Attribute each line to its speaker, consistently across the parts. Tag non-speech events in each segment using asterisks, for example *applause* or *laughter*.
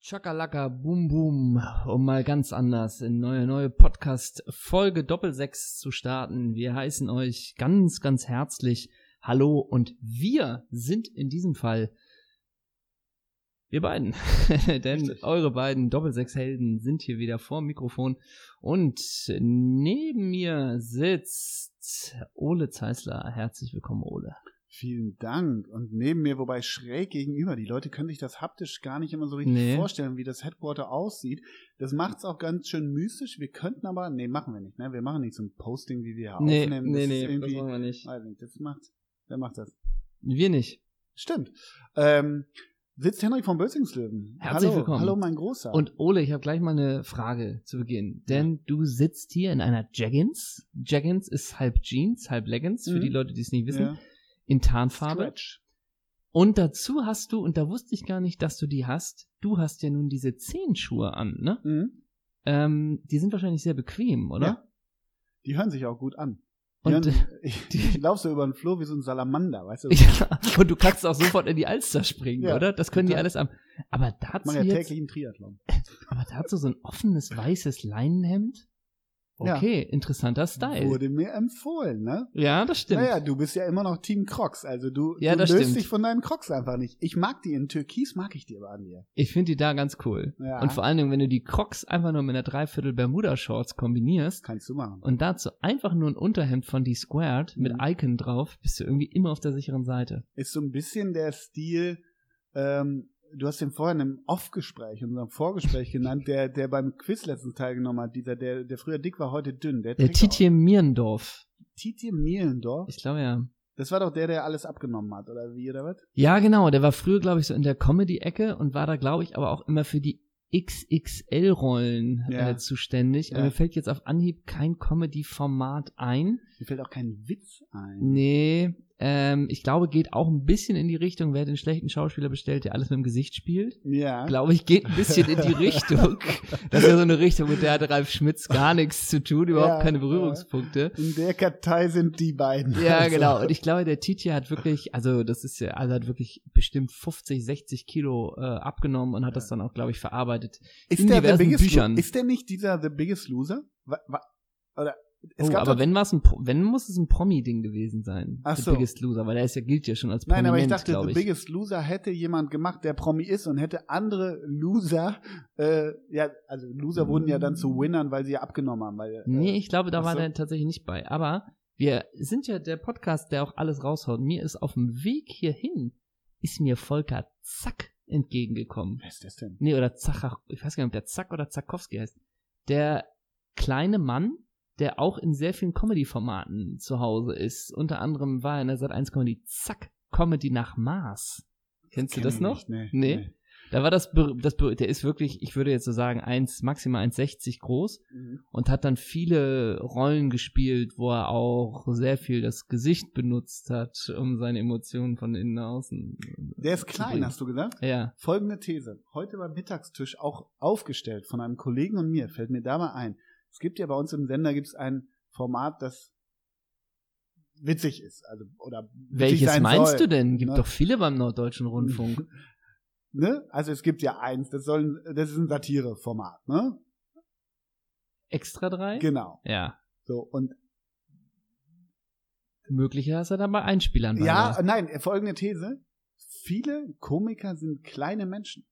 Speaker 1: Chakalaka, Boom Boom, um mal ganz anders in neue, neue Podcast-Folge Doppelsechs zu starten. Wir heißen euch ganz, ganz herzlich Hallo und wir sind in diesem Fall wir beiden. *laughs* Denn
Speaker 2: Richtig.
Speaker 1: eure beiden Doppelsechs-Helden sind hier wieder vor dem Mikrofon und neben mir sitzt Ole Zeisler. Herzlich willkommen, Ole.
Speaker 2: Vielen Dank. Und neben mir, wobei schräg gegenüber, die Leute können sich das haptisch gar nicht immer so richtig
Speaker 1: Nee.
Speaker 2: vorstellen, wie das Headquarter aussieht. Das macht's auch ganz schön mystisch. Wir könnten aber, nee, machen wir nicht, ne? Wir machen nicht so ein Posting, wie wir hier aufnehmen. das ist
Speaker 1: das
Speaker 2: irgendwie,
Speaker 1: machen wir nicht.
Speaker 2: weiß nicht, das macht, wer macht das?
Speaker 1: Wir nicht.
Speaker 2: Stimmt. Ähm, sitzt Henrik von Bösingslöwen.
Speaker 1: Herzlich
Speaker 2: hallo,
Speaker 1: willkommen.
Speaker 2: Hallo, mein Großer.
Speaker 1: Und Ole, ich habe gleich mal eine Frage zu Beginn. Denn du sitzt hier in einer Jaggins. Jaggins ist halb Jeans, halb Leggings, für
Speaker 2: Mhm.
Speaker 1: die Leute, die es nicht wissen,
Speaker 2: Ja.
Speaker 1: in Tarnfarbe.
Speaker 2: Stretch.
Speaker 1: Und dazu hast du, und da wusste ich gar nicht, dass du die hast, du hast ja nun diese Zehenschuhe an, ne?
Speaker 2: Mhm.
Speaker 1: Ähm, die sind wahrscheinlich sehr bequem, oder?
Speaker 2: Ja. Die hören sich auch gut an. Die
Speaker 1: *laughs* Und,
Speaker 2: hören, *laughs* ich, ich laufe so über den Flur wie so ein Salamander, weißt du?
Speaker 1: ja, und du kannst auch sofort in die Alster springen,
Speaker 2: Ja,
Speaker 1: oder? Das können die
Speaker 2: total.
Speaker 1: alles am. Aber
Speaker 2: Ich
Speaker 1: dazu,
Speaker 2: mache ja
Speaker 1: jetzt,
Speaker 2: täglich einen Triathlon.
Speaker 1: aber dazu so ein offenes weißes Leinenhemd?
Speaker 2: Ja.
Speaker 1: Okay, interessanter Style.
Speaker 2: Wurde mir empfohlen, ne?
Speaker 1: Ja, das stimmt.
Speaker 2: Naja, du bist ja immer noch Team Crocs, also du,
Speaker 1: Ja,
Speaker 2: du
Speaker 1: das
Speaker 2: löst
Speaker 1: stimmt.
Speaker 2: dich von deinen Crocs einfach nicht. Ich mag die, in Türkis mag ich die aber an dir.
Speaker 1: Ich finde die da ganz cool.
Speaker 2: Ja.
Speaker 1: Und vor allen Dingen, wenn du die Crocs einfach nur mit einer Dreiviertel Bermuda-Shorts kombinierst
Speaker 2: Kannst du machen.
Speaker 1: und dazu einfach nur ein Unterhemd von D-Squared mit
Speaker 2: Mhm.
Speaker 1: Icon drauf, bist du irgendwie immer auf der sicheren Seite.
Speaker 2: Ist so ein bisschen der Stil, ähm, du hast den vorhin im Off-Gespräch, in unserem Vorgespräch genannt, der, der beim Quiz letztens teilgenommen hat, dieser, der, der früher dick war, heute dünn. Der,
Speaker 1: Der
Speaker 2: trägt auch-
Speaker 1: Titje Mierendorf.
Speaker 2: Titi Mielendorf.
Speaker 1: Ich glaube ja.
Speaker 2: Das war doch der, der alles abgenommen hat, oder wie, oder was?
Speaker 1: Ja, genau. Der war früher, glaube ich, so in der Comedy-Ecke und war da, glaube ich, aber auch immer für die XXL-Rollen
Speaker 2: Ja.
Speaker 1: äh, zuständig.
Speaker 2: Ja.
Speaker 1: Und mir fällt jetzt auf Anhieb kein Comedy-Format ein.
Speaker 2: Mir fällt auch kein Witz ein.
Speaker 1: Nee, ähm, ich glaube, geht auch ein bisschen in die Richtung, wer den schlechten Schauspieler bestellt, der alles mit dem Gesicht spielt.
Speaker 2: Ja.
Speaker 1: glaube ich, geht ein bisschen
Speaker 2: *laughs*
Speaker 1: in die Richtung. Das ist ja so eine Richtung, mit der hat Ralf Schmitz gar nichts zu tun, überhaupt
Speaker 2: Ja,
Speaker 1: keine
Speaker 2: ja. *laughs*
Speaker 1: Berührungspunkte.
Speaker 2: In der Kartei sind die beiden.
Speaker 1: Ja,
Speaker 2: Also,
Speaker 1: genau. Und ich glaube, der Titje hat wirklich, also das ist ja, also hat wirklich bestimmt 50, 60 Kilo äh, abgenommen und hat das dann auch, glaube ich, verarbeitet. in
Speaker 2: Ist der, the
Speaker 1: diversen
Speaker 2: biggest
Speaker 1: Büchern.
Speaker 2: Lo- ist der nicht dieser The Biggest Loser? Wa- wa- Oder es
Speaker 1: oh,
Speaker 2: gab
Speaker 1: aber
Speaker 2: doch-
Speaker 1: wenn war's ein, Pro- wenn muss es ein Promi-Ding gewesen sein.
Speaker 2: Ach
Speaker 1: The
Speaker 2: so.
Speaker 1: Biggest Loser, weil er ist ja gilt ja schon als
Speaker 2: Nein,
Speaker 1: Prominent,
Speaker 2: aber ich dachte,
Speaker 1: glaube
Speaker 2: The
Speaker 1: ich.
Speaker 2: Biggest Loser hätte jemand gemacht, der Promi ist und hätte andere Loser, äh, ja, also Loser wurden ja dann zu Winnern, weil sie ja abgenommen haben. Weil, äh,
Speaker 1: Mm. Nee, ich glaube, da
Speaker 2: Ach
Speaker 1: war
Speaker 2: so.
Speaker 1: der tatsächlich nicht bei. Aber wir sind ja der Podcast, der auch alles raushaut. Mir ist auf dem Weg hierhin, ist mir Volker Zack entgegengekommen.
Speaker 2: Wer ist das denn?
Speaker 1: Nee, oder Zachach, ich weiß gar nicht, ob der Zack oder Zakowski heißt. Der kleine Mann, der auch in sehr vielen Comedy-Formaten zu Hause ist. Unter anderem war er in der Sat1 Comedy Zack Comedy nach Mars. Kennst du
Speaker 2: Kenn
Speaker 1: das
Speaker 2: ich
Speaker 1: noch?
Speaker 2: Nicht. ne, Nee.
Speaker 1: Nee. Da war das, Ber- das, Ber- der ist wirklich, ich würde jetzt so sagen, eins, maximal 1,60 groß
Speaker 2: Mhm.
Speaker 1: und hat dann viele Rollen gespielt, wo er auch sehr viel das Gesicht benutzt hat, um seine Emotionen von innen nach außen.
Speaker 2: Der ist klein, hast du gesagt?
Speaker 1: Ja.
Speaker 2: Folgende These. Heute beim Mittagstisch auch aufgestellt von einem Kollegen und mir, fällt mir da mal ein. Es gibt ja bei uns im Sender gibt's ein Format, das witzig ist. Also, oder witzig
Speaker 1: Welches
Speaker 2: sein
Speaker 1: meinst
Speaker 2: soll.
Speaker 1: du denn? Gibt
Speaker 2: Ne?
Speaker 1: doch viele beim Norddeutschen
Speaker 2: *laughs*
Speaker 1: Rundfunk.
Speaker 2: Ne? Also es gibt ja eins, das soll ein, das ist ein Satireformat, ne?
Speaker 1: Extra drei?
Speaker 2: Genau.
Speaker 1: ja.
Speaker 2: So, und
Speaker 1: Möglicherweise hat er dabei Einspielern bei
Speaker 2: ja,
Speaker 1: dabei.
Speaker 2: nein, folgende These. Viele Komiker sind kleine Menschen.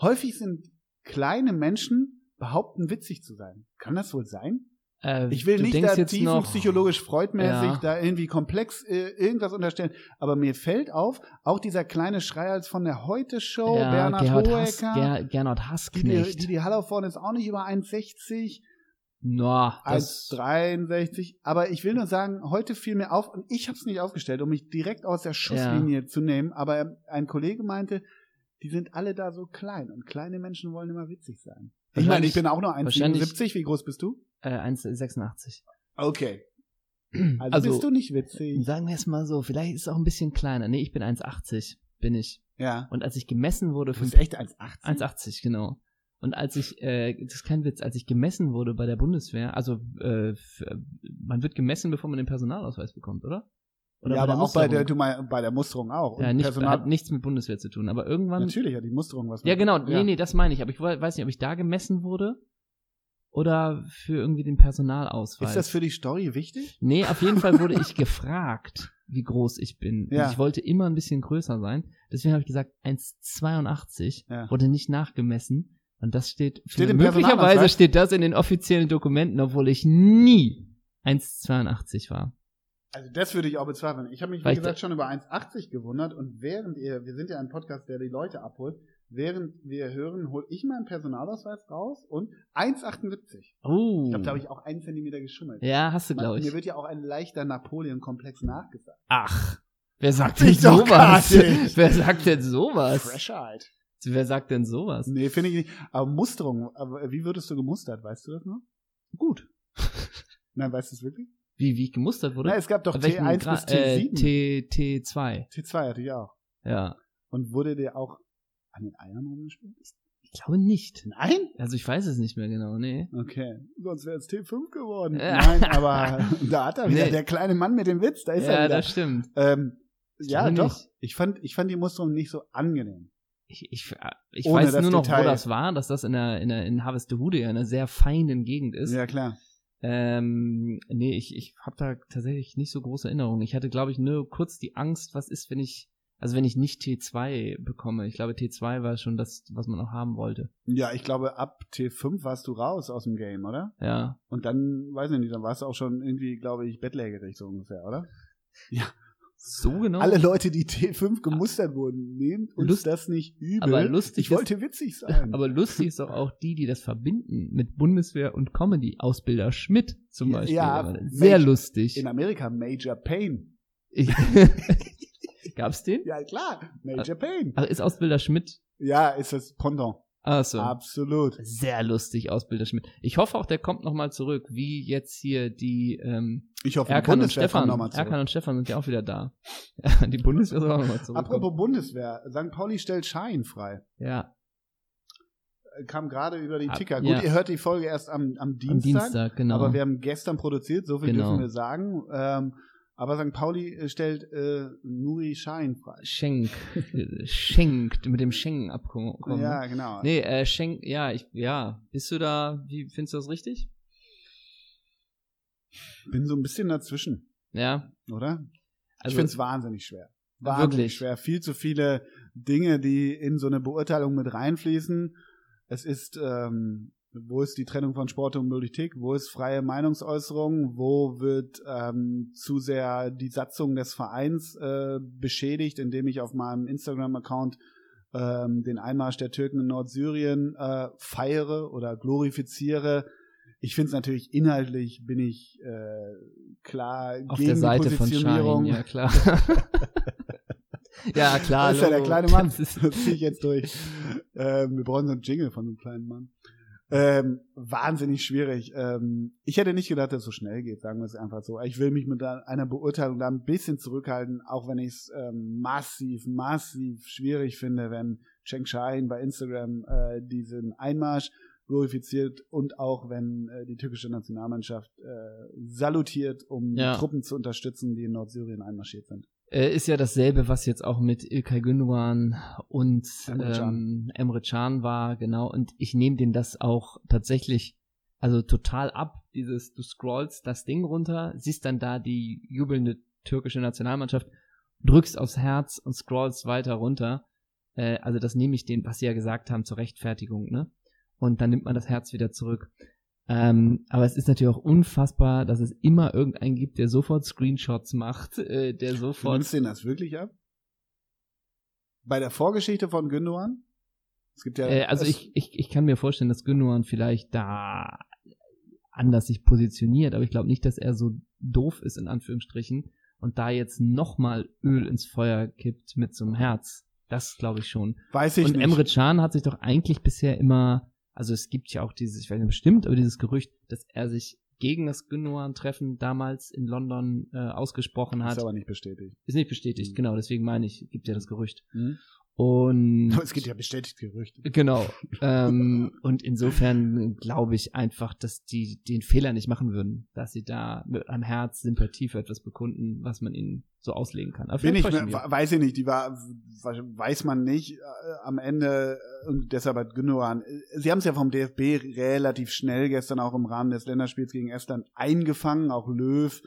Speaker 2: Häufig sind kleine Menschen behaupten witzig zu sein. Kann das wohl sein?
Speaker 1: Äh,
Speaker 2: Ich will
Speaker 1: du
Speaker 2: nicht
Speaker 1: denkst
Speaker 2: da
Speaker 1: jetzt noch,
Speaker 2: tiefenpsychologisch freudmäßig
Speaker 1: Ja.
Speaker 2: da irgendwie komplex äh, irgendwas unterstellen, aber mir fällt auf, auch dieser kleine Schreihals von der Heute-Show,
Speaker 1: ja,
Speaker 2: Bernhard
Speaker 1: Gerhard, Hass,
Speaker 2: Hoeker,
Speaker 1: Ger Gernot
Speaker 2: die, die,
Speaker 1: Hassknecht.
Speaker 2: die, die Halle vorne ist auch nicht über 1,60,
Speaker 1: Na, das,
Speaker 2: 1,63, aber ich will nur sagen, heute fiel mir auf, und ich habe es nicht aufgestellt, um mich direkt aus der Schusslinie zu nehmen, aber ein Kollege meinte, die sind alle da so klein und kleine Menschen wollen immer witzig sein. Ich meine,
Speaker 1: Wahrscheinlich-
Speaker 2: ich bin auch nur
Speaker 1: wahrscheinlich-
Speaker 2: 1,77, wie groß bist du?
Speaker 1: äh, 1,86.
Speaker 2: Okay. Also,
Speaker 1: Also,
Speaker 2: bist du nicht witzig.
Speaker 1: sagen wir es mal so, vielleicht ist es auch ein bisschen kleiner. Nee, ich bin 1,80, bin ich.
Speaker 2: Ja.
Speaker 1: Und als ich gemessen wurde,
Speaker 2: Du bist
Speaker 1: fünf-
Speaker 2: echt 1,80?
Speaker 1: 1,80, genau. Und als ich, äh, das ist kein Witz, als ich gemessen wurde äh, bei der Bundeswehr, also äh, f- man wird gemessen, bevor man den Personalausweis bekommt, oder?
Speaker 2: ja, aber auch bei der, du mal- bei der Musterung auch.
Speaker 1: ja,
Speaker 2: Und
Speaker 1: nicht,
Speaker 2: Personal-
Speaker 1: hat nichts mit Bundeswehr zu tun, aber irgendwann.
Speaker 2: natürlich hat die Musterung was
Speaker 1: Ja,
Speaker 2: mit-
Speaker 1: genau. Nee, nee, das meine ich. Aber ich woll- weiß nicht, ob ich da gemessen wurde oder für irgendwie den Personalausweis.
Speaker 2: Ist das für die Story wichtig?
Speaker 1: Nee, auf jeden Fall wurde
Speaker 2: *laughs*
Speaker 1: ich gefragt, wie groß ich bin.
Speaker 2: Ja.
Speaker 1: Und ich wollte immer ein bisschen größer sein. Deswegen habe ich gesagt, 1,82
Speaker 2: Ja.
Speaker 1: wurde nicht nachgemessen. Und das steht,
Speaker 2: Steht im
Speaker 1: möglicherweise
Speaker 2: Personalausweis?
Speaker 1: steht das in den offiziellen Dokumenten, obwohl ich nie 1,82 war.
Speaker 2: Also das würde ich auch bezweifeln. Ich habe mich, wie
Speaker 1: Weil ich
Speaker 2: gesagt, schon über 1,80 gewundert und während ihr, wir sind ja ein Podcast, der die Leute abholt, während wir hören, hole ich meinen Personalausweis raus und 1,78.
Speaker 1: Oh.
Speaker 2: Ich glaube, da habe ich auch einen Zentimeter geschummelt.
Speaker 1: ja, hast du,
Speaker 2: Man-
Speaker 1: glaube
Speaker 2: Mir
Speaker 1: ich.
Speaker 2: wird ja auch ein leichter Napoleon-Komplex nachgesagt.
Speaker 1: Ach, wer sagt
Speaker 2: Hab
Speaker 1: denn
Speaker 2: ich doch
Speaker 1: sowas?
Speaker 2: gar
Speaker 1: *laughs*
Speaker 2: nicht.
Speaker 1: Wer sagt denn sowas?
Speaker 2: Fresh Eyed.
Speaker 1: Wer sagt denn sowas?
Speaker 2: *laughs* Nee, finde ich nicht. Aber Musterung, aber wie würdest du gemustert, weißt du das noch?
Speaker 1: Gut.
Speaker 2: *laughs* Nein, weißt du es wirklich?
Speaker 1: Wie, wie ich gemustert wurde?
Speaker 2: Na, es gab doch
Speaker 1: Auf welchem
Speaker 2: T1
Speaker 1: Gra-
Speaker 2: bis T7.
Speaker 1: Äh, T, T2.
Speaker 2: T2 hatte ich auch.
Speaker 1: Ja.
Speaker 2: Und wurde der auch an den Eiern rumgespielt?
Speaker 1: Ich glaube nicht.
Speaker 2: Nein?
Speaker 1: Also ich weiß es nicht mehr genau, nee.
Speaker 2: Okay. Sonst wäre es T5 geworden.
Speaker 1: Ja.
Speaker 2: Nein,
Speaker 1: *laughs*
Speaker 2: aber da hat er wieder
Speaker 1: Nee.
Speaker 2: der kleine Mann mit dem Witz, da ist
Speaker 1: ja,
Speaker 2: er wieder.
Speaker 1: das stimmt.
Speaker 2: ähm, ja,
Speaker 1: glaube
Speaker 2: doch.
Speaker 1: nicht.
Speaker 2: Ich fand, ich fand die Musterung nicht so angenehm.
Speaker 1: Ich, ich, äh, ich
Speaker 2: Ohne
Speaker 1: weiß
Speaker 2: das
Speaker 1: nur noch,
Speaker 2: Detail.
Speaker 1: wo das war, dass das in der, in der, in Harvestehude ja in einer sehr feinen Gegend ist.
Speaker 2: Ja, klar.
Speaker 1: Ähm, nee, ich, ich habe da tatsächlich nicht so große Erinnerungen. Ich hatte, glaube ich, nur kurz die Angst, was ist, wenn ich, also wenn ich nicht T2 bekomme. Ich glaube, T2 war schon das, was man auch haben wollte.
Speaker 2: Ja, ich glaube, ab T5 warst du raus aus dem Game, oder?
Speaker 1: Ja.
Speaker 2: Und dann, weiß ich nicht, dann warst du auch schon irgendwie, glaube ich, bettlägerig so ungefähr, oder?
Speaker 1: So genau.
Speaker 2: Alle Leute, die T5 gemustert wurden, nehmt uns
Speaker 1: Lust-
Speaker 2: das nicht übel.
Speaker 1: aber lustig
Speaker 2: ich wollte witzig sein.
Speaker 1: Aber lustig ist doch auch die, die das verbinden mit Bundeswehr und Comedy. Ausbilder Schmidt zum
Speaker 2: Ja,
Speaker 1: Beispiel.
Speaker 2: ja,
Speaker 1: Sehr
Speaker 2: Mensch,
Speaker 1: lustig.
Speaker 2: in Amerika Major Pain.
Speaker 1: Ich,
Speaker 2: *laughs*
Speaker 1: gab's den?
Speaker 2: Ja, klar, Major Pain.
Speaker 1: Ach, ist Ausbilder Schmidt?
Speaker 2: Ja, ist das Pendant.
Speaker 1: Also
Speaker 2: Absolut.
Speaker 1: sehr lustig, Ausbilder Schmidt. Ich hoffe auch, der kommt nochmal zurück, wie jetzt hier die ähm,
Speaker 2: Ich hoffe, die
Speaker 1: Erkan und
Speaker 2: Bundeswehr kommt
Speaker 1: Stefan.
Speaker 2: nochmal zurück.
Speaker 1: Erkan und Stefan sind ja auch wieder da. *laughs* Ja, die Bundeswehr soll auch nochmal zurück.
Speaker 2: Apropos Bundeswehr, St. Pauli stellt Schein frei.
Speaker 1: Ja,
Speaker 2: Äh, Kam gerade über die
Speaker 1: Ab-
Speaker 2: Ticker.
Speaker 1: ja.
Speaker 2: Gut, ihr hört die Folge erst am, am Dienstag.
Speaker 1: am Dienstag, genau.
Speaker 2: Aber wir haben gestern produziert, so viel
Speaker 1: Genau.
Speaker 2: dürfen wir sagen. Ähm, aber St. Pauli äh, stellt äh, Nuri Schein frei.
Speaker 1: Schenk. äh, Schenkt mit dem Schengen-Abkommen. ne?
Speaker 2: Ja, genau.
Speaker 1: Nee, äh, Schenk, ja, ich, ja. Bist du da, wie findest du das richtig?
Speaker 2: Bin so ein bisschen dazwischen,
Speaker 1: Ja.
Speaker 2: oder? ich
Speaker 1: Also,
Speaker 2: finde es wahnsinnig schwer. Wahnsinnig
Speaker 1: Wirklich?
Speaker 2: schwer. Viel zu viele Dinge, die in so eine Beurteilung mit reinfließen. Es ist, ähm, wo ist die Trennung von Sport und Politik? Wo ist freie Meinungsäußerung? Wo wird ähm, zu sehr die Satzung des Vereins äh, beschädigt, indem ich auf meinem Instagram-Account ähm, den Einmarsch der Türken in Nordsyrien äh, feiere oder glorifiziere? Ich finde es natürlich inhaltlich bin ich äh, klar
Speaker 1: auf
Speaker 2: gegen
Speaker 1: der Seite
Speaker 2: die
Speaker 1: von
Speaker 2: Positionierung.
Speaker 1: Schein, ja
Speaker 2: *laughs*
Speaker 1: klar. ja, klar.
Speaker 2: Das ist ja der
Speaker 1: Logo.
Speaker 2: kleine Mann.
Speaker 1: Das ist-
Speaker 2: Das ziehe ich jetzt durch. Ähm, wir brauchen so einen Jingle von so einem kleinen Mann. Ähm, wahnsinnig schwierig. Ähm, ich hätte nicht gedacht, dass es so schnell geht, sagen wir es einfach so. Ich will mich mit da- einer Beurteilung da ein bisschen zurückhalten, auch wenn ich es ähm, massiv, massiv schwierig finde, wenn Cheng Shahin bei Instagram äh, diesen Einmarsch glorifiziert und auch wenn äh, die türkische Nationalmannschaft äh, salutiert, um
Speaker 1: Ja.
Speaker 2: Truppen zu unterstützen, die in Nordsyrien einmarschiert sind.
Speaker 1: Äh, ist ja dasselbe, was jetzt auch mit Ilkay Gündogan und
Speaker 2: Emre
Speaker 1: ähm,
Speaker 2: Can.
Speaker 1: Emre Can war, genau. Und ich nehme den das auch tatsächlich, also total ab, dieses, du scrollst das Ding runter, siehst dann da die jubelnde türkische Nationalmannschaft, drückst aufs Herz und scrollst weiter runter. Äh, also das nehme ich den, was sie ja gesagt haben, zur Rechtfertigung, ne? Und dann nimmt man das Herz wieder zurück. Ähm, aber es ist natürlich auch unfassbar, dass es immer irgendeinen gibt, der sofort Screenshots macht, *laughs* äh, der
Speaker 2: Du
Speaker 1: sofort
Speaker 2: nimmst denen das wirklich ab? Bei der Vorgeschichte von Gündogan? Es gibt ja.
Speaker 1: Äh, also
Speaker 2: es-
Speaker 1: ich, ich, ich kann mir vorstellen, dass Gündogan vielleicht da anders sich positioniert, aber ich glaube nicht, dass er so doof ist, in Anführungsstrichen, und da jetzt nochmal Öl ins Feuer kippt mit so einem Herz. Das glaube ich schon.
Speaker 2: Weiß ich
Speaker 1: und
Speaker 2: nicht.
Speaker 1: Emre Can hat sich doch eigentlich bisher immer, also es gibt ja auch dieses, ich weiß nicht bestimmt, aber dieses Gerücht, dass er sich gegen das Gündogan-Treffen damals in London äh, ausgesprochen
Speaker 2: ist
Speaker 1: hat,
Speaker 2: aber nicht bestätigt.
Speaker 1: ist nicht bestätigt,
Speaker 2: Mhm.
Speaker 1: genau, deswegen meine ich, gibt ja das Gerücht.
Speaker 2: *laughs*
Speaker 1: Und
Speaker 2: Es gibt ja bestätigt Gerüchte.
Speaker 1: genau. ähm, und insofern glaube ich einfach, dass die den Fehler nicht machen würden, dass sie da mit am Herz Sympathie für etwas bekunden, was man ihnen so auslegen kann. Aber
Speaker 2: Bin ich,
Speaker 1: vielleicht täuschen wir.
Speaker 2: weiß ich nicht, die war, weiß man nicht, äh, am Ende, äh, und deshalb hat Gündogan, äh, sie haben es ja vom DFB relativ schnell gestern auch im Rahmen des Länderspiels gegen Estland eingefangen, auch Löw,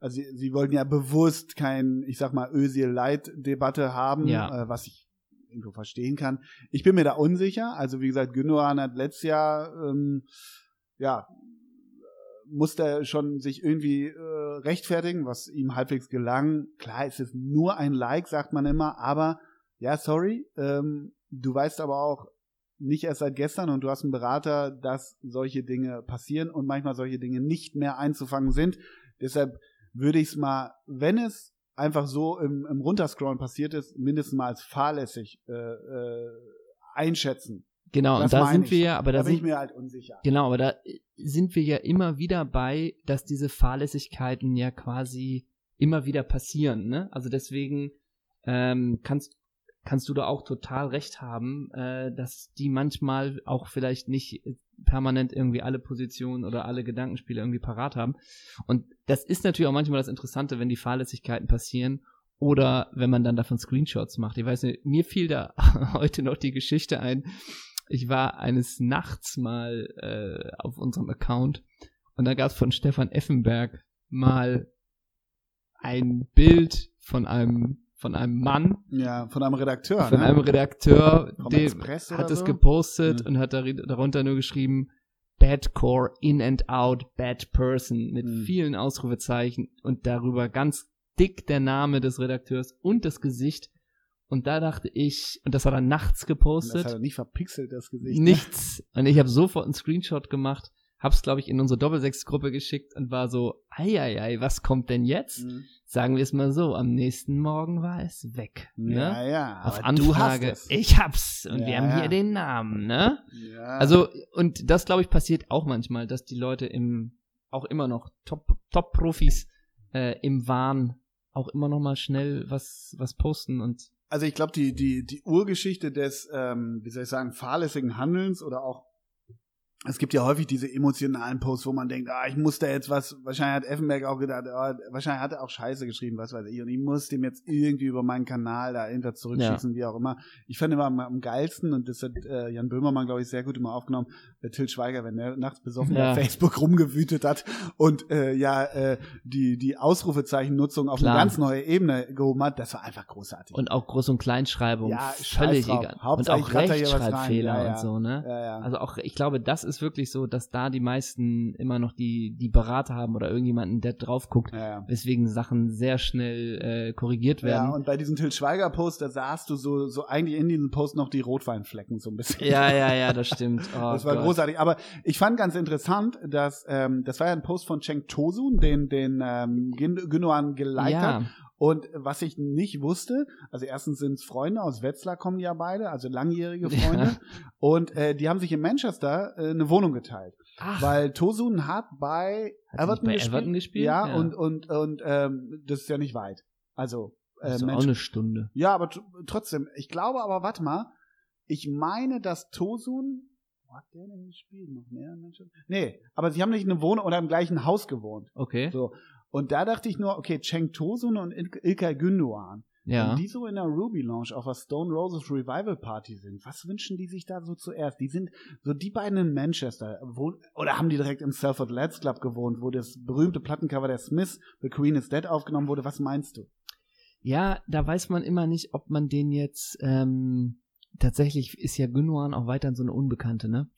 Speaker 2: also sie, sie wollten ja bewusst kein, ich sag mal, Özil-Leid-Debatte haben,
Speaker 1: Ja.
Speaker 2: äh, was ich irgendwo verstehen kann. Ich bin mir da unsicher, also wie gesagt, Gündogan hat letztes Jahr, ähm, ja, musste schon sich irgendwie äh, rechtfertigen, was ihm halbwegs gelang. Klar, es ist nur ein Like, sagt man immer, aber ja, sorry, ähm, du weißt aber auch nicht erst seit gestern und du hast einen Berater, dass solche Dinge passieren und manchmal solche Dinge nicht mehr einzufangen sind. Deshalb würde ich es mal, wenn es einfach so im, im Runterscrollen passiert ist, mindestens mal als fahrlässig äh, äh, einschätzen.
Speaker 1: Genau, und
Speaker 2: das
Speaker 1: da
Speaker 2: meine
Speaker 1: sind wir
Speaker 2: ich.
Speaker 1: ja, aber
Speaker 2: Da
Speaker 1: da
Speaker 2: bin ich
Speaker 1: sind,
Speaker 2: mir halt unsicher.
Speaker 1: genau, aber da sind wir ja immer wieder bei, dass diese Fahrlässigkeiten ja quasi immer wieder passieren, ne? Also deswegen ähm, kannst kannst du da auch total recht haben, äh, dass die manchmal auch vielleicht nicht äh, permanent irgendwie alle Positionen oder alle Gedankenspiele irgendwie parat haben. Und das ist natürlich auch manchmal das Interessante, wenn die Fahrlässigkeiten passieren oder wenn man dann davon Screenshots macht. Ich weiß nicht, mir fiel da *laughs* heute noch die Geschichte ein. Ich war eines Nachts mal äh, auf unserem Account und da gab es von Stefan Effenberg mal ein Bild von einem von einem Mann,
Speaker 2: Ja, von einem Redakteur.
Speaker 1: von
Speaker 2: ne?
Speaker 1: einem Redakteur,
Speaker 2: Vom
Speaker 1: dem
Speaker 2: Express oder
Speaker 1: hat es
Speaker 2: so?
Speaker 1: gepostet
Speaker 2: Ja.
Speaker 1: und hat dari- darunter nur geschrieben, Bad Core, in and out, bad person, mit
Speaker 2: Mhm.
Speaker 1: vielen Ausrufezeichen und darüber ganz dick der Name des Redakteurs und das Gesicht. Und da dachte ich, und das hat er nachts
Speaker 2: Das hat
Speaker 1: gepostet,
Speaker 2: er nicht verpixelt, das Gesicht. ne?
Speaker 1: nichts. Und ich habe sofort einen Screenshot gemacht, hab's, glaube ich, in unsere Doppelsechs-Gruppe geschickt und war so, ei, ei, ei, was kommt denn jetzt?
Speaker 2: Mhm.
Speaker 1: Sagen wir es mal so, am nächsten Morgen war es weg. Ne?
Speaker 2: Ja, ja.
Speaker 1: auf
Speaker 2: aber
Speaker 1: Anfrage.
Speaker 2: Du hast
Speaker 1: Ich hab's und wir
Speaker 2: Ja,
Speaker 1: haben
Speaker 2: ja.
Speaker 1: hier den Namen, ne?
Speaker 2: es. Ja.
Speaker 1: Also und das glaube ich passiert auch manchmal, dass die Leute im auch immer noch Top Top Profis äh, im Wahn auch immer noch mal schnell was was posten und
Speaker 2: also ich glaube, die, die, die Urgeschichte des, ähm, wie soll ich sagen, fahrlässigen Handelns oder auch, es gibt ja häufig diese emotionalen Posts, wo man denkt, ah, ich muss da jetzt was, wahrscheinlich hat Effenberg auch gedacht, ah, wahrscheinlich hat er auch Scheiße geschrieben, was weiß ich, und ich muss dem jetzt irgendwie über meinen Kanal da irgendwas zurückschießen, wie auch immer. Ich fand immer am, am geilsten, und das hat äh, Jan Böhmermann, glaube ich, sehr gut immer aufgenommen, äh, Till Schweiger, wenn er nachts besoffen
Speaker 1: Ja.
Speaker 2: auf Facebook rumgewütet hat und äh, ja, äh, die, die Ausrufezeichennutzung auf
Speaker 1: Klar.
Speaker 2: eine ganz neue Ebene gehoben hat, das war einfach großartig.
Speaker 1: und auch Groß- und Kleinschreibung
Speaker 2: Ja, scheiß
Speaker 1: völlig
Speaker 2: drauf.
Speaker 1: egal und
Speaker 2: Hauptsache,
Speaker 1: auch
Speaker 2: ich ratter hier was rein.
Speaker 1: Rechtschreibfehler
Speaker 2: Ja, ja.
Speaker 1: und so, ne?
Speaker 2: ja, ja.
Speaker 1: Also auch, ich glaube, das ist wirklich so, dass da die meisten immer noch die, die Berater haben oder irgendjemanden, der drauf guckt,
Speaker 2: ja, ja.
Speaker 1: weswegen Sachen sehr schnell äh, korrigiert werden.
Speaker 2: Ja, und bei diesem Till Schweiger-Post, da sahst du so, so eigentlich in diesem Post noch die Rotweinflecken so ein bisschen.
Speaker 1: Ja, ja, ja, das stimmt. Oh,
Speaker 2: *laughs* das war
Speaker 1: Gott.
Speaker 2: großartig. Aber ich fand ganz interessant, dass, ähm, das war ja ein Post von Cenk Tosun, den, den ähm, Gün- Gündogan geliked hat.
Speaker 1: Ja,
Speaker 2: Und was ich nicht wusste, also erstens sind es Freunde aus Wetzlar kommen ja beide, also langjährige Freunde. Und äh, die haben sich in Manchester äh, eine Wohnung geteilt.
Speaker 1: Ach,
Speaker 2: Weil Tosun hat bei,
Speaker 1: Hat er nicht
Speaker 2: Everton,
Speaker 1: bei
Speaker 2: gespielt.
Speaker 1: Everton gespielt?
Speaker 2: Ja,
Speaker 1: Ja.
Speaker 2: und, und, und ähm, das ist ja nicht weit. Also äh,
Speaker 1: ist doch auch
Speaker 2: Manchester-
Speaker 1: eine Stunde.
Speaker 2: ja, aber tr- trotzdem, ich glaube aber, warte mal, ich meine, dass Tosun. Wo hat der denn gespielt? Noch mehr Manchester? Nee, aber sie haben nicht eine Wohnung oder im gleichen Haus gewohnt.
Speaker 1: Okay.
Speaker 2: So. Und da dachte ich nur, okay, Cenk Tosun und Il- Ilkay Gündogan,
Speaker 1: ja.
Speaker 2: wenn die so in der Ruby Lounge auf der Stone Roses Revival Party sind, was wünschen die sich da so zuerst? Die sind so die beiden in Manchester, wo, oder haben die direkt im Selford Lads Club gewohnt, wo das berühmte Plattencover der Smiths, The Queen is Dead, aufgenommen wurde? Was meinst du?
Speaker 1: ja, da weiß man immer nicht, ob man den jetzt ähm, tatsächlich ist ja Gündogan auch weiterhin so eine Unbekannte, ne?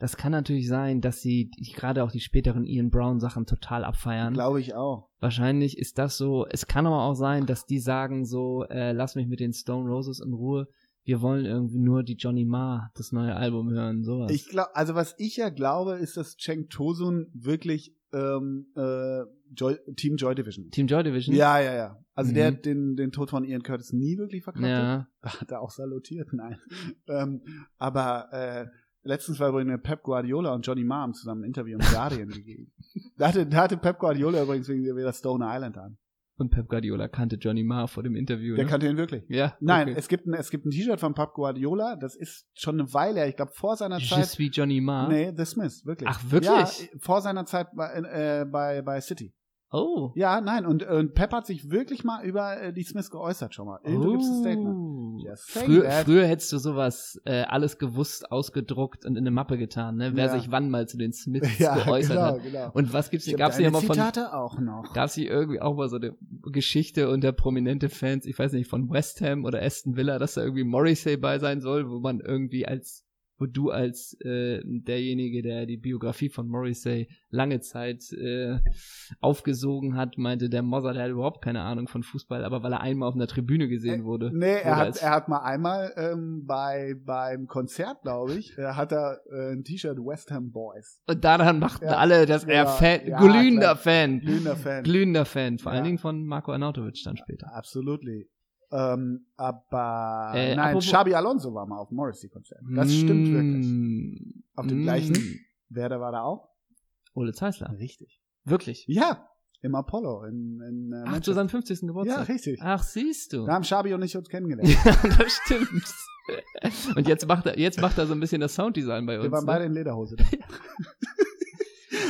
Speaker 1: Das kann natürlich sein, dass sie die- gerade auch die späteren Ian Brown Sachen total abfeiern.
Speaker 2: Glaube ich auch.
Speaker 1: Wahrscheinlich ist das so. Es kann aber auch sein, dass die sagen so, äh, lass mich mit den Stone Roses in Ruhe. Wir wollen irgendwie nur die Johnny Marr, das neue Album hören, sowas.
Speaker 2: Ich glaube, also was ich ja glaube, ist, dass Cenk Tosun wirklich ähm, äh, Joy, Team Joy Division. ist.
Speaker 1: Team Joy Division.
Speaker 2: Ja, ja, ja. Also
Speaker 1: Mhm.
Speaker 2: der hat den, den Tod von Ian Curtis nie wirklich verkraftet.
Speaker 1: Ja.
Speaker 2: *laughs* Hat er auch salutiert, nein. *laughs* ähm, aber äh, letztens war übrigens Pep Guardiola und Johnny
Speaker 1: *laughs*
Speaker 2: Marm zusammen ein Interview im Guardian gegeben. Da hatte, da hatte Pep Guardiola übrigens wegen wieder Stone Island an.
Speaker 1: Und Pep Guardiola kannte Johnny Marr vor dem Interview.
Speaker 2: Der
Speaker 1: ne?
Speaker 2: kannte ihn wirklich.
Speaker 1: ja.
Speaker 2: Nein,
Speaker 1: okay.
Speaker 2: es gibt ein, es gibt ein T-Shirt von Pep Guardiola, das ist schon eine Weile, her, ich glaube vor seiner
Speaker 1: Je
Speaker 2: Zeit.
Speaker 1: suis Johnny Marr.
Speaker 2: Nee, The Smith, wirklich.
Speaker 1: Ach, wirklich?
Speaker 2: Ja, vor seiner Zeit bei, äh, bei, bei City.
Speaker 1: Oh.
Speaker 2: Ja, nein, und, und Pep hat sich wirklich mal über äh, die Smith geäußert schon mal. Du gibst ein *laughs* Statement.
Speaker 1: Oh.
Speaker 2: Just saying
Speaker 1: Früher,
Speaker 2: that.
Speaker 1: früher hättest du sowas äh, alles gewusst, ausgedruckt und in eine Mappe getan, ne? Wer
Speaker 2: Ja.
Speaker 1: sich wann mal zu den
Speaker 2: *laughs*
Speaker 1: Smiths geäußert hat.
Speaker 2: genau.
Speaker 1: Und was gibt's
Speaker 2: Ich hab
Speaker 1: gab's
Speaker 2: deine
Speaker 1: hier mal von
Speaker 2: Zitate auch noch.
Speaker 1: gab's hier irgendwie auch mal so eine Geschichte unter prominente Fans, ich weiß nicht, von West Ham oder Aston Villa, dass da irgendwie Morrissey bei sein soll, wo man irgendwie als wo du als äh, derjenige, der die Biografie von Morrissey lange Zeit äh, aufgesogen hat, meinte, der Mozart der hat überhaupt keine Ahnung von Fußball, aber weil er einmal auf einer Tribüne gesehen *laughs* wurde.
Speaker 2: Nee,
Speaker 1: Oder
Speaker 2: er hat,
Speaker 1: als-
Speaker 2: er hat mal einmal ähm, bei, beim Konzert, glaube ich, äh, hat er äh, ein T-Shirt West Ham Boys.
Speaker 1: Und daran machten
Speaker 2: Ja,
Speaker 1: alle, dass er
Speaker 2: ja,
Speaker 1: Fan,
Speaker 2: ja,
Speaker 1: glühender
Speaker 2: klar.
Speaker 1: Fan,
Speaker 2: Blühender Fan.
Speaker 1: glühender Fan, vor allen
Speaker 2: Ja.
Speaker 1: Dingen von Marco Arnautovic dann später.
Speaker 2: Absolutely. Ähm, aber
Speaker 1: Äh,
Speaker 2: nein,
Speaker 1: apropos-
Speaker 2: Xabi Alonso war mal auf dem Morrissey-Konzert. Das
Speaker 1: Mm.
Speaker 2: stimmt wirklich.
Speaker 1: wirklich.
Speaker 2: Auf dem gleichen. Werder war da auch.
Speaker 1: Mm. Ole Zeisler.
Speaker 2: Richtig.
Speaker 1: Wirklich.
Speaker 2: Ja, im Apollo. In, in, äh,
Speaker 1: Ach, zu
Speaker 2: Manchester.
Speaker 1: seinem 50.
Speaker 2: ja,
Speaker 1: Geburtstag.
Speaker 2: richtig.
Speaker 1: Ach, siehst du.
Speaker 2: Da haben Xabi und ich uns kennengelernt.
Speaker 1: Ja, *laughs* das stimmt. Und jetzt macht er, jetzt macht er so ein bisschen das Sounddesign bei uns.
Speaker 2: Wir waren
Speaker 1: ne?
Speaker 2: beide in Lederhose. da.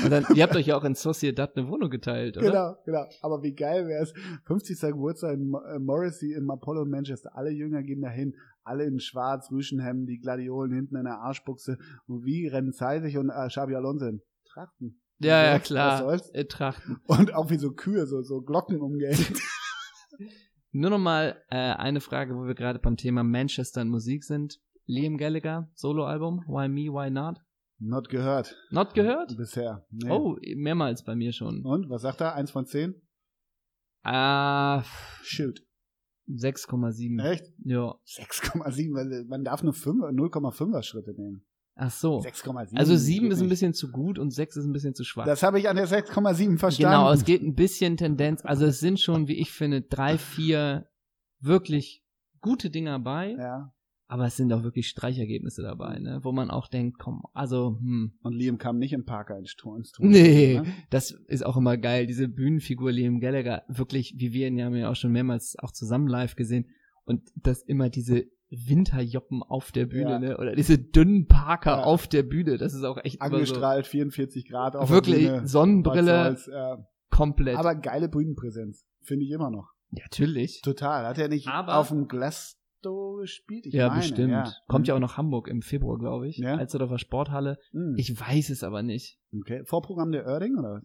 Speaker 1: Und dann, ihr habt euch ja auch in Sociedad eine Wohnung geteilt, oder?
Speaker 2: genau, genau. Aber wie geil wäre es, 50. Geburtstag in Mo- äh, Morrissey im Apollo in Manchester. Alle Jünger gehen dahin, alle in schwarz, Rüschenhemden, die Gladiolen hinten in der Arschbuchse. Und wie rennen zeitig und äh, Xabi Alonso in Trachten.
Speaker 1: Ja, ja,
Speaker 2: Was
Speaker 1: klar.
Speaker 2: soll's?
Speaker 1: Äh, Trachten.
Speaker 2: Und auch wie so Kühe, so, so Glocken umgehängt.
Speaker 1: Nur nochmal äh, eine Frage, wo wir gerade beim Thema Manchester und Musik sind. Liam Gallagher, Soloalbum, Why Me, Why Not?
Speaker 2: Not gehört.
Speaker 1: Not gehört?
Speaker 2: Bisher. Nee. Oh.
Speaker 1: Oh, mehrmals bei mir schon.
Speaker 2: Und, was sagt er? Eins von zehn?
Speaker 1: Ah,
Speaker 2: Shoot.
Speaker 1: 6,7.
Speaker 2: Echt?
Speaker 1: Ja.
Speaker 2: 6,7. weil Man darf nur 5 0,5er Schritte nehmen.
Speaker 1: Ach so.
Speaker 2: 6,7.
Speaker 1: Also 7
Speaker 2: geht
Speaker 1: ist ein
Speaker 2: nicht.
Speaker 1: bisschen zu gut und 6 ist ein bisschen zu schwach.
Speaker 2: Das habe ich an der 6,7 verstanden.
Speaker 1: Genau, es geht ein bisschen Tendenz. Also es sind schon, wie ich finde, drei, vier wirklich gute Dinger bei,
Speaker 2: Ja.
Speaker 1: aber es sind auch wirklich Streichergebnisse dabei, ne? Wo man auch denkt, komm, also, hm.
Speaker 2: Und Liam kam nicht im Parker ins Tor. Ins Tor
Speaker 1: Nee,
Speaker 2: Ne?
Speaker 1: das ist auch immer geil. Diese Bühnenfigur Liam Gallagher, wirklich, wie wir ihn ja, haben ja auch schon mehrmals auch zusammen live gesehen. Und das immer diese Winterjoppen auf der Bühne,
Speaker 2: Ja.
Speaker 1: ne? Oder diese dünnen Parker
Speaker 2: Ja.
Speaker 1: auf der Bühne. Das ist auch echt immer so.
Speaker 2: Angestrahlt, 44 Grad auf
Speaker 1: Wirklich,
Speaker 2: der Bühne.
Speaker 1: Sonnenbrille
Speaker 2: Was soll's, äh,
Speaker 1: komplett.
Speaker 2: aber geile Bühnenpräsenz. Finde ich immer noch.
Speaker 1: ja, natürlich.
Speaker 2: Total. Hat er nicht
Speaker 1: Aber-
Speaker 2: auf dem Glasgow gespielt? Ich
Speaker 1: ja,
Speaker 2: meine,
Speaker 1: bestimmt.
Speaker 2: Ja. Hm?
Speaker 1: Kommt ja auch nach Hamburg im Februar, glaube ich.
Speaker 2: Ja.
Speaker 1: Alsterdorfer Sporthalle.
Speaker 2: Hm.
Speaker 1: Ich weiß es aber nicht.
Speaker 2: Okay. Vorprogramm der Oerding, oder?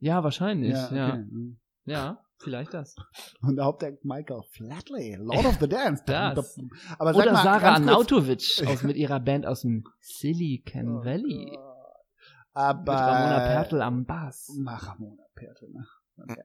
Speaker 1: Ja, wahrscheinlich. Ja, ja.
Speaker 2: okay. Hm.
Speaker 1: vielleicht das.
Speaker 2: Und der Hauptakt Michael Flatley, Lord of the Dance.
Speaker 1: Das.
Speaker 2: Aber sag
Speaker 1: Oder
Speaker 2: mal,
Speaker 1: Sarah
Speaker 2: ganz kurz- Äh,
Speaker 1: Arnautovic
Speaker 2: *laughs*
Speaker 1: aus, mit ihrer Band aus dem
Speaker 2: Oh,
Speaker 1: Silicon Valley. Mit
Speaker 2: Aber
Speaker 1: Ramona Pertl am Bass.
Speaker 2: Na, Ramona Pertl, ne? Okay.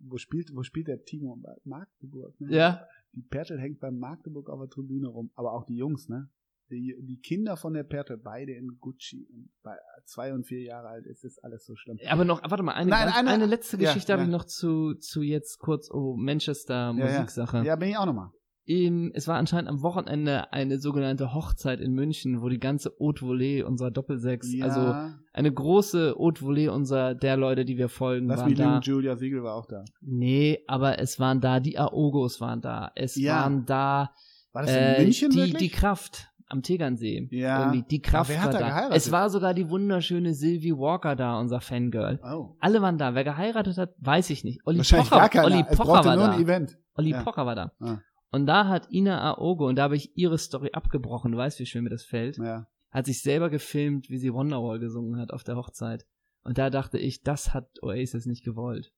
Speaker 2: Wo spielt, wo spielt der Timo? Bei Magdeburg, ne?
Speaker 1: Ja,
Speaker 2: Die Pertl hängt bei Magdeburg auf der Tribüne rum, aber auch die Jungs, ne? Die, die Kinder von der Pertl, beide in Gucci und bei zwei und vier Jahre alt ist das alles so schlimm.
Speaker 1: aber noch, warte mal, eine,
Speaker 2: Nein,
Speaker 1: ganz, eine,
Speaker 2: eine-
Speaker 1: letzte
Speaker 2: ja,
Speaker 1: Geschichte habe
Speaker 2: ja.
Speaker 1: ich noch zu, zu jetzt kurz, oh, Manchester
Speaker 2: Ja, ja.
Speaker 1: Musiksache.
Speaker 2: Ja, bin ich auch nochmal.
Speaker 1: Im, es war anscheinend am Wochenende eine sogenannte Hochzeit in München, wo die ganze Haute Volée unserer Doppelsechs,
Speaker 2: Ja,
Speaker 1: also eine große Haute Volée unserer der Leute, die wir folgen,
Speaker 2: lass
Speaker 1: waren
Speaker 2: mich
Speaker 1: da.
Speaker 2: lügen, Julia Siegel war auch da.
Speaker 1: Nee, aber es waren da, die Aogos waren da. Es
Speaker 2: Ja.
Speaker 1: waren da
Speaker 2: War das in
Speaker 1: äh,
Speaker 2: München
Speaker 1: die,
Speaker 2: wirklich?
Speaker 1: die Kraft am Tegernsee.
Speaker 2: Ja.
Speaker 1: Irgendwie, die Kraft
Speaker 2: Aber wer hat
Speaker 1: war
Speaker 2: da
Speaker 1: da.
Speaker 2: geheiratet?
Speaker 1: Es war sogar die wunderschöne Sylvie Walker da, unser Fangirl.
Speaker 2: oh.
Speaker 1: Alle waren da. Wer geheiratet hat, weiß ich nicht. Olli
Speaker 2: Wahrscheinlich
Speaker 1: Pocher,
Speaker 2: gar keiner.
Speaker 1: Olli
Speaker 2: es
Speaker 1: Pocher
Speaker 2: brauchte
Speaker 1: war
Speaker 2: nur
Speaker 1: da.
Speaker 2: ein Event.
Speaker 1: Olli
Speaker 2: Ja.
Speaker 1: Pocher war da.
Speaker 2: Ah.
Speaker 1: Und da hat Ina Aogo, und da habe ich ihre Story abgebrochen, du weißt, wie schwer mir das fällt,
Speaker 2: Ja.
Speaker 1: hat sich selber gefilmt, wie sie Wonderwall gesungen hat auf der Hochzeit. Und da dachte ich, das hat Oasis nicht gewollt.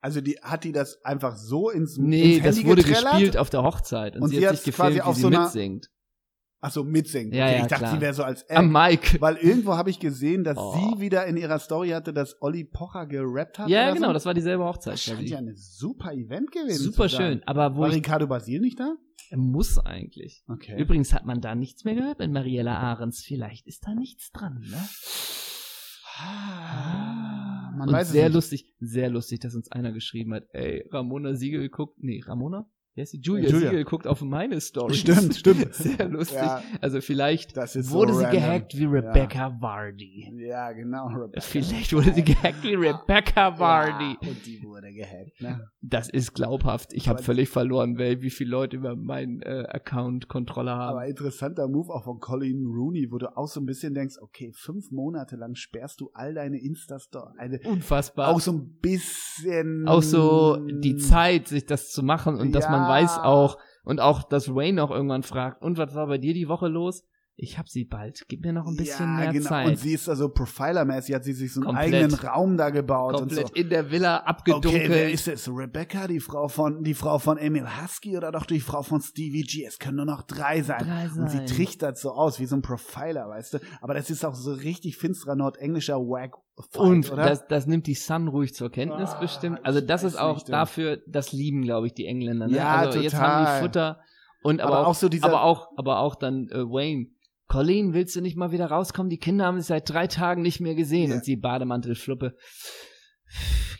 Speaker 2: Also die, hat die das einfach so ins,
Speaker 1: Nee,
Speaker 2: ins
Speaker 1: das
Speaker 2: Handy
Speaker 1: wurde
Speaker 2: getrellert?
Speaker 1: gespielt auf der Hochzeit. Und, sie, hat sich gefilmt,
Speaker 2: quasi
Speaker 1: wie
Speaker 2: auf
Speaker 1: sie
Speaker 2: so einer-
Speaker 1: mitsingt.
Speaker 2: Ach so, mitsingen.
Speaker 1: Ja,
Speaker 2: okay,
Speaker 1: ja,
Speaker 2: ich dachte,
Speaker 1: klar.
Speaker 2: sie wäre so als Act.
Speaker 1: Am Mike.
Speaker 2: Weil irgendwo habe ich gesehen, dass
Speaker 1: Oh.
Speaker 2: sie wieder in ihrer Story hatte, dass Olli Pocher gerappt hat.
Speaker 1: Ja,
Speaker 2: oder
Speaker 1: genau,
Speaker 2: so.
Speaker 1: das war dieselbe Hochzeit.
Speaker 2: das scheint
Speaker 1: quasi.
Speaker 2: ja ein super Event gewesen
Speaker 1: Super
Speaker 2: zu sein.
Speaker 1: schön, aber wo
Speaker 2: War
Speaker 1: ich,
Speaker 2: Ricardo Basil nicht da?
Speaker 1: muss eigentlich.
Speaker 2: Okay. *laughs*
Speaker 1: Übrigens hat man da nichts mehr gehört mit Mariella Ahrens. Vielleicht ist da nichts dran, ne?
Speaker 2: Ah, Man
Speaker 1: und
Speaker 2: weiß
Speaker 1: sehr
Speaker 2: es nicht.
Speaker 1: lustig, sehr lustig, dass uns einer geschrieben hat, ey, Ramona Siegel guckt, nee, Ramona? Wer ist die? Julia,
Speaker 2: Julia.
Speaker 1: Siegel guckt auf meine Story. *laughs*
Speaker 2: Stimmt, stimmt.
Speaker 1: Sehr lustig.
Speaker 2: Ja.
Speaker 1: Also vielleicht
Speaker 2: Das ist
Speaker 1: wurde
Speaker 2: so
Speaker 1: sie
Speaker 2: random.
Speaker 1: gehackt wie Rebecca Vardy.
Speaker 2: Ja, genau. *laughs* Rebecca.
Speaker 1: Vielleicht wurde sie gehackt wie Rebecca Vardy.
Speaker 2: Ja, und die wurde gehackt.
Speaker 1: *laughs*
Speaker 2: Ne?
Speaker 1: Das ist glaubhaft. Ich habe
Speaker 2: Aber-
Speaker 1: völlig verloren, weil wie viele Leute über meinen äh, Account Kontrolle haben.
Speaker 2: Aber interessanter Move auch von Colin Rooney, wo du auch so ein bisschen denkst, okay, fünf Monate lang sperrst du all deine Insta-Stories. Also
Speaker 1: Unfassbar.
Speaker 2: auch so ein bisschen.
Speaker 1: auch so die Zeit, sich das zu machen und dass man
Speaker 2: Mm. Ja.
Speaker 1: weiß auch und auch, dass Wayne auch irgendwann fragt, und was war bei dir die Woche los? Ich hab sie bald, gib mir noch ein bisschen
Speaker 2: ja,
Speaker 1: mehr
Speaker 2: genau.
Speaker 1: Zeit.
Speaker 2: Und sie ist also Profiler-mäßig, hat sie sich so einen
Speaker 1: Komplett.
Speaker 2: eigenen Raum da gebaut
Speaker 1: Komplett
Speaker 2: und so.
Speaker 1: in der Villa abgedunkelt.
Speaker 2: Okay, wer ist es? Rebecca, die Frau von, die Frau von Emil Husky oder doch die Frau von Stevie G? Es können nur noch drei sein.
Speaker 1: Drei
Speaker 2: Und sie
Speaker 1: sein.
Speaker 2: trichtert so aus, wie so ein Profiler, weißt du? Aber das ist auch so richtig finsterer nordenglischer wag
Speaker 1: und
Speaker 2: oder?
Speaker 1: das, das nimmt die Sun ruhig zur Kenntnis
Speaker 2: Ah,
Speaker 1: bestimmt. Also
Speaker 2: ich
Speaker 1: das ist
Speaker 2: weiß
Speaker 1: auch
Speaker 2: nicht, du.
Speaker 1: dafür, das lieben, glaube ich, die Engländer. Ne?
Speaker 2: Ja,
Speaker 1: also jetzt haben die
Speaker 2: total.
Speaker 1: Futter und aber, auch,
Speaker 2: so dieser,
Speaker 1: aber auch, aber auch dann äh, Wayne. Colleen, willst du nicht mal wieder rauskommen? Die Kinder haben es seit drei Tagen nicht mehr gesehen.
Speaker 2: Ja.
Speaker 1: Und sie Bademantelfluppe.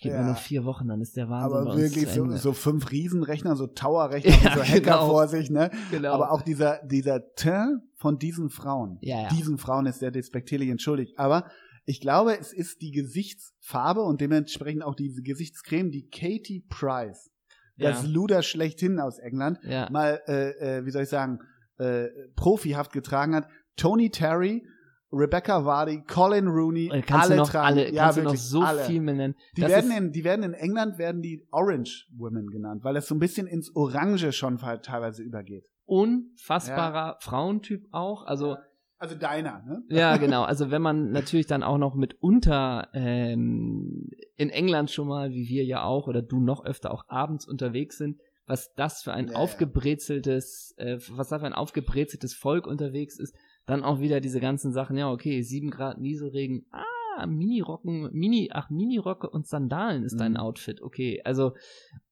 Speaker 1: Gib
Speaker 2: Ja.
Speaker 1: mir noch vier Wochen, dann ist der Wahnsinn bei
Speaker 2: aber
Speaker 1: uns
Speaker 2: wirklich
Speaker 1: zu
Speaker 2: so,
Speaker 1: Ende.
Speaker 2: so fünf Riesenrechner, so Towerrechner,
Speaker 1: *laughs* Ja,
Speaker 2: mit so Hacker
Speaker 1: genau.
Speaker 2: vor sich, ne?
Speaker 1: genau.
Speaker 2: Aber auch dieser, dieser Teint von diesen Frauen.
Speaker 1: ja, ja.
Speaker 2: Diesen Frauen ist sehr despektierlich entschuldigt. Aber ich glaube, es ist die Gesichtsfarbe und dementsprechend auch diese Gesichtscreme, die Katie Price, das
Speaker 1: ja.
Speaker 2: Luder schlechthin aus England,
Speaker 1: ja.
Speaker 2: mal, äh, äh, wie soll ich sagen, äh, profihaft getragen hat. Tony Terry, Rebecca Vardy, Colin Rooney,
Speaker 1: Und Äh, Kannst
Speaker 2: alle
Speaker 1: du noch
Speaker 2: tragen.
Speaker 1: alle,
Speaker 2: ja,
Speaker 1: kannst du
Speaker 2: wirklich,
Speaker 1: noch so
Speaker 2: alle.
Speaker 1: viel mehr nennen.
Speaker 2: Die
Speaker 1: Das
Speaker 2: werden,
Speaker 1: ist-
Speaker 2: in, die werden in England werden die Orange Women genannt, weil das so ein bisschen ins Orange schon fe- teilweise übergeht.
Speaker 1: unfassbarer Frauentyp auch. Also,
Speaker 2: Also deiner, ne?
Speaker 1: ja, genau. Also, wenn man natürlich dann auch noch mitunter ähm, in England schon mal, wie wir ja auch, oder du noch öfter auch abends unterwegs sind, was das für ein
Speaker 2: Ja, ja.
Speaker 1: aufgebrezeltes, äh, was da für ein aufgebrezeltes Volk unterwegs ist, dann auch wieder diese ganzen Sachen, ja, okay, sieben Grad Nieselregen, ah, Mini-Rocken, Mini, ach, Minirocke und Sandalen ist dein
Speaker 2: Mhm.
Speaker 1: Outfit, okay. Also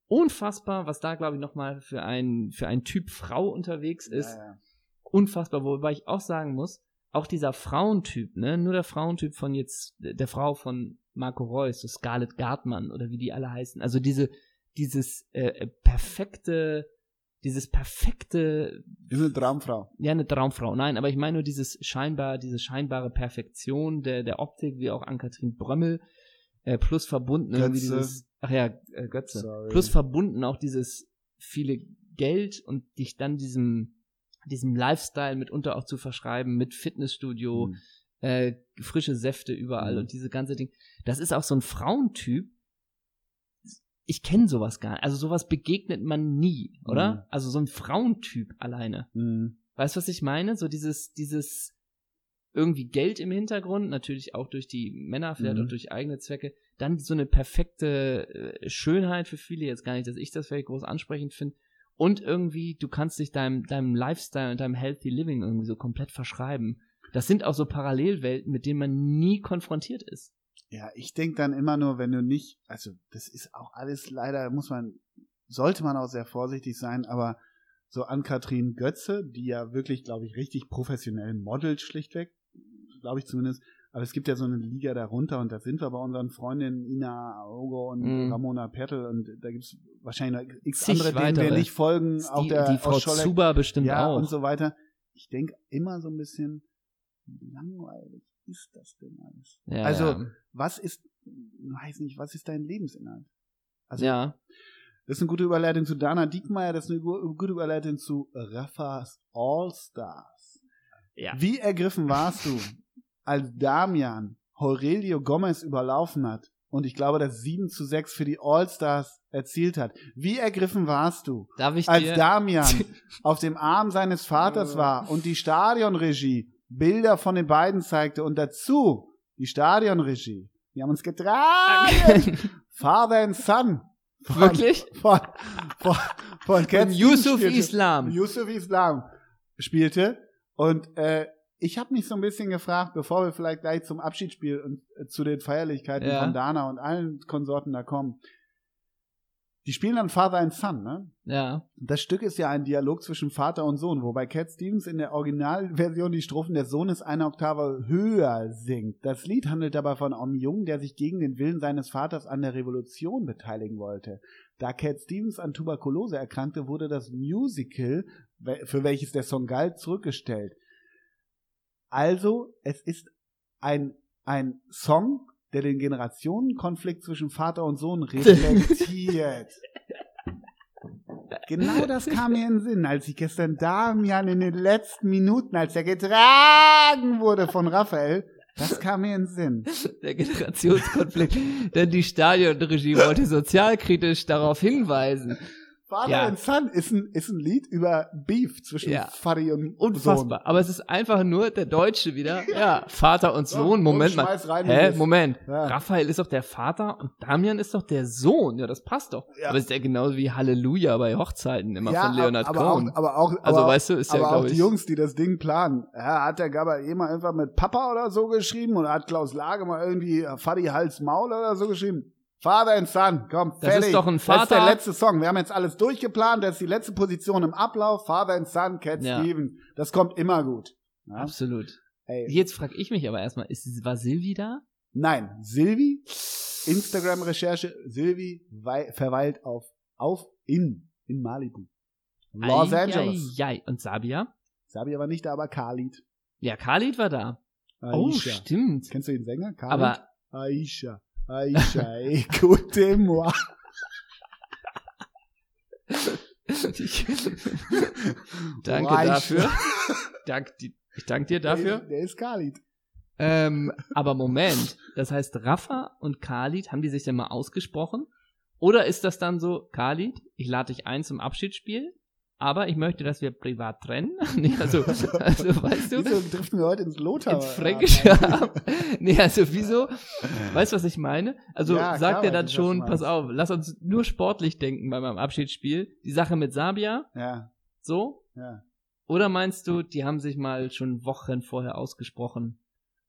Speaker 1: unfassbar, was da, glaube ich, nochmal für ein, für ein Typ Frau unterwegs ist
Speaker 2: Ja, ja.
Speaker 1: unfassbar, wobei ich auch sagen muss, auch dieser Frauentyp, ne, nur der Frauentyp von jetzt, der Frau von Marco Reus, so Scarlett Gartmann oder wie die alle heißen, also diese, dieses äh, äh, perfekte, dieses perfekte,
Speaker 2: Ist eine Traumfrau.
Speaker 1: ja, eine Traumfrau, nein, aber ich meine nur dieses scheinbar, diese scheinbare Perfektion der, der Optik, wie auch an Katrin Brömmel, äh, plus verbunden irgendwie
Speaker 2: Götze.
Speaker 1: dieses, ach ja, äh, Götze,
Speaker 2: Sorry.
Speaker 1: plus verbunden auch dieses viele Geld und dich dann diesem, diesem Lifestyle mitunter auch zu verschreiben mit Fitnessstudio,
Speaker 2: Hm.
Speaker 1: äh, frische Säfte überall
Speaker 2: Mhm.
Speaker 1: und diese ganze Ding. Das ist auch so ein Frauentyp. Ich kenne sowas gar nicht. Also sowas begegnet man nie, oder?
Speaker 2: Mhm.
Speaker 1: Also so ein Frauentyp alleine.
Speaker 2: Hm.
Speaker 1: Weißt du, was ich meine? So dieses, dieses irgendwie Geld im Hintergrund, natürlich auch durch die Männer, vielleicht
Speaker 2: Mhm.
Speaker 1: auch durch eigene Zwecke. Dann so eine perfekte äh, Schönheit für viele, jetzt gar nicht, dass ich das vielleicht groß ansprechend finde. Und irgendwie, du kannst dich deinem, deinem Lifestyle und deinem Healthy Living irgendwie so komplett verschreiben. Das sind auch so Parallelwelten, mit denen man nie konfrontiert ist.
Speaker 2: Ja, ich denk dann immer nur, wenn du nicht, also das ist auch alles leider, muss man, sollte man auch sehr vorsichtig sein, aber so an Katrin Götze, die ja wirklich, glaube ich, richtig professionell modelt, schlichtweg, glaube ich zumindest, aber es gibt ja so eine Liga darunter und da sind wir bei unseren Freundinnen Ina Ogo und
Speaker 1: Mhm.
Speaker 2: Ramona Pertel und da gibt's wahrscheinlich noch x
Speaker 1: Zig
Speaker 2: andere, denen wir
Speaker 1: weitere.
Speaker 2: nicht folgen, Mhm, auch
Speaker 1: die,
Speaker 2: der
Speaker 1: die Frau
Speaker 2: aus Scholle-
Speaker 1: Zuber bestimmt
Speaker 2: ja,
Speaker 1: auch.
Speaker 2: und so weiter. Ich denk immer so ein bisschen, wie langweilig ist das denn alles?
Speaker 1: ja,
Speaker 2: also,
Speaker 1: ja.
Speaker 2: was ist, weiß nicht, was ist dein Lebensinhalt? Also,
Speaker 1: ja,
Speaker 2: das ist eine gute Überleitung zu Dana Diekmeyer, das ist eine gu- gute Überleitung zu Raffas All-Stars.
Speaker 1: ja.
Speaker 2: Wie ergriffen warst
Speaker 1: *laughs*
Speaker 2: du, als Damian Aurelio Gomez überlaufen hat und ich glaube, das 7 zu 6 für die All-Stars erzielt hat? Wie ergriffen warst du,
Speaker 1: Darf ich
Speaker 2: als
Speaker 1: dir?
Speaker 2: Damian auf dem Arm seines
Speaker 1: Oh.
Speaker 2: Vaters war und die Stadionregie Bilder von den beiden zeigte und dazu die Stadionregie. Die haben uns getragen.
Speaker 1: *laughs*
Speaker 2: Father and Son. Von,
Speaker 1: *laughs*
Speaker 2: *laughs*
Speaker 1: Wirklich?
Speaker 2: Von, von,
Speaker 1: Von
Speaker 2: von, von
Speaker 1: Yusuf Islam.
Speaker 2: Yusuf Islam spielte. Und äh, ich habe mich so ein bisschen gefragt, bevor wir vielleicht gleich zum Abschiedsspiel und äh, zu den Feierlichkeiten
Speaker 1: Ja.
Speaker 2: von Dana und allen Konsorten da kommen. Die spielen dann Father and Son, ne?
Speaker 1: Ja.
Speaker 2: Das Stück ist ja ein Dialog zwischen Vater und Sohn, wobei Cat Stevens in der Originalversion die Strophen des Sohnes eine Oktave höher singt. Das Lied handelt dabei von einem Jungen, der sich gegen den Willen seines Vaters an der Revolution beteiligen wollte. Da Cat Stevens an Tuberkulose erkrankte, wurde das Musical, we- für welches der Song galt, zurückgestellt. Also, es ist ein, ein Song, der den Generationenkonflikt zwischen Vater und
Speaker 1: *laughs*
Speaker 2: Sohn reflektiert. Genau das kam mir in den Sinn, als ich gestern Damian in den letzten Minuten, als er getragen wurde von Raphael, das kam mir in den Sinn.
Speaker 1: Der Generationskonflikt.
Speaker 2: *laughs*
Speaker 1: Denn die Stadionregie wollte sozialkritisch darauf hinweisen.
Speaker 2: Father
Speaker 1: Ja.
Speaker 2: and Son ist ein, ist ein Lied über Beef zwischen
Speaker 1: Ja.
Speaker 2: Fadi und
Speaker 1: Unfassbar. Aber es ist einfach nur der Deutsche wieder. Ja, Vater und
Speaker 2: Sohn.
Speaker 1: Sohn. Moment
Speaker 2: Und
Speaker 1: mal.
Speaker 2: schmeiß Rein
Speaker 1: Hä?
Speaker 2: Mist.
Speaker 1: Moment.
Speaker 2: Ja.
Speaker 1: Raphael ist doch der Vater und Damian ist doch der Sohn. Ja, das passt doch.
Speaker 2: Ja.
Speaker 1: Aber ist ja genauso wie Halleluja bei Hochzeiten immer
Speaker 2: Ja,
Speaker 1: von Leonard
Speaker 2: aber
Speaker 1: Cohen.
Speaker 2: Auch, aber auch,
Speaker 1: also
Speaker 2: aber,
Speaker 1: weißt du, ist ja,
Speaker 2: aber auch
Speaker 1: glaube
Speaker 2: die
Speaker 1: ich.
Speaker 2: Jungs, die das Ding planen. Ja, hat der Gabber jemand einfach mit Papa oder so geschrieben oder hat Klaus Lage mal irgendwie äh, Fadi Hals Maul oder so geschrieben? Father and Son, komm,
Speaker 1: Das
Speaker 2: fertig.
Speaker 1: ist doch ein
Speaker 2: Das ist der
Speaker 1: Vater-
Speaker 2: letzte Song. Wir haben jetzt alles durchgeplant. Das ist die letzte Position im Ablauf. Father and Son, Cat
Speaker 1: Ja.
Speaker 2: Stevens. Das kommt immer gut. Ja?
Speaker 1: Absolut.
Speaker 2: Ey.
Speaker 1: Jetzt frage ich mich aber erstmal, ist, war Silvi da?
Speaker 2: Nein, Silvi, Instagram-Recherche, Silvi wei- verweilt auf, auf in, in Malibu. Los
Speaker 1: Ei,
Speaker 2: Angeles.
Speaker 1: ei, ei. Und Sabia?
Speaker 2: Sabi aber nicht da, aber Khalid.
Speaker 1: Ja, Khalid war da. Oh,
Speaker 2: Aisha.
Speaker 1: stimmt.
Speaker 2: Kennst du den Sänger? Khalid?
Speaker 1: Aber
Speaker 2: Aisha. Aisha, *laughs* écoutez-moi.
Speaker 1: *laughs* danke
Speaker 2: Aisha.
Speaker 1: dafür. Dank, di- ich danke dir
Speaker 2: Der
Speaker 1: dafür.
Speaker 2: ist, der ist Khalid.
Speaker 1: Ähm, aber Moment, das heißt, Rafa und Khalid, haben die sich denn mal ausgesprochen? Oder ist das dann so, Khalid, ich lade dich ein zum Abschiedsspiel, aber ich möchte, dass wir privat trennen? *laughs* Nee, also, also weißt du,
Speaker 2: Wieso driften wir heute ins Lothar?
Speaker 1: ins Fränkische ab. Nee, also wieso? Weißt du, was ich meine? Also
Speaker 2: Ja, klar
Speaker 1: sagt er
Speaker 2: weiß
Speaker 1: dann
Speaker 2: ich, was
Speaker 1: schon,
Speaker 2: du
Speaker 1: pass
Speaker 2: meinst.
Speaker 1: auf, lass uns nur sportlich denken bei meinem Abschiedsspiel. Die Sache mit Sabia,
Speaker 2: Ja,
Speaker 1: so?
Speaker 2: ja.
Speaker 1: Oder meinst du, die haben sich mal schon Wochen vorher ausgesprochen?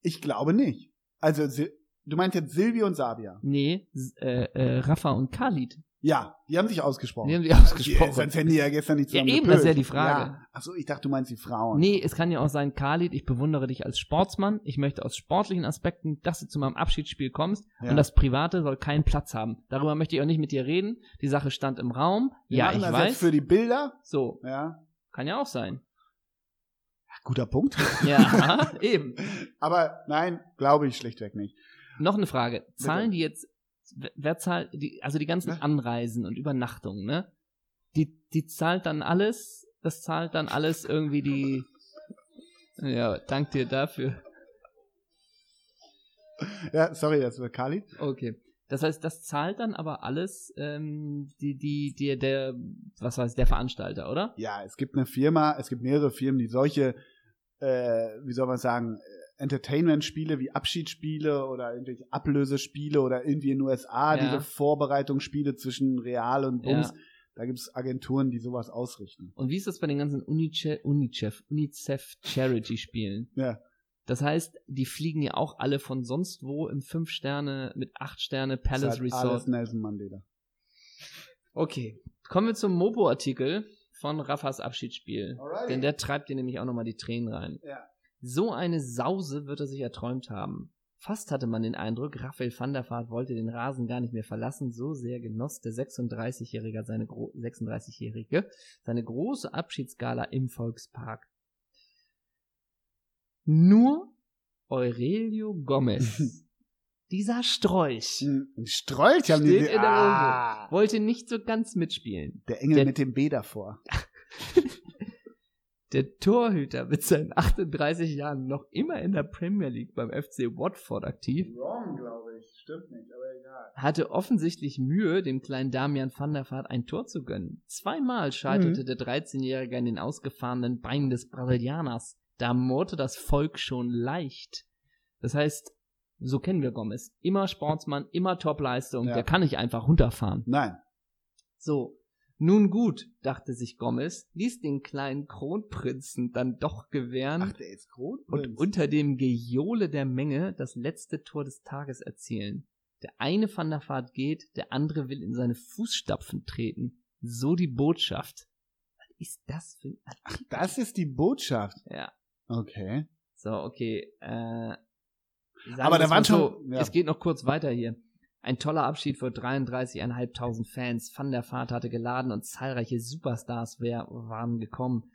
Speaker 2: Ich glaube nicht. Also, Sil du meinst jetzt Silvi und Sabia.
Speaker 1: Nee, S- äh, äh, Rafa und Khalid.
Speaker 2: Ja, die haben sich ausgesprochen.
Speaker 1: Die haben die
Speaker 2: Ja,
Speaker 1: ausgesprochen.
Speaker 2: Sonst hätten die ja gestern nicht
Speaker 1: Ja,
Speaker 2: zusammen
Speaker 1: eben, das ist
Speaker 2: gepölt.
Speaker 1: ja die Frage.
Speaker 2: Ja. Achso, ich dachte, du meinst die Frauen.
Speaker 1: Nee, es kann ja auch sein, Khalid, ich bewundere dich als Sportsmann. Ich möchte aus sportlichen Aspekten, dass du zu meinem Abschiedsspiel kommst.
Speaker 2: Ja.
Speaker 1: Und das Private soll keinen Platz haben. Darüber möchte ich auch nicht mit dir reden. Die Sache stand im Raum.
Speaker 2: Wir
Speaker 1: ja,
Speaker 2: machen
Speaker 1: ich
Speaker 2: das jetzt
Speaker 1: weiß.
Speaker 2: für die Bilder.
Speaker 1: so,
Speaker 2: Ja.
Speaker 1: kann ja auch
Speaker 2: *laughs*
Speaker 1: sein.
Speaker 2: Guter Punkt.
Speaker 1: Ja, eben.
Speaker 2: Aber nein, glaube ich schlichtweg nicht.
Speaker 1: Noch eine Frage. Zahlen die jetzt, wer- wer zahlt, die, also die ganzen
Speaker 2: Ja.
Speaker 1: Anreisen und Übernachtungen, ne? Die, die zahlt dann alles, das zahlt dann alles irgendwie die. Ja, dank dir dafür.
Speaker 2: Ja, sorry, das war Khalid.
Speaker 1: Okay. Das heißt, das zahlt dann aber alles ähm, die, die, die, der, was weiß, der Veranstalter, oder?
Speaker 2: Ja, es gibt eine Firma, es gibt mehrere Firmen, die solche, äh, wie soll man sagen, äh, Entertainment-Spiele wie Abschiedsspiele oder irgendwelche Ablösespiele oder irgendwie in den USA,
Speaker 1: Ja.
Speaker 2: diese Vorbereitungsspiele zwischen Real und Bums.
Speaker 1: Ja.
Speaker 2: Da gibt's Agenturen, die sowas ausrichten.
Speaker 1: Und wie ist das bei den ganzen UNICEF, UNICEF, UNICEF Charity-Spielen?
Speaker 2: Ja.
Speaker 1: Das heißt, die fliegen ja auch alle von sonst wo im 5-Sterne mit 8-Sterne
Speaker 2: Das
Speaker 1: Palace
Speaker 2: hat
Speaker 1: Resort.
Speaker 2: Alles Nelson Mandela.
Speaker 1: Okay, kommen wir zum Mopo-Artikel von Raffas Abschiedsspiel.
Speaker 2: Alrighty.
Speaker 1: Denn der treibt dir nämlich auch nochmal die Tränen rein.
Speaker 2: Ja.
Speaker 1: So eine Sause wird er sich erträumt haben. Fast hatte man den Eindruck, Raphael van der Vaart wollte den Rasen gar nicht mehr verlassen, so sehr genoss der 36-Jährige seine, gro 36-Jährige seine große Abschiedsgala im Volkspark. Nur Aurelio Gomez, dieser Strolch,
Speaker 2: Ein Hm, ein Strolch haben
Speaker 1: Steht
Speaker 2: die.
Speaker 1: in der
Speaker 2: ah,
Speaker 1: wollte nicht so ganz mitspielen.
Speaker 2: der Engel
Speaker 1: Der-
Speaker 2: mit dem B davor.
Speaker 1: Der Torhüter mit seinen 38 Jahren noch immer in der Premier League beim FC Watford aktiv,
Speaker 2: Wrong, glaube ich. Stimmt nicht, aber egal.
Speaker 1: hatte offensichtlich Mühe, dem kleinen Damian van der Vaart ein Tor zu gönnen. Zweimal scheiterte
Speaker 2: Mhm.
Speaker 1: der 13-Jährige an den ausgefahrenen Beinen des Brasilianers. Da murrte das Volk schon leicht. Das heißt, so kennen wir Gomez. Immer Sportsmann, immer Topleistung.
Speaker 2: Ja.
Speaker 1: Der kann nicht einfach runterfahren.
Speaker 2: Nein.
Speaker 1: So, nun gut, dachte sich Gomez, ließ den kleinen Kronprinzen dann doch gewähren
Speaker 2: Ach, der ist Kronprinz.
Speaker 1: Ähm, und unter dem Gejohle der Menge das letzte Tor des Tages erzielen. Der eine Van der Vaart geht, der andere will in seine Fußstapfen treten. So die Botschaft. Was ist das für ein Artikel?
Speaker 2: das ist die Botschaft.
Speaker 1: Ja.
Speaker 2: Okay.
Speaker 1: So, okay. Äh, sagen
Speaker 2: Aber da
Speaker 1: wir's
Speaker 2: waren
Speaker 1: mal so,
Speaker 2: schon- ja.
Speaker 1: Es geht noch kurz weiter hier. Ein toller Abschied vor 33.500 Fans. Van der Vaart hatte geladen und zahlreiche Superstars wär, waren gekommen.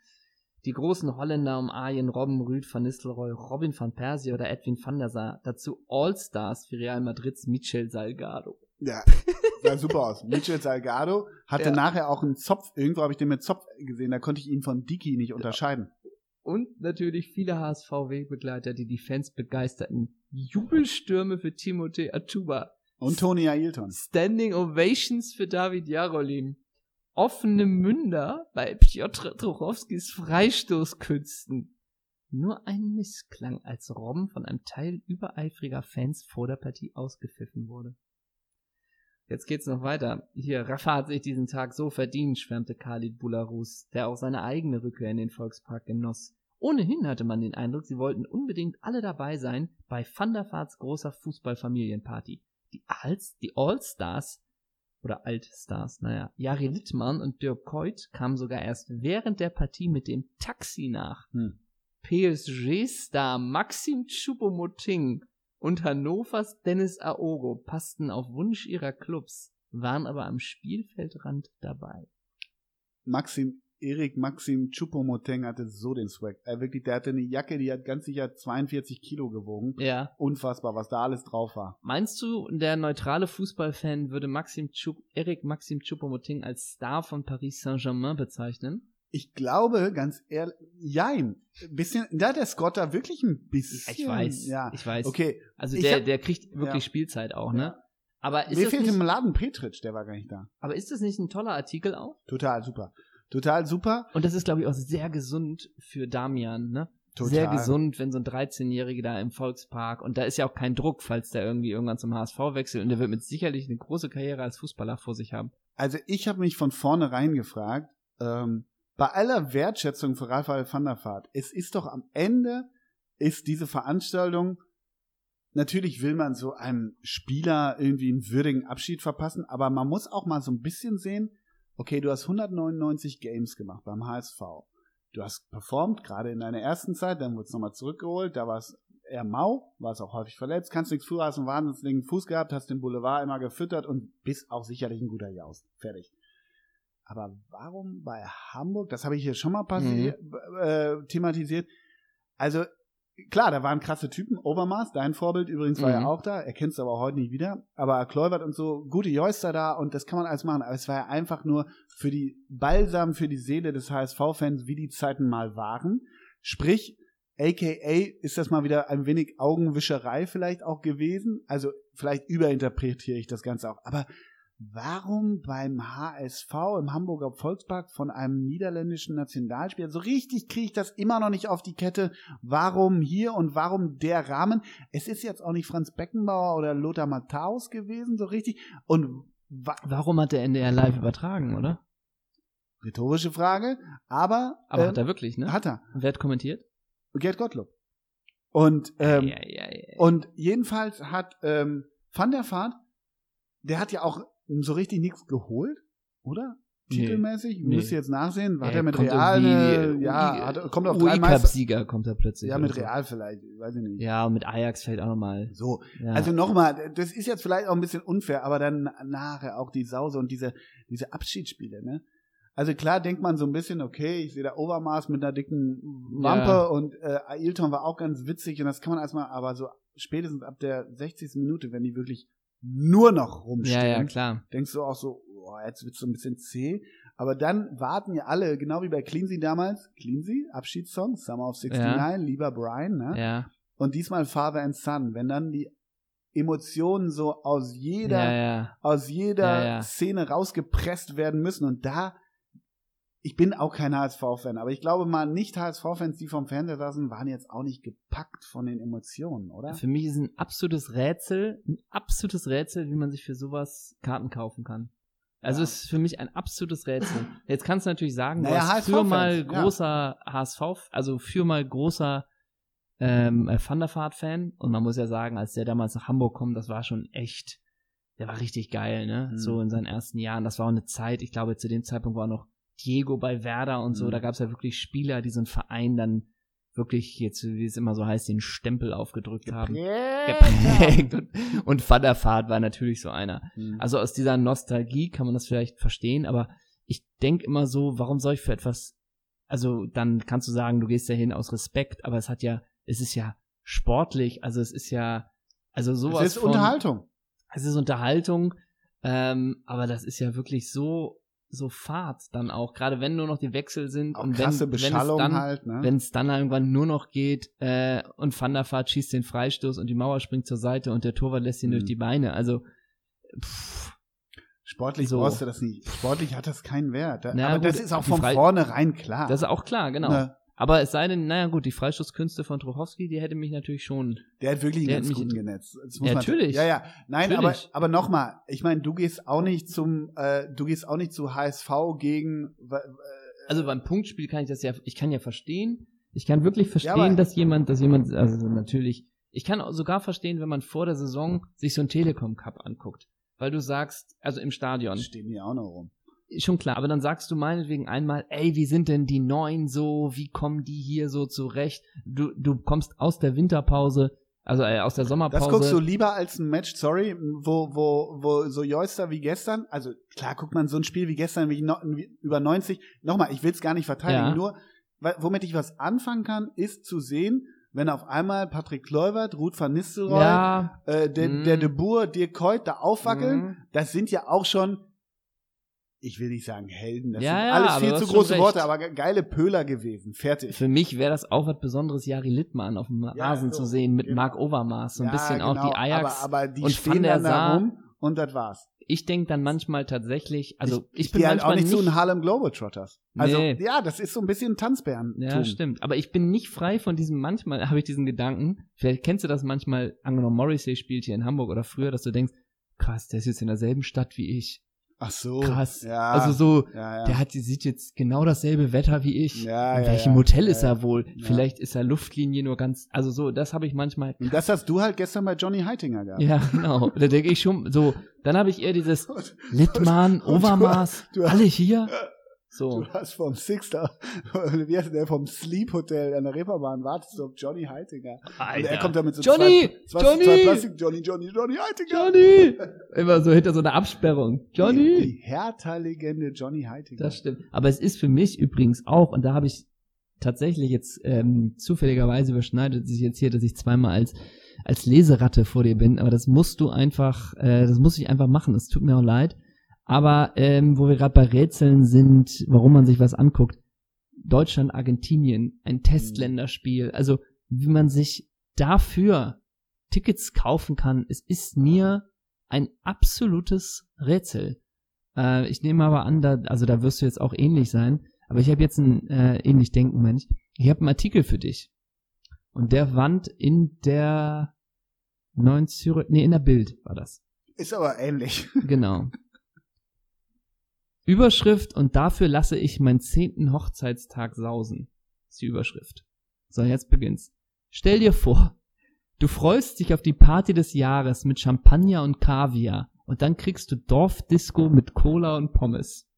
Speaker 1: Die großen Holländer um Arjen Robben, Rüd van Nistelrooy, Robin van Persie oder Edwin van der Sar. Dazu All-Stars für Real Madrids Michel Salgado.
Speaker 2: Ja, sah super aus. Mitchell Salgado hatte
Speaker 1: Ja.
Speaker 2: nachher auch einen Zopf. Irgendwo habe ich den mit Zopf gesehen. Da konnte ich ihn von Dicky nicht unterscheiden.
Speaker 1: Und natürlich viele HSV-Wegbegleiter, die die Fans begeisterten. Jubelstürme für Timothée Atuba.
Speaker 2: Und Tony Ailton.
Speaker 1: Standing Ovations für David Jarolin. Offene Münder bei Piotr Trochowskis Freistoßkünsten. Nur ein Missklang, als Robben von einem Teil übereifriger Fans vor der Partie ausgepfiffen wurde. Jetzt geht's noch weiter. Hier, Rafa hat sich diesen Tag so verdient, schwärmte Khalid Bularus, der auch seine eigene Rückkehr in den Volkspark genoss. Ohnehin hatte man den Eindruck, sie wollten unbedingt alle dabei sein bei Van der Vaarts großer Fußballfamilienparty die Alls, die Allstars oder Altstars, naja, Jari Littmann und Dirk Kuyt kamen sogar erst während der Partie mit dem Taxi nach.
Speaker 2: Hm.
Speaker 1: PSG-Star Maxim Choupo-Moting und Hannovers Dennis Aogo passten auf Wunsch ihrer Clubs, waren aber am Spielfeldrand dabei.
Speaker 2: Maxim, Erik Maxim Chupomoteng hatte so den Swag. Er wirklich, der hatte eine Jacke, die hat ganz sicher 42 Kilo gewogen.
Speaker 1: Ja.
Speaker 2: Unfassbar, was da alles drauf war.
Speaker 1: Meinst du, der neutrale Fußballfan würde Maxim Chup Eric Maxim Choupo-Moting als Star von Paris Saint-Germain bezeichnen?
Speaker 2: Ich glaube, ganz ehrlich, jein. Ein bisschen, da hat der Scott da wirklich ein bisschen.
Speaker 1: Ich weiß,
Speaker 2: Ja.
Speaker 1: ich weiß.
Speaker 2: Okay,
Speaker 1: Also
Speaker 2: Ich
Speaker 1: der,
Speaker 2: hab-
Speaker 1: der kriegt
Speaker 2: Ja.
Speaker 1: wirklich Spielzeit auch, ne? Aber ist,
Speaker 2: mir
Speaker 1: das
Speaker 2: fehlt im
Speaker 1: nicht,
Speaker 2: Laden Petritsch, der war gar nicht da.
Speaker 1: aber ist das nicht ein toller Artikel auch?
Speaker 2: Total super. Total super.
Speaker 1: Und das ist, glaube ich, auch sehr gesund für Damian, ne?
Speaker 2: Total.
Speaker 1: Sehr gesund, wenn so ein 13-Jähriger da im Volkspark und da ist ja auch kein Druck, falls der irgendwie irgendwann zum HSV wechselt und der wird mit sicherlich eine große Karriere als Fußballer vor sich haben.
Speaker 2: Also ich habe mich von vornherein gefragt, ähm, bei aller Wertschätzung für Raphael van der Vaart, es ist doch am Ende, ist diese Veranstaltung, natürlich will man so einem Spieler irgendwie einen würdigen Abschied verpassen, aber man muss auch mal so ein bisschen sehen, okay, du hast 199 Games gemacht beim HSV. Du hast performt, gerade in deiner ersten Zeit, dann wurde es nochmal zurückgeholt, da war es eher mau, war es auch häufig verletzt, kannst nichts früher, hast einen wahnsinnigen Fuß gehabt, hast den Boulevard immer gefüttert und bist auch sicherlich ein guter Jaus. Fertig. Aber warum bei Hamburg, das habe ich hier schon mal passi- äh, thematisiert, also klar, da waren krasse Typen, Overmars, dein Vorbild übrigens war
Speaker 1: Mhm.
Speaker 2: ja auch da, erkennst du aber heute nicht wieder, aber Kleubert und so, gute Joister da und das kann man alles machen, aber es war ja einfach nur für die Balsam für die Seele des HSV-Fans, wie die Zeiten mal waren. Sprich, AKA ist das mal wieder ein wenig Augenwischerei vielleicht auch gewesen. Also vielleicht überinterpretiere ich das Ganze auch. Aber warum beim HSV im Hamburger Volkspark von einem niederländischen Nationalspieler? So richtig kriege ich das immer noch nicht auf die Kette. Warum hier und warum der Rahmen? Es ist jetzt auch nicht Franz Beckenbauer oder Lothar Matthäus gewesen, so richtig. Und wa
Speaker 1: Warum hat der NDR live übertragen, oder?
Speaker 2: rhetorische Frage, aber,
Speaker 1: Aber
Speaker 2: äh,
Speaker 1: hat er wirklich, ne?
Speaker 2: hat er.
Speaker 1: Wer hat kommentiert?
Speaker 2: Gerd Gottlob. Und, ähm,
Speaker 1: ja, ja, ja.
Speaker 2: und jedenfalls hat ähm, Van der Vaart, der hat ja auch so richtig nichts geholt, oder?
Speaker 1: Nee.
Speaker 2: Titelmäßig,
Speaker 1: Nee.
Speaker 2: müsst ihr jetzt nachsehen, hat
Speaker 1: Ja,
Speaker 2: er mit
Speaker 1: kommt
Speaker 2: Real,
Speaker 1: irgendwie,
Speaker 2: eine-
Speaker 1: äh,
Speaker 2: ja,
Speaker 1: UI
Speaker 2: hat, kommt auf drei Meister,
Speaker 1: UI-Cup-Sieger kommt er plötzlich.
Speaker 2: ja, mit
Speaker 1: oder so.
Speaker 2: Real vielleicht, weiß ich nicht.
Speaker 1: Ja, und mit Ajax fällt auch nochmal.
Speaker 2: So,
Speaker 1: Ja.
Speaker 2: also nochmal, das ist jetzt vielleicht auch ein bisschen unfair, aber dann nachher auch die Sause und diese, diese Abschiedsspiele, ne? Also klar denkt man so ein bisschen, okay, ich sehe da Overmaß mit einer dicken Wampe
Speaker 1: Ja.
Speaker 2: und äh, Ailton war auch ganz witzig und das kann man erstmal, aber so spätestens ab der 60. Minute, wenn die wirklich nur noch rumstehen,
Speaker 1: ja, ja, klar.
Speaker 2: denkst du auch so, oh, jetzt wird's so ein bisschen zäh. Aber dann warten ja alle, genau wie bei Cleansy damals, Cleansy, Abschiedssong, Summer of 69,
Speaker 1: Ja.
Speaker 2: lieber Brian, ne?
Speaker 1: Ja,
Speaker 2: Und diesmal Father and Son, wenn dann die Emotionen so aus jeder,
Speaker 1: ja, ja.
Speaker 2: aus jeder
Speaker 1: Ja, ja.
Speaker 2: Szene rausgepresst werden müssen. Und da, ich bin auch kein HSV-Fan, aber ich glaube mal, nicht HSV-Fans, die vom Fernseher saßen, waren jetzt auch nicht gepackt von den Emotionen, oder?
Speaker 1: Für mich ist ein absolutes Rätsel, ein absolutes Rätsel, wie man sich für sowas Karten kaufen kann. Also
Speaker 2: Ja.
Speaker 1: es ist für mich ein absolutes
Speaker 2: *laughs*
Speaker 1: Rätsel. Jetzt kannst du natürlich sagen, du
Speaker 2: Naja,
Speaker 1: warst
Speaker 2: HSV
Speaker 1: für mal
Speaker 2: Fans, ja.
Speaker 1: großer HSV, also für mal großer ähm, äh, Van der Vaart-Fan. Und man muss ja sagen, als der damals nach Hamburg kommt, das war schon echt, der war richtig geil, ne?
Speaker 2: Mhm.
Speaker 1: So in seinen ersten Jahren. Das war auch eine Zeit, ich glaube, zu dem Zeitpunkt war noch Diego bei Werder und so.
Speaker 2: Mhm.
Speaker 1: Da gab es ja wirklich Spieler, die so einen Verein dann wirklich jetzt, wie es immer so heißt, den Stempel aufgedrückt haben.
Speaker 2: Geprägt.
Speaker 1: Geprägt. Und, *laughs* und Vaterfahrt war natürlich so einer.
Speaker 2: Mhm.
Speaker 1: Also aus dieser Nostalgie kann man das vielleicht verstehen, aber ich denk immer so, warum soll ich für etwas, also dann kannst du sagen, du gehst dahin aus Respekt, aber es hat ja, es ist ja sportlich, also es ist ja, also sowas.
Speaker 2: Es ist
Speaker 1: von,
Speaker 2: Unterhaltung.
Speaker 1: Es ist Unterhaltung, ähm, aber das ist ja wirklich so, so fad dann auch, gerade wenn nur noch die Wechsel sind
Speaker 2: Auch
Speaker 1: und wenn,
Speaker 2: krasse
Speaker 1: wenn es
Speaker 2: Beschallung
Speaker 1: dann,
Speaker 2: halt, ne?
Speaker 1: wenn es dann irgendwann nur noch geht äh, und Van der Vaart schießt den Freistoß und die Mauer springt zur Seite und der Torwart lässt ihn
Speaker 2: Mhm.
Speaker 1: durch die Beine. Also, pff,
Speaker 2: Sportlich
Speaker 1: so.
Speaker 2: brauchst du das nicht. Sportlich hat das keinen Wert. Da,
Speaker 1: Na
Speaker 2: aber
Speaker 1: gut,
Speaker 2: das ist auch
Speaker 1: die
Speaker 2: von
Speaker 1: Frei-
Speaker 2: vornherein klar.
Speaker 1: das ist auch klar, genau.
Speaker 2: Ne?
Speaker 1: Aber es sei denn, naja gut, die Freistoßkünste von Trochowski, die hätte mich natürlich schon.
Speaker 2: Der hat wirklich
Speaker 1: Der
Speaker 2: einen
Speaker 1: hat
Speaker 2: ganz
Speaker 1: mich-
Speaker 2: guten genetzt. Das
Speaker 1: Ja,
Speaker 2: man-
Speaker 1: natürlich.
Speaker 2: Ja, ja. Nein,
Speaker 1: Natürlich.
Speaker 2: aber, aber nochmal. Ich meine, du gehst auch nicht zum, äh, du gehst auch nicht zu HSV gegen, wa-
Speaker 1: Also beim Punktspiel kann ich das ja, ich kann ja verstehen, ich kann wirklich verstehen,
Speaker 2: aber-
Speaker 1: dass jemand, dass jemand, also natürlich, ich kann auch sogar verstehen, wenn man vor der Saison sich so ein Telekom Cup anguckt, weil du sagst, also im
Speaker 2: äh,
Speaker 1: Stadion,
Speaker 2: stehen hier auch noch rum.
Speaker 1: schon klar, aber dann sagst du meinetwegen einmal, ey, wie sind denn die Neuen so, wie kommen die hier so zurecht? Du, du kommst aus der Winterpause, also äh, aus der
Speaker 2: Das
Speaker 1: Sommerpause.
Speaker 2: guckst du lieber als ein Match, sorry, wo, wo, wo so Joyster wie gestern, also klar guckt man so ein Spiel wie gestern wie no, wie über 90, nochmal, ich will es gar nicht verteidigen,
Speaker 1: Ja.
Speaker 2: nur wa- womit ich was anfangen kann, ist zu sehen, wenn auf einmal Patrick Kluivert, Ruth van Nistelrooy,
Speaker 1: ja,
Speaker 2: äh, der,
Speaker 1: Mhm.
Speaker 2: der De Boer, Dirk Kuyt da aufwackeln,
Speaker 1: mhm.
Speaker 2: das sind ja auch schon, ich will nicht sagen Helden, das
Speaker 1: Ja,
Speaker 2: sind
Speaker 1: ja,
Speaker 2: alles
Speaker 1: aber
Speaker 2: viel
Speaker 1: du
Speaker 2: zu
Speaker 1: hast
Speaker 2: große
Speaker 1: schon
Speaker 2: Worte,
Speaker 1: recht.
Speaker 2: aber ge- geile Pöhler gewesen, fertig.
Speaker 1: Für mich wäre das auch was Besonderes, Jari Littmann auf dem Rasen
Speaker 2: so,
Speaker 1: zu sehen mit
Speaker 2: genau.
Speaker 1: Marc Overmaß, so ein
Speaker 2: Ja,
Speaker 1: bisschen auch
Speaker 2: genau,
Speaker 1: die Ajax.
Speaker 2: aber, aber die
Speaker 1: und Van
Speaker 2: stehen
Speaker 1: der
Speaker 2: dann da
Speaker 1: Sar.
Speaker 2: rum und das war's.
Speaker 1: ich denke dann manchmal tatsächlich, also ich,
Speaker 2: bin
Speaker 1: bin
Speaker 2: gehe halt auch
Speaker 1: manchmal
Speaker 2: nicht, zu
Speaker 1: nicht,
Speaker 2: den Harlem Globetrotters. Also
Speaker 1: Nee.
Speaker 2: ja, das ist so ein bisschen Tanzbären.
Speaker 1: ja, stimmt. Aber ich bin nicht frei von diesem, manchmal habe ich diesen Gedanken, vielleicht kennst du das manchmal, angenommen Morrissey spielt hier in Hamburg oder früher, dass du denkst, krass, der ist jetzt in derselben Stadt wie ich.
Speaker 2: Ach so.
Speaker 1: Krass.
Speaker 2: Ja,
Speaker 1: Also so,
Speaker 2: ja, Ah. ja.
Speaker 1: der hat, die sieht jetzt genau dasselbe Wetter wie ich.
Speaker 2: Ja,
Speaker 1: in
Speaker 2: ja,
Speaker 1: welchem
Speaker 2: ja.
Speaker 1: Hotel
Speaker 2: Ja,
Speaker 1: ist er wohl?
Speaker 2: Ja.
Speaker 1: Vielleicht ist er Luftlinie nur ganz, also so, das habe ich manchmal.
Speaker 2: Und das hast du halt gestern bei Johnny Heitinger gehabt.
Speaker 1: Ja, genau. Da denke ich schon, so, dann habe ich eher
Speaker 2: *laughs*
Speaker 1: dieses
Speaker 2: Und
Speaker 1: Littmann,
Speaker 2: und du-
Speaker 1: Overmaß,
Speaker 2: du-
Speaker 1: alle hier. So.
Speaker 2: *laughs* Du hast vom Sixter, *laughs* wie heißt der, vom Sleep Hotel an der Reeperbahn wartest du auf Johnny Heitinger. Und er kommt da mit so
Speaker 1: Johnny!
Speaker 2: zwei, zwei,
Speaker 1: Johnny!
Speaker 2: zwei Plastik, Johnny, Johnny, Johnny Heitinger.
Speaker 1: Johnny! Immer so hinter so einer Absperrung.
Speaker 2: Die,
Speaker 1: Johnny!
Speaker 2: die Hertha-Legende Johnny Heitinger.
Speaker 1: Das stimmt. Aber es ist für mich übrigens auch, und da habe ich tatsächlich jetzt ähm, zufälligerweise überschneidet sich jetzt hier, dass ich zweimal als als Leseratte vor dir bin, aber das musst du einfach, äh, das muss ich einfach machen. Es tut mir auch leid. Aber ähm, wo wir gerade bei Rätseln sind, warum man sich was anguckt, Deutschland, Argentinien, ein Testländerspiel, also wie man sich dafür Tickets kaufen kann, es ist mir ein absolutes Rätsel. Äh, ich nehme aber an, da, also da wirst du jetzt auch ähnlich sein, aber ich habe jetzt ein äh, ähnlich denken, Mensch. Ich habe einen Artikel für dich. Und der wand in der neuen Zürich, nee, in der Bild war das.
Speaker 2: Ist aber ähnlich.
Speaker 1: Genau. Überschrift und dafür lasse ich meinen zehnten Hochzeitstag sausen. Ist die Überschrift. So, jetzt beginnt's. Stell dir vor, du freust dich auf die Party des Jahres mit Champagner und Kaviar und dann kriegst du Dorfdisco mit Cola und Pommes.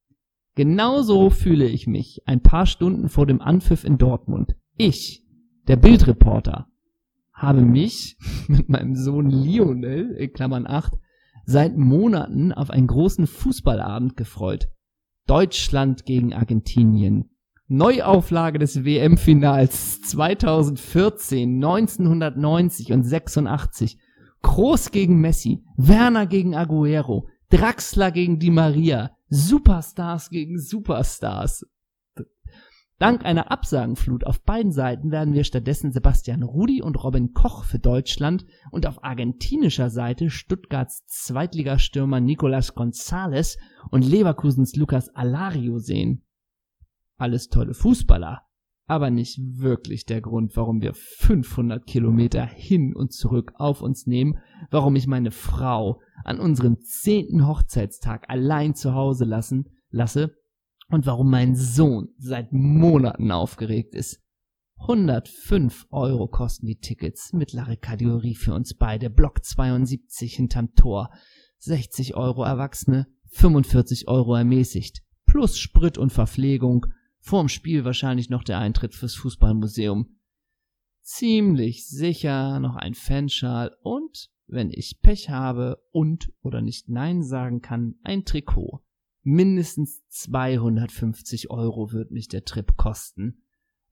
Speaker 1: Genauso fühle ich mich ein paar Stunden vor dem Anpfiff in Dortmund. Ich, der Bildreporter, habe mich *laughs* mit meinem Sohn Lionel, in Klammern 8, seit Monaten auf einen großen Fußballabend gefreut. Deutschland gegen Argentinien. Neuauflage des WM-Finals 2014, 1990 und 86. Kroos gegen Messi, Werner gegen Aguero, Draxler gegen Di Maria, Superstars gegen Superstars. Dank einer Absagenflut auf beiden Seiten werden wir stattdessen Sebastian Rudi und Robin Koch für Deutschland und auf argentinischer Seite Stuttgarts Zweitligastürmer Nicolas González und Leverkusens Lucas Alario sehen. Alles tolle Fußballer, aber nicht wirklich der Grund, warum wir 500 Kilometer hin und zurück auf uns nehmen, warum ich meine Frau an unserem zehnten Hochzeitstag allein zu Hause lassen lasse und warum mein Sohn seit Monaten aufgeregt ist. 105 Euro kosten die Tickets, mittlere Kategorie für uns beide, Block 72 hinterm Tor, 60 Euro Erwachsene, 45 Euro ermäßigt, plus Sprit und Verpflegung, vorm Spiel wahrscheinlich noch der Eintritt fürs Fußballmuseum. ziemlich sicher noch ein Fanschal und, wenn ich Pech habe und oder nicht Nein sagen kann, ein Trikot. Mindestens 250 Euro wird mich der Trip kosten.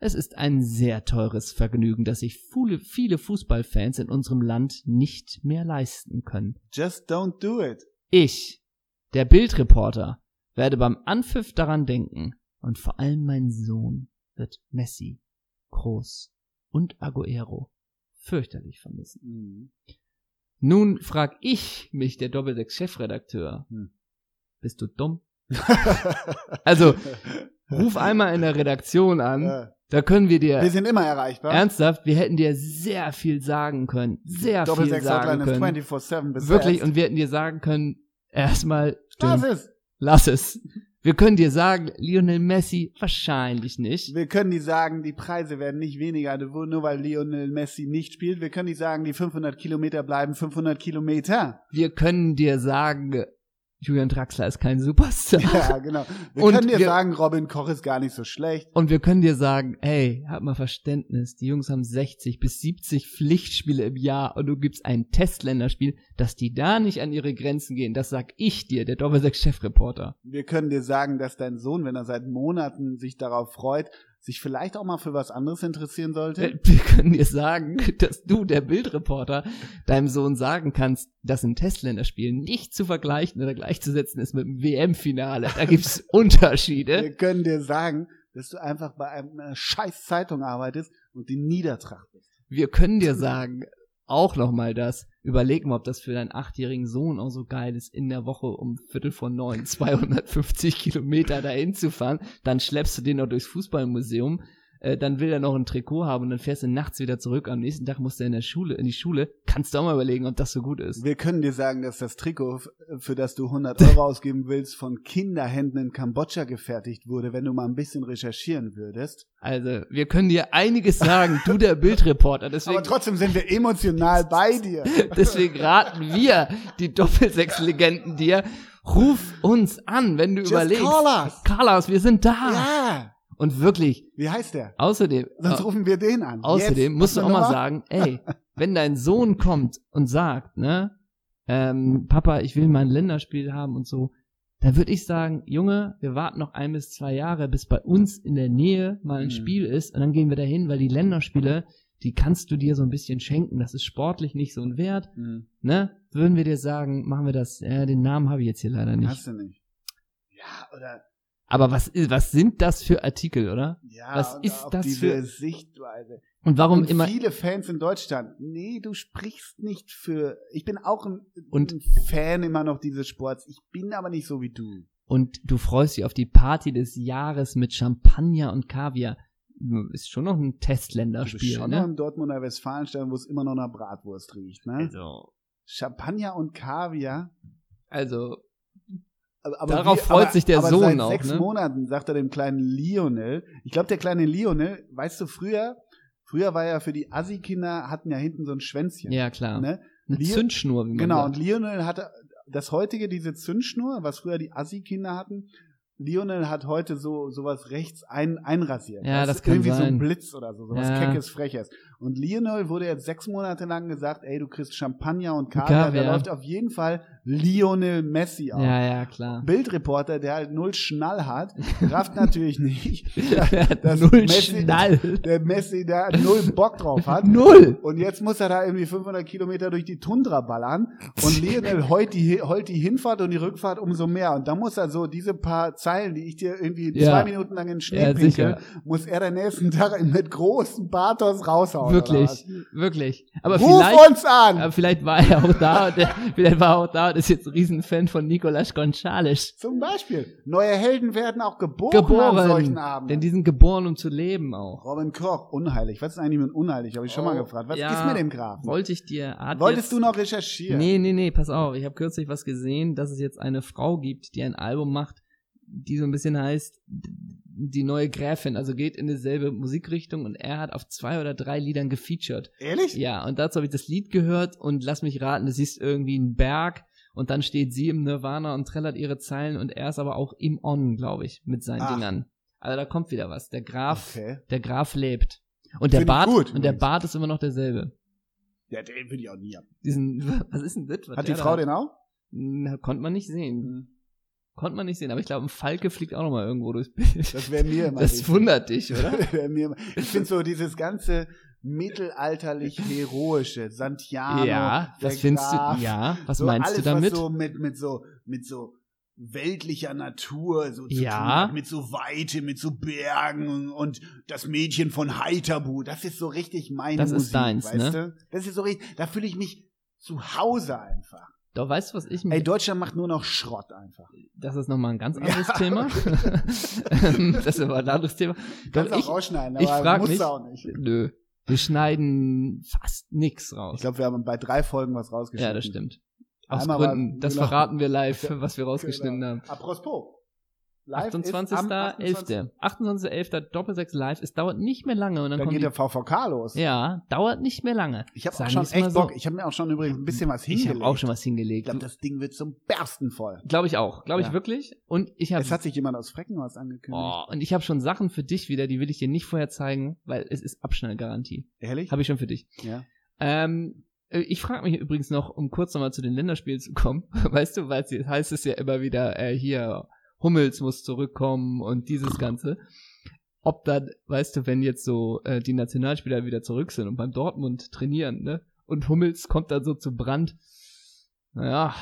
Speaker 1: Es ist ein sehr teures Vergnügen, das sich viele, viele Fußballfans in unserem Land nicht mehr leisten können.
Speaker 2: *laughs* Just don't do it.
Speaker 1: Ich, der Bildreporter, werde beim Anpfiff daran denken und vor allem mein Sohn wird Messi, Groß und Aguero fürchterlich vermissen.
Speaker 2: Mhm. *laughs*
Speaker 1: Nun frag ich mich, der Doppelsechs-Chefredakteur,
Speaker 2: Hm.
Speaker 1: bist du dumm? Also, ruf einmal in der Redaktion an,
Speaker 2: Ja.
Speaker 1: da können wir dir
Speaker 2: Ähm, Wir sind immer erreichbar.
Speaker 1: ernsthaft, wir hätten dir sehr viel sagen können, sehr
Speaker 2: Doppel
Speaker 1: viel
Speaker 2: sechs
Speaker 1: sagen
Speaker 2: Hotline ist
Speaker 1: können.
Speaker 2: 24-7 besetzt.
Speaker 1: Wirklich, und wir hätten dir sagen können, erstmal,
Speaker 2: das
Speaker 1: stimmt,
Speaker 2: ist.
Speaker 1: lass es. Wir können dir sagen, Lionel Messi wahrscheinlich nicht.
Speaker 2: Wir können nicht sagen, die Preise werden nicht weniger, nur nur weil Lionel Messi nicht spielt. Wir können nicht sagen, die 500 Kilometer bleiben 500 Kilometer. *laughs*
Speaker 1: Wir können dir sagen, Julian Draxler ist kein Superstar.
Speaker 2: *laughs* Ja, genau. Wir
Speaker 1: Und
Speaker 2: können dir
Speaker 1: wir-
Speaker 2: sagen, Robin Koch ist gar nicht so schlecht.
Speaker 1: Und wir können dir sagen, hey, hab mal Verständnis, die Jungs haben 60 bis 70 Pflichtspiele im Jahr und du gibst ein Testländerspiel, dass die da nicht an ihre Grenzen gehen, das sag ich dir, der Doppelsechs-Chefreporter.
Speaker 2: Wir können dir sagen, dass dein Sohn, wenn er seit Monaten sich darauf freut, sich vielleicht auch mal für was anderes interessieren sollte.
Speaker 1: Wir Äh, *laughs* wir können dir sagen, dass du, der Bildreporter, deinem Sohn sagen kannst, dass ein Testländerspiel nicht zu vergleichen oder gleichzusetzen ist mit einem WM-Finale. Da gibt's Unterschiede.
Speaker 2: Wir können dir sagen, dass du einfach bei einer scheiß Zeitung arbeitest und die Niedertracht bist.
Speaker 1: Wir können dir sagen, auch nochmal das, überleg mal, ob das für deinen achtjährigen Sohn auch so geil ist, in der Woche um Viertel vor neun 250 Kilometer dahin zu fahren, dann schleppst du den noch durchs Fußballmuseum, äh, dann will er noch ein Trikot haben und dann fährst du nachts wieder zurück, am nächsten Tag musst du in der Schule, in die Schule, kannst du auch mal überlegen, ob das so gut ist.
Speaker 2: Wir können dir sagen, dass das Trikot, f- für das du 100
Speaker 1: *laughs*
Speaker 2: Euro ausgeben willst, von Kinderhänden in Kambodscha gefertigt wurde, wenn du mal ein bisschen recherchieren würdest.
Speaker 1: Also, wir können dir einiges sagen, du
Speaker 2: *laughs*
Speaker 1: der Bildreporter, deswegen,
Speaker 2: Aber trotzdem sind
Speaker 1: *laughs*
Speaker 2: wir emotional bei dir.
Speaker 1: deswegen raten wir, die Doppelsechs-Legenden dir, ruf uns an, wenn du
Speaker 2: Just
Speaker 1: überlegst.
Speaker 2: call us.
Speaker 1: Carlos, wir sind da.
Speaker 2: Ja.
Speaker 1: Und wirklich,
Speaker 2: Wie heißt der?
Speaker 1: außerdem, äh,
Speaker 2: Sonst
Speaker 1: au-
Speaker 2: rufen wir den an.
Speaker 1: Ah. außerdem
Speaker 2: Jetzt.
Speaker 1: musst du
Speaker 2: Hast
Speaker 1: auch mal
Speaker 2: eine Nummer? *laughs*
Speaker 1: sagen, ey, wenn dein Sohn kommt und sagt, ne, ähm, Papa, ich will mal ein Länderspiel haben und so, dann würde ich sagen, Junge, wir warten noch ein bis zwei Jahre, bis bei uns in der Nähe mal ein
Speaker 2: Mhm.
Speaker 1: Spiel ist und dann gehen wir dahin, weil die Länderspiele, die kannst du dir so ein bisschen schenken, das ist sportlich nicht so ein Wert,
Speaker 2: Hm,
Speaker 1: ne? Würden wir dir sagen, machen wir das, ja, den Namen habe ich jetzt hier leider nicht.
Speaker 2: Hast du nicht. Ja, oder,
Speaker 1: Aber was, i- was sind das für Artikel, oder?
Speaker 2: ja,
Speaker 1: Was
Speaker 2: und
Speaker 1: ist
Speaker 2: auch
Speaker 1: das
Speaker 2: diese
Speaker 1: für-
Speaker 2: Sichtweise.
Speaker 1: Und warum
Speaker 2: und
Speaker 1: immer,
Speaker 2: viele Fans in Deutschland. Nee, du sprichst nicht für. Ich bin auch ein,
Speaker 1: Und-
Speaker 2: ein Fan immer noch dieses Sports. Ich bin aber nicht so wie du.
Speaker 1: und du freust dich auf die Party des Jahres mit Champagner und Kaviar. Ist schon noch ein
Speaker 2: Du bist
Speaker 1: Testländerspiel,
Speaker 2: schon noch
Speaker 1: ne?
Speaker 2: im Dortmunder Westfalenstein, wo es immer noch nach Bratwurst riecht. Ne?
Speaker 1: Also,
Speaker 2: Champagner und Kaviar.
Speaker 1: also,
Speaker 2: Aber, aber
Speaker 1: Darauf
Speaker 2: wie-
Speaker 1: freut
Speaker 2: aber,
Speaker 1: sich der
Speaker 2: aber
Speaker 1: Sohn
Speaker 2: seit
Speaker 1: auch,
Speaker 2: sechs
Speaker 1: ne?
Speaker 2: Monaten sagt er dem kleinen Lionel. Ich glaube, der kleine Lionel, weißt du, früher, früher war ja für die Assi-Kinder, hatten ja hinten so ein Schwänzchen.
Speaker 1: ja klar.
Speaker 2: Ne?
Speaker 1: Eine
Speaker 2: Wir-
Speaker 1: Zündschnur, wie man
Speaker 2: Genau, und
Speaker 1: sagt.
Speaker 2: Lionel hatte das heutige, diese Zündschnur, was früher die Assi-Kinder hatten. Lionel hat heute so sowas rechts ein, einrasiert.
Speaker 1: Ja,
Speaker 2: Weißt
Speaker 1: das
Speaker 2: du,
Speaker 1: kann
Speaker 2: Irgendwie so
Speaker 1: sein.
Speaker 2: ein Blitz oder so, sowas
Speaker 1: Ja.
Speaker 2: keckes, freches. Und Lionel wurde jetzt sechs Monate lang gesagt, ey, du kriegst Champagner und Kaviar. Da
Speaker 1: Kaviar.
Speaker 2: läuft auf jeden Fall Lionel Messi auf.
Speaker 1: Ja, ja, klar.
Speaker 2: Bildreporter, der halt null
Speaker 1: *laughs*
Speaker 2: Schnall hat, rafft natürlich nicht, das
Speaker 1: Null
Speaker 2: Messi-
Speaker 1: Schnall.
Speaker 2: der Messi da null Bock drauf hat.
Speaker 1: Null!
Speaker 2: Und jetzt muss er da irgendwie 500 Kilometer durch die Tundra ballern. Und Lionel heult die, heult die Hinfahrt und die Rückfahrt umso mehr. Und da muss er so diese paar Zeilen, die ich dir irgendwie
Speaker 1: Ja.
Speaker 2: zwei Minuten lang in den Schnee
Speaker 1: Ja,
Speaker 2: pinkel,
Speaker 1: sicher.
Speaker 2: muss er den nächsten Tag mit großem Pathos raushauen. oder
Speaker 1: Wirklich,
Speaker 2: was?
Speaker 1: wirklich. Aber
Speaker 2: Ruf
Speaker 1: vielleicht,
Speaker 2: uns an!
Speaker 1: aber vielleicht war er auch da und der, vielleicht war er auch da und ist jetzt ein Riesenfan von Nicolas Gonzalez.
Speaker 2: Zum Beispiel. Neue Helden werden auch geboren, an solchen
Speaker 1: Geboren.
Speaker 2: Abenden.
Speaker 1: Denn die sind geboren, um zu leben auch.
Speaker 2: Robin Koch, unheilig. Was ist eigentlich mit unheilig? Habe ich schon mal
Speaker 1: Oh,
Speaker 2: gefragt. Was
Speaker 1: ja.
Speaker 2: ist mit dem Grafen?
Speaker 1: Wollte ich dir. hat
Speaker 2: Wolltest
Speaker 1: jetzt-
Speaker 2: du noch recherchieren?
Speaker 1: Nee, nee, nee, pass auf. Ich habe kürzlich was gesehen, dass es jetzt eine Frau gibt, die ein Album macht, die so ein bisschen heißt die neue Gräfin, also geht in dieselbe Musikrichtung und er hat auf zwei oder drei Liedern gefeatured.
Speaker 2: Ehrlich?
Speaker 1: Ja, und dazu habe ich das Lied gehört und lass mich raten, du siehst irgendwie einen Berg und dann steht sie im Nirvana und trällert ihre Zeilen und er ist aber auch im On, glaube ich, mit seinen
Speaker 2: Ach.
Speaker 1: Dingern. Also da kommt wieder was. Der Graf,
Speaker 2: Ah. Okay.
Speaker 1: der Graf lebt. Und der
Speaker 2: Find ich
Speaker 1: Bart,
Speaker 2: gut,
Speaker 1: und der
Speaker 2: übrigens.
Speaker 1: Bart ist immer noch derselbe.
Speaker 2: Ja, den würde ich auch nie haben.
Speaker 1: Diesen, *laughs* was ist denn das? was
Speaker 2: Hat die
Speaker 1: der da-
Speaker 2: Frau den auch?
Speaker 1: Na, Konnte man nicht sehen.
Speaker 2: Mhm.
Speaker 1: Konnte man nicht sehen, aber ich glaube, ein Falke fliegt auch nochmal irgendwo durchs Bild.
Speaker 2: Das wäre mir immer
Speaker 1: Das
Speaker 2: wichtig.
Speaker 1: wundert dich, oder?
Speaker 2: Wär mir immer- ich finde so dieses ganze mittelalterlich heroische Santiano.
Speaker 1: ja,
Speaker 2: der
Speaker 1: das findest du.
Speaker 2: Graf,
Speaker 1: Ja, was
Speaker 2: so
Speaker 1: meinst
Speaker 2: alles,
Speaker 1: du damit?
Speaker 2: Was so mit, mit so mit so weltlicher Natur so zu
Speaker 1: Ja.
Speaker 2: tun hat, mit so Weite, mit so Bergen und, und das Mädchen von Heiterbu, das ist so richtig meine
Speaker 1: Das ist
Speaker 2: Musik,
Speaker 1: deins, ne?
Speaker 2: weißt du? Das ist so richtig, da fühle ich mich zu Hause einfach.
Speaker 1: Doch, weißt du, was ich mir.
Speaker 2: Ey, Deutschland macht nur noch Schrott einfach.
Speaker 1: das ist nochmal ein ganz
Speaker 2: Ja.
Speaker 1: anderes Thema. *laughs* Ähm, das ist aber ein anderes Thema. Doch,
Speaker 2: Kannst auch
Speaker 1: ich,
Speaker 2: rausschneiden,
Speaker 1: ich
Speaker 2: aber
Speaker 1: frag
Speaker 2: muss
Speaker 1: mich-
Speaker 2: auch nicht.
Speaker 1: nö. Wir schneiden fast nichts raus.
Speaker 2: Ich glaube, wir haben bei drei Folgen was rausgeschnitten.
Speaker 1: ja, das stimmt. Aus
Speaker 2: Einmal
Speaker 1: Gründen,
Speaker 2: war-
Speaker 1: das
Speaker 2: genau.
Speaker 1: verraten wir live, was wir rausgeschnitten haben.
Speaker 2: Apropos.
Speaker 1: 28.11.
Speaker 2: 11.
Speaker 1: 28.11. Doppelsechs live. Es dauert nicht mehr lange. Und dann,
Speaker 2: Dann
Speaker 1: kommt
Speaker 2: geht der
Speaker 1: die,
Speaker 2: VVK los.
Speaker 1: ja, dauert nicht mehr lange.
Speaker 2: Ich habe auch
Speaker 1: Sagen
Speaker 2: schon
Speaker 1: wir's mal
Speaker 2: echt
Speaker 1: so.
Speaker 2: Bock. Ich habe mir auch schon übrigens ein bisschen was
Speaker 1: Ich
Speaker 2: hingelegt.
Speaker 1: habe auch schon was
Speaker 2: Ich
Speaker 1: hingelegt.
Speaker 2: glaube, das Ding wird zum Bersten voll.
Speaker 1: Glaube ich auch. Glaube ich
Speaker 2: Ja.
Speaker 1: wirklich. Und ich habe
Speaker 2: Es hat Hm. sich jemand aus Freckenhorst angekündigt.
Speaker 1: oh, und ich habe schon Sachen für dich wieder, die will ich dir nicht vorher zeigen, weil es ist Abschnallgarantie.
Speaker 2: Ehrlich?
Speaker 1: Habe ich schon für dich.
Speaker 2: Ja.
Speaker 1: Ähm, äh, ich frage mich übrigens noch, um kurz nochmal zu den Länderspielen zu kommen, *laughs* weißt du, weil es heißt es ja immer wieder, äh, hier, Hummels muss zurückkommen und dieses Ganze. Ob dann, weißt du, wenn jetzt so äh, die Nationalspieler wieder zurück sind und beim Dortmund trainieren, ne? Und Hummels kommt dann so zu Brand. Naja,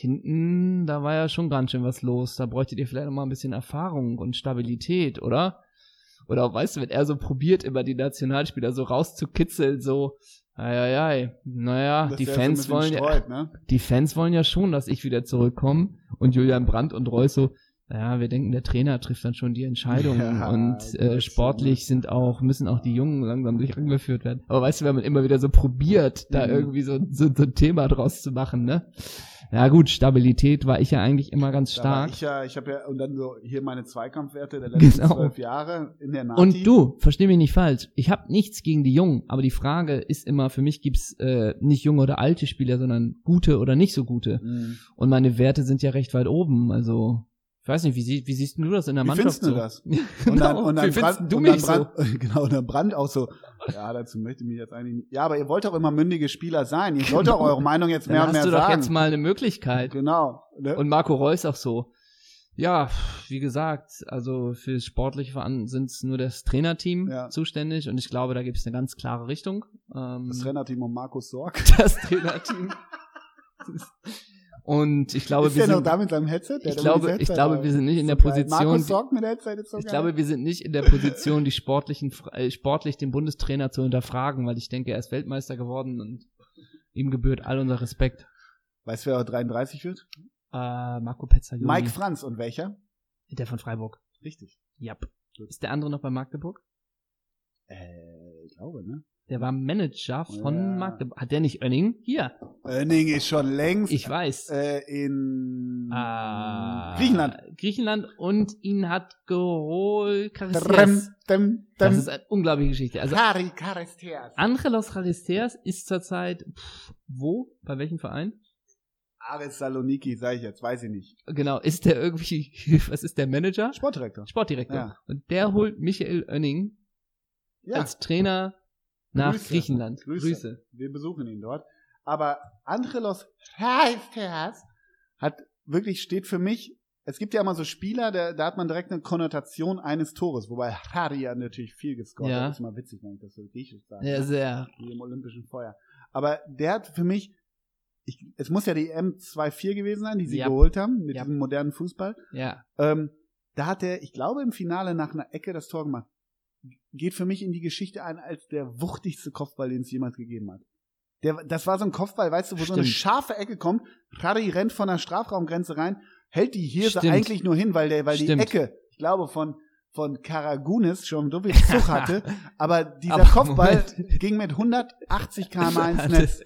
Speaker 1: hinten, da war ja schon ganz schön was los. Da bräuchtet ihr vielleicht noch mal ein bisschen Erfahrung und Stabilität, oder? Oder weißt du, wenn er so probiert, immer die Nationalspieler so rauszukitzeln, so, eieiei, naja,
Speaker 2: Dass
Speaker 1: die
Speaker 2: der so ein
Speaker 1: Fans
Speaker 2: bisschen
Speaker 1: wollen ja,
Speaker 2: Streut, ne?
Speaker 1: die Fans wollen ja schon, dass ich wieder zurückkomme. Und Julian Brandt und Reus so, naja, wir denken, der Trainer trifft dann schon die Entscheidungen
Speaker 2: *laughs* Ja,
Speaker 1: und äh,
Speaker 2: gut,
Speaker 1: sportlich sind auch, müssen auch die Jungen langsam durch angeführt werden. Aber weißt du, wenn man immer wieder so probiert, da
Speaker 2: Mhm.
Speaker 1: irgendwie so, so, so ein Thema draus zu machen, ne? Ja gut, Stabilität war ich ja eigentlich immer ganz
Speaker 2: Da war
Speaker 1: stark.
Speaker 2: Ich, ja, ich habe ja, und dann so hier meine Zweikampfwerte der letzten
Speaker 1: Genau.
Speaker 2: zwölf Jahre in der Nati.
Speaker 1: Und du, versteh mich nicht falsch, ich habe nichts gegen die Jungen, aber die Frage ist immer, für mich gibt's äh, nicht junge oder alte Spieler, sondern gute oder nicht so gute.
Speaker 2: Mhm.
Speaker 1: Und meine Werte sind ja recht weit oben. Also, ich weiß nicht, wie, sie, wie siehst denn du das in der
Speaker 2: Wie
Speaker 1: Mannschaft?
Speaker 2: findest du
Speaker 1: so?
Speaker 2: das?
Speaker 1: *laughs* genau.
Speaker 2: Und dann, und dann
Speaker 1: wie findest
Speaker 2: Brand,
Speaker 1: du
Speaker 2: und
Speaker 1: mich
Speaker 2: dann Brand, *laughs* Genau, und dann Brand auch so, "Ah, ja, dazu möchte ich mich jetzt eigentlich nicht. Ja, aber ihr wollt doch immer mündige Spieler sein. Ihr sollt doch
Speaker 1: Genau.
Speaker 2: eure Meinung jetzt
Speaker 1: so?
Speaker 2: mehr
Speaker 1: Dann
Speaker 2: und
Speaker 1: hast
Speaker 2: mehr
Speaker 1: du doch
Speaker 2: sagen.
Speaker 1: jetzt mal eine Möglichkeit.
Speaker 2: Genau. ne?
Speaker 1: Und Marco Reus auch so. Ja, wie gesagt, also fürs sportliche Veran sind nur das Trainerteam
Speaker 2: Ja.
Speaker 1: zuständig und ich glaube, da gibt es eine ganz klare Richtung. Ähm,
Speaker 2: das Trainerteam um Markus Sorg.
Speaker 1: *laughs* das
Speaker 2: *laughs*
Speaker 1: Trainerteam. und ich glaube,
Speaker 2: ist
Speaker 1: wir
Speaker 2: der noch
Speaker 1: sind,
Speaker 2: da mit seinem Headset? Der
Speaker 1: ich
Speaker 2: hat immer
Speaker 1: glaube,
Speaker 2: dieses
Speaker 1: ich
Speaker 2: Headset
Speaker 1: glaube,
Speaker 2: auf.
Speaker 1: wir sind nicht in
Speaker 2: So
Speaker 1: der
Speaker 2: geil.
Speaker 1: Position,
Speaker 2: Markus Sorg mit Headset ist so
Speaker 1: Ich
Speaker 2: geil.
Speaker 1: glaube, wir sind nicht in der Position, die sportlichen, Fra- äh, sportlich den Bundestrainer zu hinterfragen, weil ich denke, er ist Weltmeister geworden und ihm gebührt all unser Respekt.
Speaker 2: weißt du, wer auch 33 wird?
Speaker 1: Äh, Marco Pezzaioli.
Speaker 2: Mike Franz und welcher?
Speaker 1: der von Freiburg.
Speaker 2: Richtig.
Speaker 1: Yep. Ist der andere noch bei Magdeburg?
Speaker 2: Äh, ich glaube, ne?
Speaker 1: Der war Manager von
Speaker 2: Ja.
Speaker 1: Magdeburg. Hat der nicht Önning? Hier.
Speaker 2: Önning ist schon längst
Speaker 1: Ich weiß.
Speaker 2: äh, in
Speaker 1: Ah,
Speaker 2: Griechenland.
Speaker 1: Griechenland und ihn hat geholt Charisteas.
Speaker 2: Drem, dem,
Speaker 1: Das
Speaker 2: dem.
Speaker 1: ist eine unglaubliche Geschichte. Also
Speaker 2: Kari Karisteas.
Speaker 1: Angelos Charisteas ist zurzeit pff, wo? Bei welchem Verein?
Speaker 2: Aris Saloniki, sage ich jetzt, weiß ich nicht.
Speaker 1: Genau, ist der irgendwie, *laughs* was ist der Manager?
Speaker 2: Sportdirektor.
Speaker 1: Sportdirektor.
Speaker 2: Ja.
Speaker 1: Und der holt Michael Oenning
Speaker 2: Ja,
Speaker 1: als Trainer nach
Speaker 2: Grüße.
Speaker 1: Griechenland.
Speaker 2: Grüße.
Speaker 1: Grüße.
Speaker 2: wir besuchen ihn dort. Aber Andrelos Heisteas hat wirklich, steht für mich, es gibt ja immer so Spieler, da, da hat man direkt eine Konnotation eines Tores, wobei Harry ja natürlich viel gescored
Speaker 1: Ja.
Speaker 2: hat. Das ist mal witzig, wenn ich das so griechisch sage.
Speaker 1: Ja, sehr.
Speaker 2: Wie im olympischen Feuer. Aber der hat für mich, ich, es muss ja die M24 gewesen sein, die sie
Speaker 1: Ja.
Speaker 2: geholt haben, mit
Speaker 1: Ja.
Speaker 2: diesem modernen Fußball.
Speaker 1: Ja.
Speaker 2: Ähm, da hat er, ich glaube, im Finale nach einer Ecke das Tor gemacht. Geht für mich in die Geschichte ein als der wuchtigste Kopfball, den es jemals gegeben hat. Der, das war so ein Kopfball, weißt du, wo so eine
Speaker 1: Stimmt.
Speaker 2: scharfe Ecke kommt. Harry rennt von der Strafraumgrenze rein, hält die Hirse
Speaker 1: Stimmt.
Speaker 2: eigentlich nur hin, weil, der, weil die
Speaker 1: Stimmt.
Speaker 2: Ecke, ich glaube, von, von Karagunis schon so viel
Speaker 1: *laughs*
Speaker 2: Zug hatte. Aber dieser
Speaker 1: Aber
Speaker 2: Kopfball ging
Speaker 1: *laughs*
Speaker 2: mit 180 km/h ins Netz.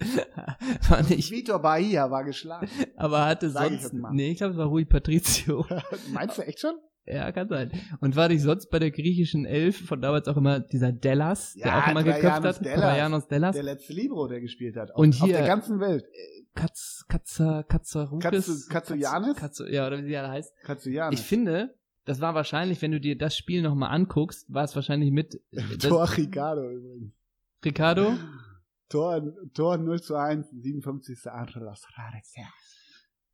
Speaker 1: Das *laughs* fand ich,
Speaker 2: Vitor Bahia war geschlagen.
Speaker 1: aber hatte
Speaker 2: Sag ich
Speaker 1: sonst,
Speaker 2: jetzt mal.
Speaker 1: nee, ich glaube, es war Rui Patricio.
Speaker 2: Meinst du echt schon?
Speaker 1: *laughs* ja, kann sein. Und war nicht sonst bei der griechischen Elf von damals auch immer dieser Dellas, der
Speaker 2: Ja,
Speaker 1: auch immer geköpft
Speaker 2: Trajanos
Speaker 1: hat?
Speaker 2: Dellas.
Speaker 1: Trajanos Dellas.
Speaker 2: Der letzte Libro, der gespielt hat. Auf,
Speaker 1: Und
Speaker 2: auf
Speaker 1: hier-
Speaker 2: der ganzen Welt.
Speaker 1: Katz, Katza, Katzarukis.
Speaker 2: Katsu- Katsuyanis?
Speaker 1: Katsu, ja, oder wie sie alle heißt.
Speaker 2: Katsuyanis.
Speaker 1: Ich finde, das war wahrscheinlich, wenn du dir das Spiel nochmal anguckst, war es wahrscheinlich mit
Speaker 2: *laughs*
Speaker 1: äh,
Speaker 2: Tor Ricardo übrigens.
Speaker 1: Ricardo?
Speaker 2: Tor, Tor 0 zu 1, 57. Angelos Rares.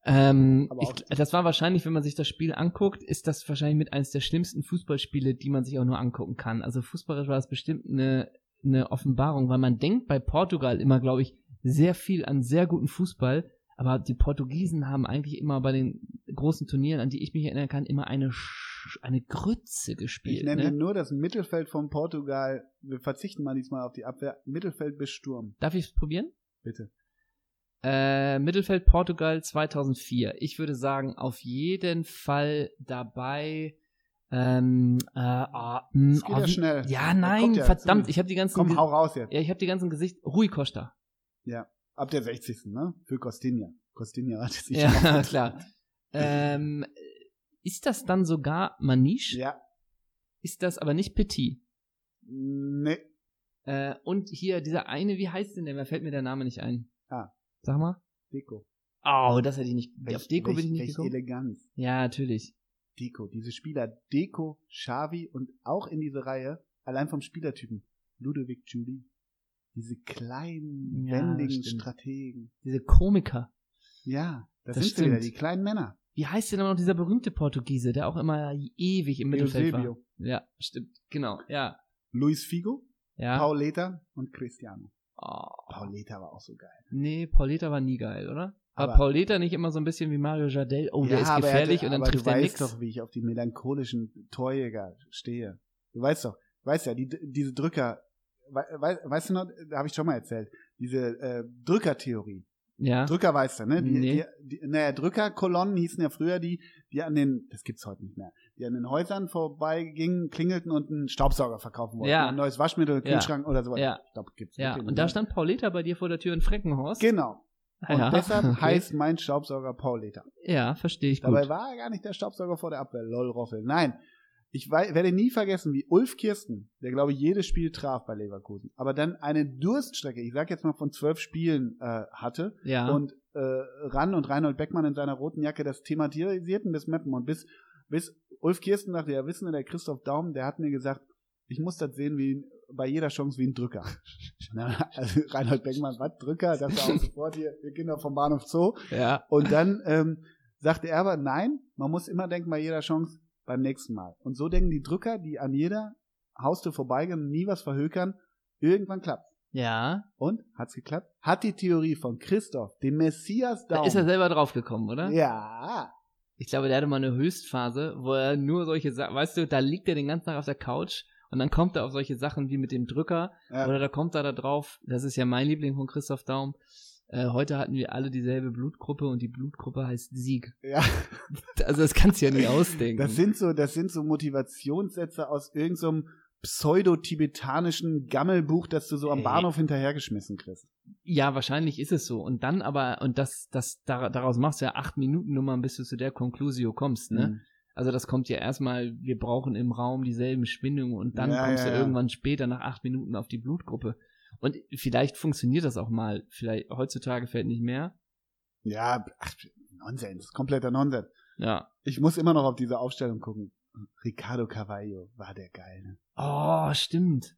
Speaker 1: Ähm, ich, das war wahrscheinlich, wenn man sich das Spiel anguckt, ist das wahrscheinlich mit eines der schlimmsten Fußballspiele, die man sich auch nur angucken kann. Also fußballerisch war das bestimmt eine, eine Offenbarung, weil man denkt bei Portugal immer, glaube ich, sehr viel an sehr guten Fußball, aber die Portugiesen haben eigentlich immer bei den großen Turnieren, an die ich mich erinnern kann, immer eine, Sch eine Grütze gespielt.
Speaker 2: Ich
Speaker 1: ne?
Speaker 2: nenne nur das Mittelfeld von Portugal. Wir verzichten mal diesmal auf die Abwehr. Mittelfeld bis Sturm.
Speaker 1: Darf ich es probieren?
Speaker 2: Bitte.
Speaker 1: Äh, Mittelfeld Portugal 2004. Ich würde sagen, auf jeden Fall dabei. Ähm, äh, oh, mh,
Speaker 2: Es geht ja
Speaker 1: wie-
Speaker 2: schnell.
Speaker 1: Ja,
Speaker 2: kommt
Speaker 1: nein,
Speaker 2: ja.
Speaker 1: verdammt, ich habe die ganzen.
Speaker 2: Komm,
Speaker 1: Ge-
Speaker 2: hau raus jetzt.
Speaker 1: ja, ich habe die ganzen Gesicht. Rui Costa.
Speaker 2: Ab der 60. Ne? Für Costinha. Costinha hatte sich
Speaker 1: Ja, *laughs* klar.
Speaker 2: Mhm.
Speaker 1: ähm, ist das dann sogar Maniche?
Speaker 2: Ja.
Speaker 1: Ist das aber nicht Petit?
Speaker 2: Nee.
Speaker 1: Äh, und hier dieser eine, wie heißt denn der? Mir fällt mir der Name nicht ein.
Speaker 2: Ah.
Speaker 1: Sag mal.
Speaker 2: Deko.
Speaker 1: Oh, das hätte ich nicht. auf Deko bin ich nicht
Speaker 2: welch
Speaker 1: gekommen.
Speaker 2: Eleganz.
Speaker 1: Ja, natürlich.
Speaker 2: Deko. Diese Spieler Deko, Xavi und auch in diese Reihe, allein vom Spielertypen, Ludovic Julie. Diese kleinen,
Speaker 1: Ja,
Speaker 2: wendigen
Speaker 1: stimmt.
Speaker 2: Strategen.
Speaker 1: Diese Komiker.
Speaker 2: Ja, das,
Speaker 1: Das
Speaker 2: sind sie wieder,
Speaker 1: stimmt.
Speaker 2: die kleinen Männer.
Speaker 1: Wie heißt denn aber noch dieser berühmte Portugiese, der auch immer ewig im Mittelfeld war?
Speaker 2: Eusebio,
Speaker 1: Ja, stimmt. Genau. Ja.
Speaker 2: Luis Figo,
Speaker 1: Ja.
Speaker 2: Pauleta und Cristiano.
Speaker 1: oh.
Speaker 2: Pauleta war auch so geil.
Speaker 1: Nee, Pauleta war nie geil, oder? War
Speaker 2: Aber-
Speaker 1: Pauleta nicht immer so ein bisschen wie Mario Jardel? Oh, der ist
Speaker 2: aber er hatte-
Speaker 1: gefährlich und dann
Speaker 2: aber
Speaker 1: trifft
Speaker 2: du
Speaker 1: er
Speaker 2: weißt
Speaker 1: nix.
Speaker 2: doch, wie ich auf die melancholischen Torjäger stehe. Du weißt doch, weißt ja, die, diese Drücker, we, we, weißt du noch, da habe ich schon mal erzählt, diese äh, Drückertheorie.
Speaker 1: Ja.
Speaker 2: Drücker weißt du, ne? Die,
Speaker 1: Nee.
Speaker 2: die, die, naja, Drückerkolonnen hießen ja früher die, die an den, das gibt's heute nicht mehr, die an den Häusern vorbeigingen, klingelten und einen Staubsauger verkaufen wollten.
Speaker 1: Ja.
Speaker 2: Ein neues Waschmittel, Kühlschrank oder sowas.
Speaker 1: Ja.
Speaker 2: Ich glaub, gibt's
Speaker 1: Ja,
Speaker 2: wirklich
Speaker 1: und
Speaker 2: nicht
Speaker 1: da
Speaker 2: mehr.
Speaker 1: stand Pauleta bei dir vor der Tür in Freckenhorst.
Speaker 2: Genau. Und
Speaker 1: ja.
Speaker 2: deshalb
Speaker 1: okay.
Speaker 2: heißt mein Staubsauger Pauleta.
Speaker 1: Ja, verstehe ich
Speaker 2: Dabei
Speaker 1: gut.
Speaker 2: war er gar nicht der Staubsauger vor der Abwehr. Lol, Roffel. Nein. Ich wei- werde nie vergessen, wie Ulf Kirsten, der glaube ich jedes Spiel traf bei Leverkusen, aber dann eine Durststrecke, ich sag jetzt mal von zwölf Spielen, äh, hatte
Speaker 1: Ja.
Speaker 2: und äh, Ran und Reinhold Beckmann in seiner roten Jacke das thematisierten bis Meppen und bis, bis Ulf Kirsten sagte, ja wissen Sie, der Christoph Daum, der hat mir gesagt, ich muss das sehen wie ein, bei jeder Chance wie ein Drücker. Na, also Reinhold Beckmann, was Drücker? Das war auch sofort hier, wir Kinder vom Bahnhof Zoo.
Speaker 1: ja.
Speaker 2: Und dann ähm, sagte er aber, nein, man muss immer denken bei jeder Chance beim nächsten Mal. Und so denken die Drücker, die an jeder Haustür vorbeigehen und nie was verhökern, irgendwann klappt's.
Speaker 1: Ja.
Speaker 2: Und hat's geklappt? Hat die Theorie von Christoph, dem Messias
Speaker 1: Da
Speaker 2: Daum.
Speaker 1: ist er selber draufgekommen, oder?
Speaker 2: Ja.
Speaker 1: Ich glaube, der hatte mal eine Höchstphase, wo er nur solche Sachen, weißt du, da liegt er den ganzen Tag auf der Couch und dann kommt er auf solche Sachen wie mit dem Drücker
Speaker 2: Ja.
Speaker 1: oder da kommt er da drauf, das ist ja mein Liebling von Christoph Daum. Äh, heute hatten wir alle dieselbe Blutgruppe und die Blutgruppe heißt Sieg.
Speaker 2: ja.
Speaker 1: Also das kannst du ja
Speaker 2: *laughs*
Speaker 1: nicht ausdenken.
Speaker 2: Das sind so, das sind so Motivationssätze aus irgendeinem pseudo-tibetanischen Gammelbuch, das du so am
Speaker 1: Ey.
Speaker 2: Bahnhof hinterhergeschmissen kriegst.
Speaker 1: ja, wahrscheinlich ist es so. Und dann aber, und das, das, dar- daraus machst du ja acht Minuten Nummern, bis du zu der Conclusio kommst, ne?
Speaker 2: Mhm.
Speaker 1: Also das kommt ja erstmal, wir brauchen im Raum dieselben Schwingungen und dann
Speaker 2: Ja,
Speaker 1: kommst
Speaker 2: ja,
Speaker 1: du
Speaker 2: ja.
Speaker 1: irgendwann später nach acht Minuten auf die Blutgruppe. Und vielleicht funktioniert das auch mal. Vielleicht heutzutage fällt nicht mehr.
Speaker 2: Ja, ach, Nonsens, kompletter Nonsens.
Speaker 1: Ja.
Speaker 2: Ich muss immer noch auf diese Aufstellung gucken. Ricardo Carvalho war der geil. Ne?
Speaker 1: Oh, stimmt.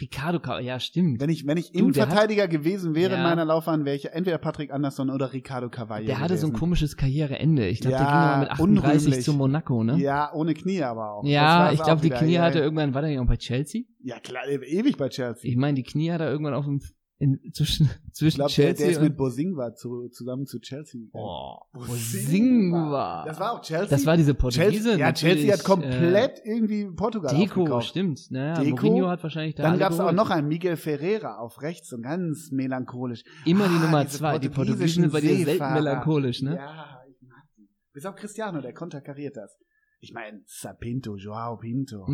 Speaker 1: Ricardo, Ka- ja, stimmt.
Speaker 2: Wenn ich, wenn
Speaker 1: Du,
Speaker 2: ich
Speaker 1: der
Speaker 2: Innenverteidiger gewesen wäre in
Speaker 1: Ja.
Speaker 2: meiner Laufbahn, wäre ich entweder Patrick Anderson oder Ricardo Carvalho.
Speaker 1: Der hatte so ein
Speaker 2: gewesen.
Speaker 1: komisches Karriereende. Ich glaube, der
Speaker 2: Ja,
Speaker 1: ging aber mit 38
Speaker 2: unrühmlich.
Speaker 1: zu Monaco, ne?
Speaker 2: Ja, ohne Knie aber auch. Das
Speaker 1: Ja,
Speaker 2: war's
Speaker 1: ich
Speaker 2: auch
Speaker 1: glaube, die
Speaker 2: wieder.
Speaker 1: Knie
Speaker 2: ja,
Speaker 1: hat er
Speaker 2: ja.
Speaker 1: irgendwann, war der nicht auch bei Chelsea?
Speaker 2: Ja, klar, e- ewig bei Chelsea.
Speaker 1: Ich meine, die Knie hat er irgendwann auf dem, in, zwischen, *laughs*
Speaker 2: Ich
Speaker 1: zwischen
Speaker 2: glaube, der,
Speaker 1: Chelsea ne?
Speaker 2: der ist
Speaker 1: und,
Speaker 2: mit Bosingwa zu, zusammen zu Chelsea gegangen.
Speaker 1: oh,
Speaker 2: Bosingwa.
Speaker 1: Bosingwa.
Speaker 2: Das war auch Chelsea.
Speaker 1: Das war diese Portugiese.
Speaker 2: Chelsea, ja, Chelsea hat
Speaker 1: natürlich,
Speaker 2: komplett irgendwie Portugal
Speaker 1: Äh, Deko,
Speaker 2: aufgekauft.
Speaker 1: stimmt. Naja,
Speaker 2: Deko.
Speaker 1: Mourinho hat wahrscheinlich da
Speaker 2: Dann
Speaker 1: alle
Speaker 2: gab's auch
Speaker 1: geholt.
Speaker 2: noch einen Miguel Ferreira auf rechts, so ganz melancholisch.
Speaker 1: Immer die
Speaker 2: Ah,
Speaker 1: Nummer
Speaker 2: diese
Speaker 1: zwei. Die Portugiesen
Speaker 2: portugiesischen
Speaker 1: sind bei dir selten
Speaker 2: Seefahrer.
Speaker 1: melancholisch, ne?
Speaker 2: Ja, ich mag die. Bis auf Cristiano, der konterkariert das. Ich meine, Sapinto, Joao Pinto.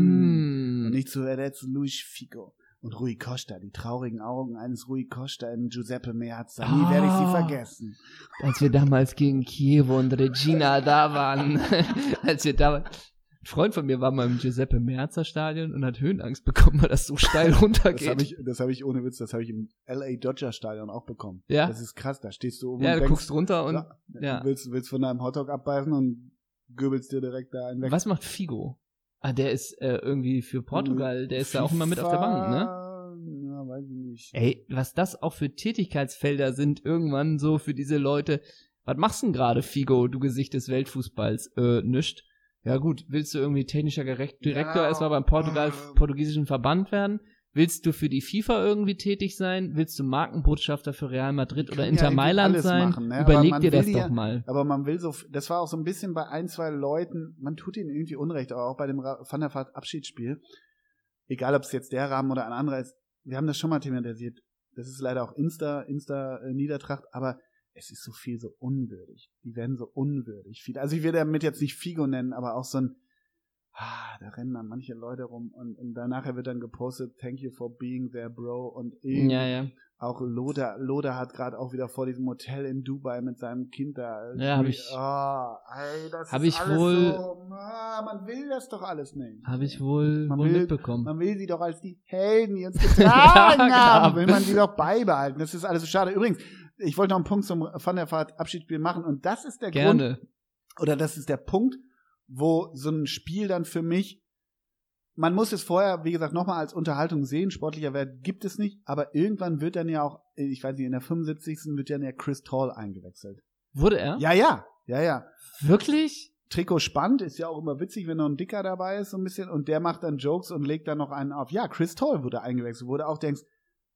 Speaker 2: Und
Speaker 1: Mm.
Speaker 2: nicht zu ersetzen Luis Figo und Rui Costa, die traurigen Augen eines Rui Costa in Giuseppe Meazza. Nie
Speaker 1: Ah.
Speaker 2: werde ich sie vergessen.
Speaker 1: Als wir damals gegen Kiewo und Regina da waren. *laughs* Als wir damals... Ein Freund von mir war mal im Giuseppe Merzer Stadion und hat Höhenangst bekommen, weil das so steil
Speaker 2: *laughs* Das habe
Speaker 1: runtergeht.
Speaker 2: ich, das habe ich ohne Witz, das habe ich im LA Dodger Stadion auch bekommen.
Speaker 1: Ja.
Speaker 2: Das ist krass, da stehst du oben
Speaker 1: Ja,
Speaker 2: und
Speaker 1: du
Speaker 2: denkst,
Speaker 1: guckst runter und
Speaker 2: Ja.
Speaker 1: ja.
Speaker 2: willst, willst von deinem Hotdog abbeißen und Goebbels dir direkt da einen weg.
Speaker 1: Was macht Figo? Ah, der ist äh, irgendwie für Portugal, der ist ja auch immer mit auf der Bank, ne?
Speaker 2: ne? Ja, weiß ich nicht.
Speaker 1: Ey, was das auch für Tätigkeitsfelder sind irgendwann so für diese Leute. Was machst denn gerade, Figo, du Gesicht des Weltfußballs? Äh, nischt. Ja gut, willst du irgendwie technischer Gerecht Direktor
Speaker 2: Ja.
Speaker 1: erstmal beim Portugal
Speaker 2: Ah.
Speaker 1: portugiesischen Verband werden? Willst du für die FIFA irgendwie tätig sein? Willst du Markenbotschafter für Real Madrid oder
Speaker 2: kann
Speaker 1: Inter
Speaker 2: ja eigentlich
Speaker 1: Mailand
Speaker 2: alles
Speaker 1: sein?
Speaker 2: machen, ne? Aber
Speaker 1: Überleg
Speaker 2: man
Speaker 1: dir das
Speaker 2: will
Speaker 1: doch
Speaker 2: ja-
Speaker 1: mal.
Speaker 2: Aber man will so, das war auch so ein bisschen bei ein, zwei Leuten, man tut ihnen irgendwie Unrecht, aber auch bei dem Ra- Van der Vaart Abschiedsspiel. Egal, ob es jetzt der Rahmen oder ein anderer ist. Wir haben das schon mal thematisiert. Das ist leider auch Insta, Insta äh, Niedertracht, aber es ist so viel so unwürdig. Die werden so unwürdig. Viel. Also ich will damit jetzt nicht Figo nennen, aber auch so ein, ah, da rennen dann manche Leute rum und, und danach wird dann gepostet, thank you for being there, bro, und irgendwie
Speaker 1: Ja, ja.
Speaker 2: auch Loda, Loda hat gerade auch wieder vor diesem Hotel in Dubai mit seinem Kind da.
Speaker 1: Ja, hab ich-
Speaker 2: Ah, ey, das
Speaker 1: hab
Speaker 2: ist
Speaker 1: ich
Speaker 2: alles
Speaker 1: wohl-
Speaker 2: So, ah, man will das doch alles nicht.
Speaker 1: Habe ich wohl,
Speaker 2: Man
Speaker 1: wohl
Speaker 2: will-
Speaker 1: mitbekommen.
Speaker 2: Man will sie doch als die Helden,
Speaker 1: *laughs*
Speaker 2: die uns getragen
Speaker 1: Ja, genau.
Speaker 2: haben,
Speaker 1: klar.
Speaker 2: will man die doch beibehalten. Das ist alles so schade. Übrigens, ich wollte noch einen Punkt zum Van der Vaart Abschiedsspiel machen und das ist der Grund,
Speaker 1: Gerne.
Speaker 2: oder das ist der Punkt, wo so ein Spiel dann für mich, man muss es vorher, wie gesagt, nochmal als Unterhaltung sehen, sportlicher Wert gibt es nicht, aber irgendwann wird dann ja auch, ich weiß nicht, in der 75. wird dann ja Chris Tall eingewechselt.
Speaker 1: Wurde er?
Speaker 2: Ja, ja, ja, ja.
Speaker 1: Wirklich?
Speaker 2: Trikot spannend, ist ja auch immer witzig, wenn noch ein Dicker dabei ist, so ein bisschen, und der macht dann Jokes und legt dann noch einen auf. Ja, Chris Tall wurde eingewechselt, wurde auch denkst,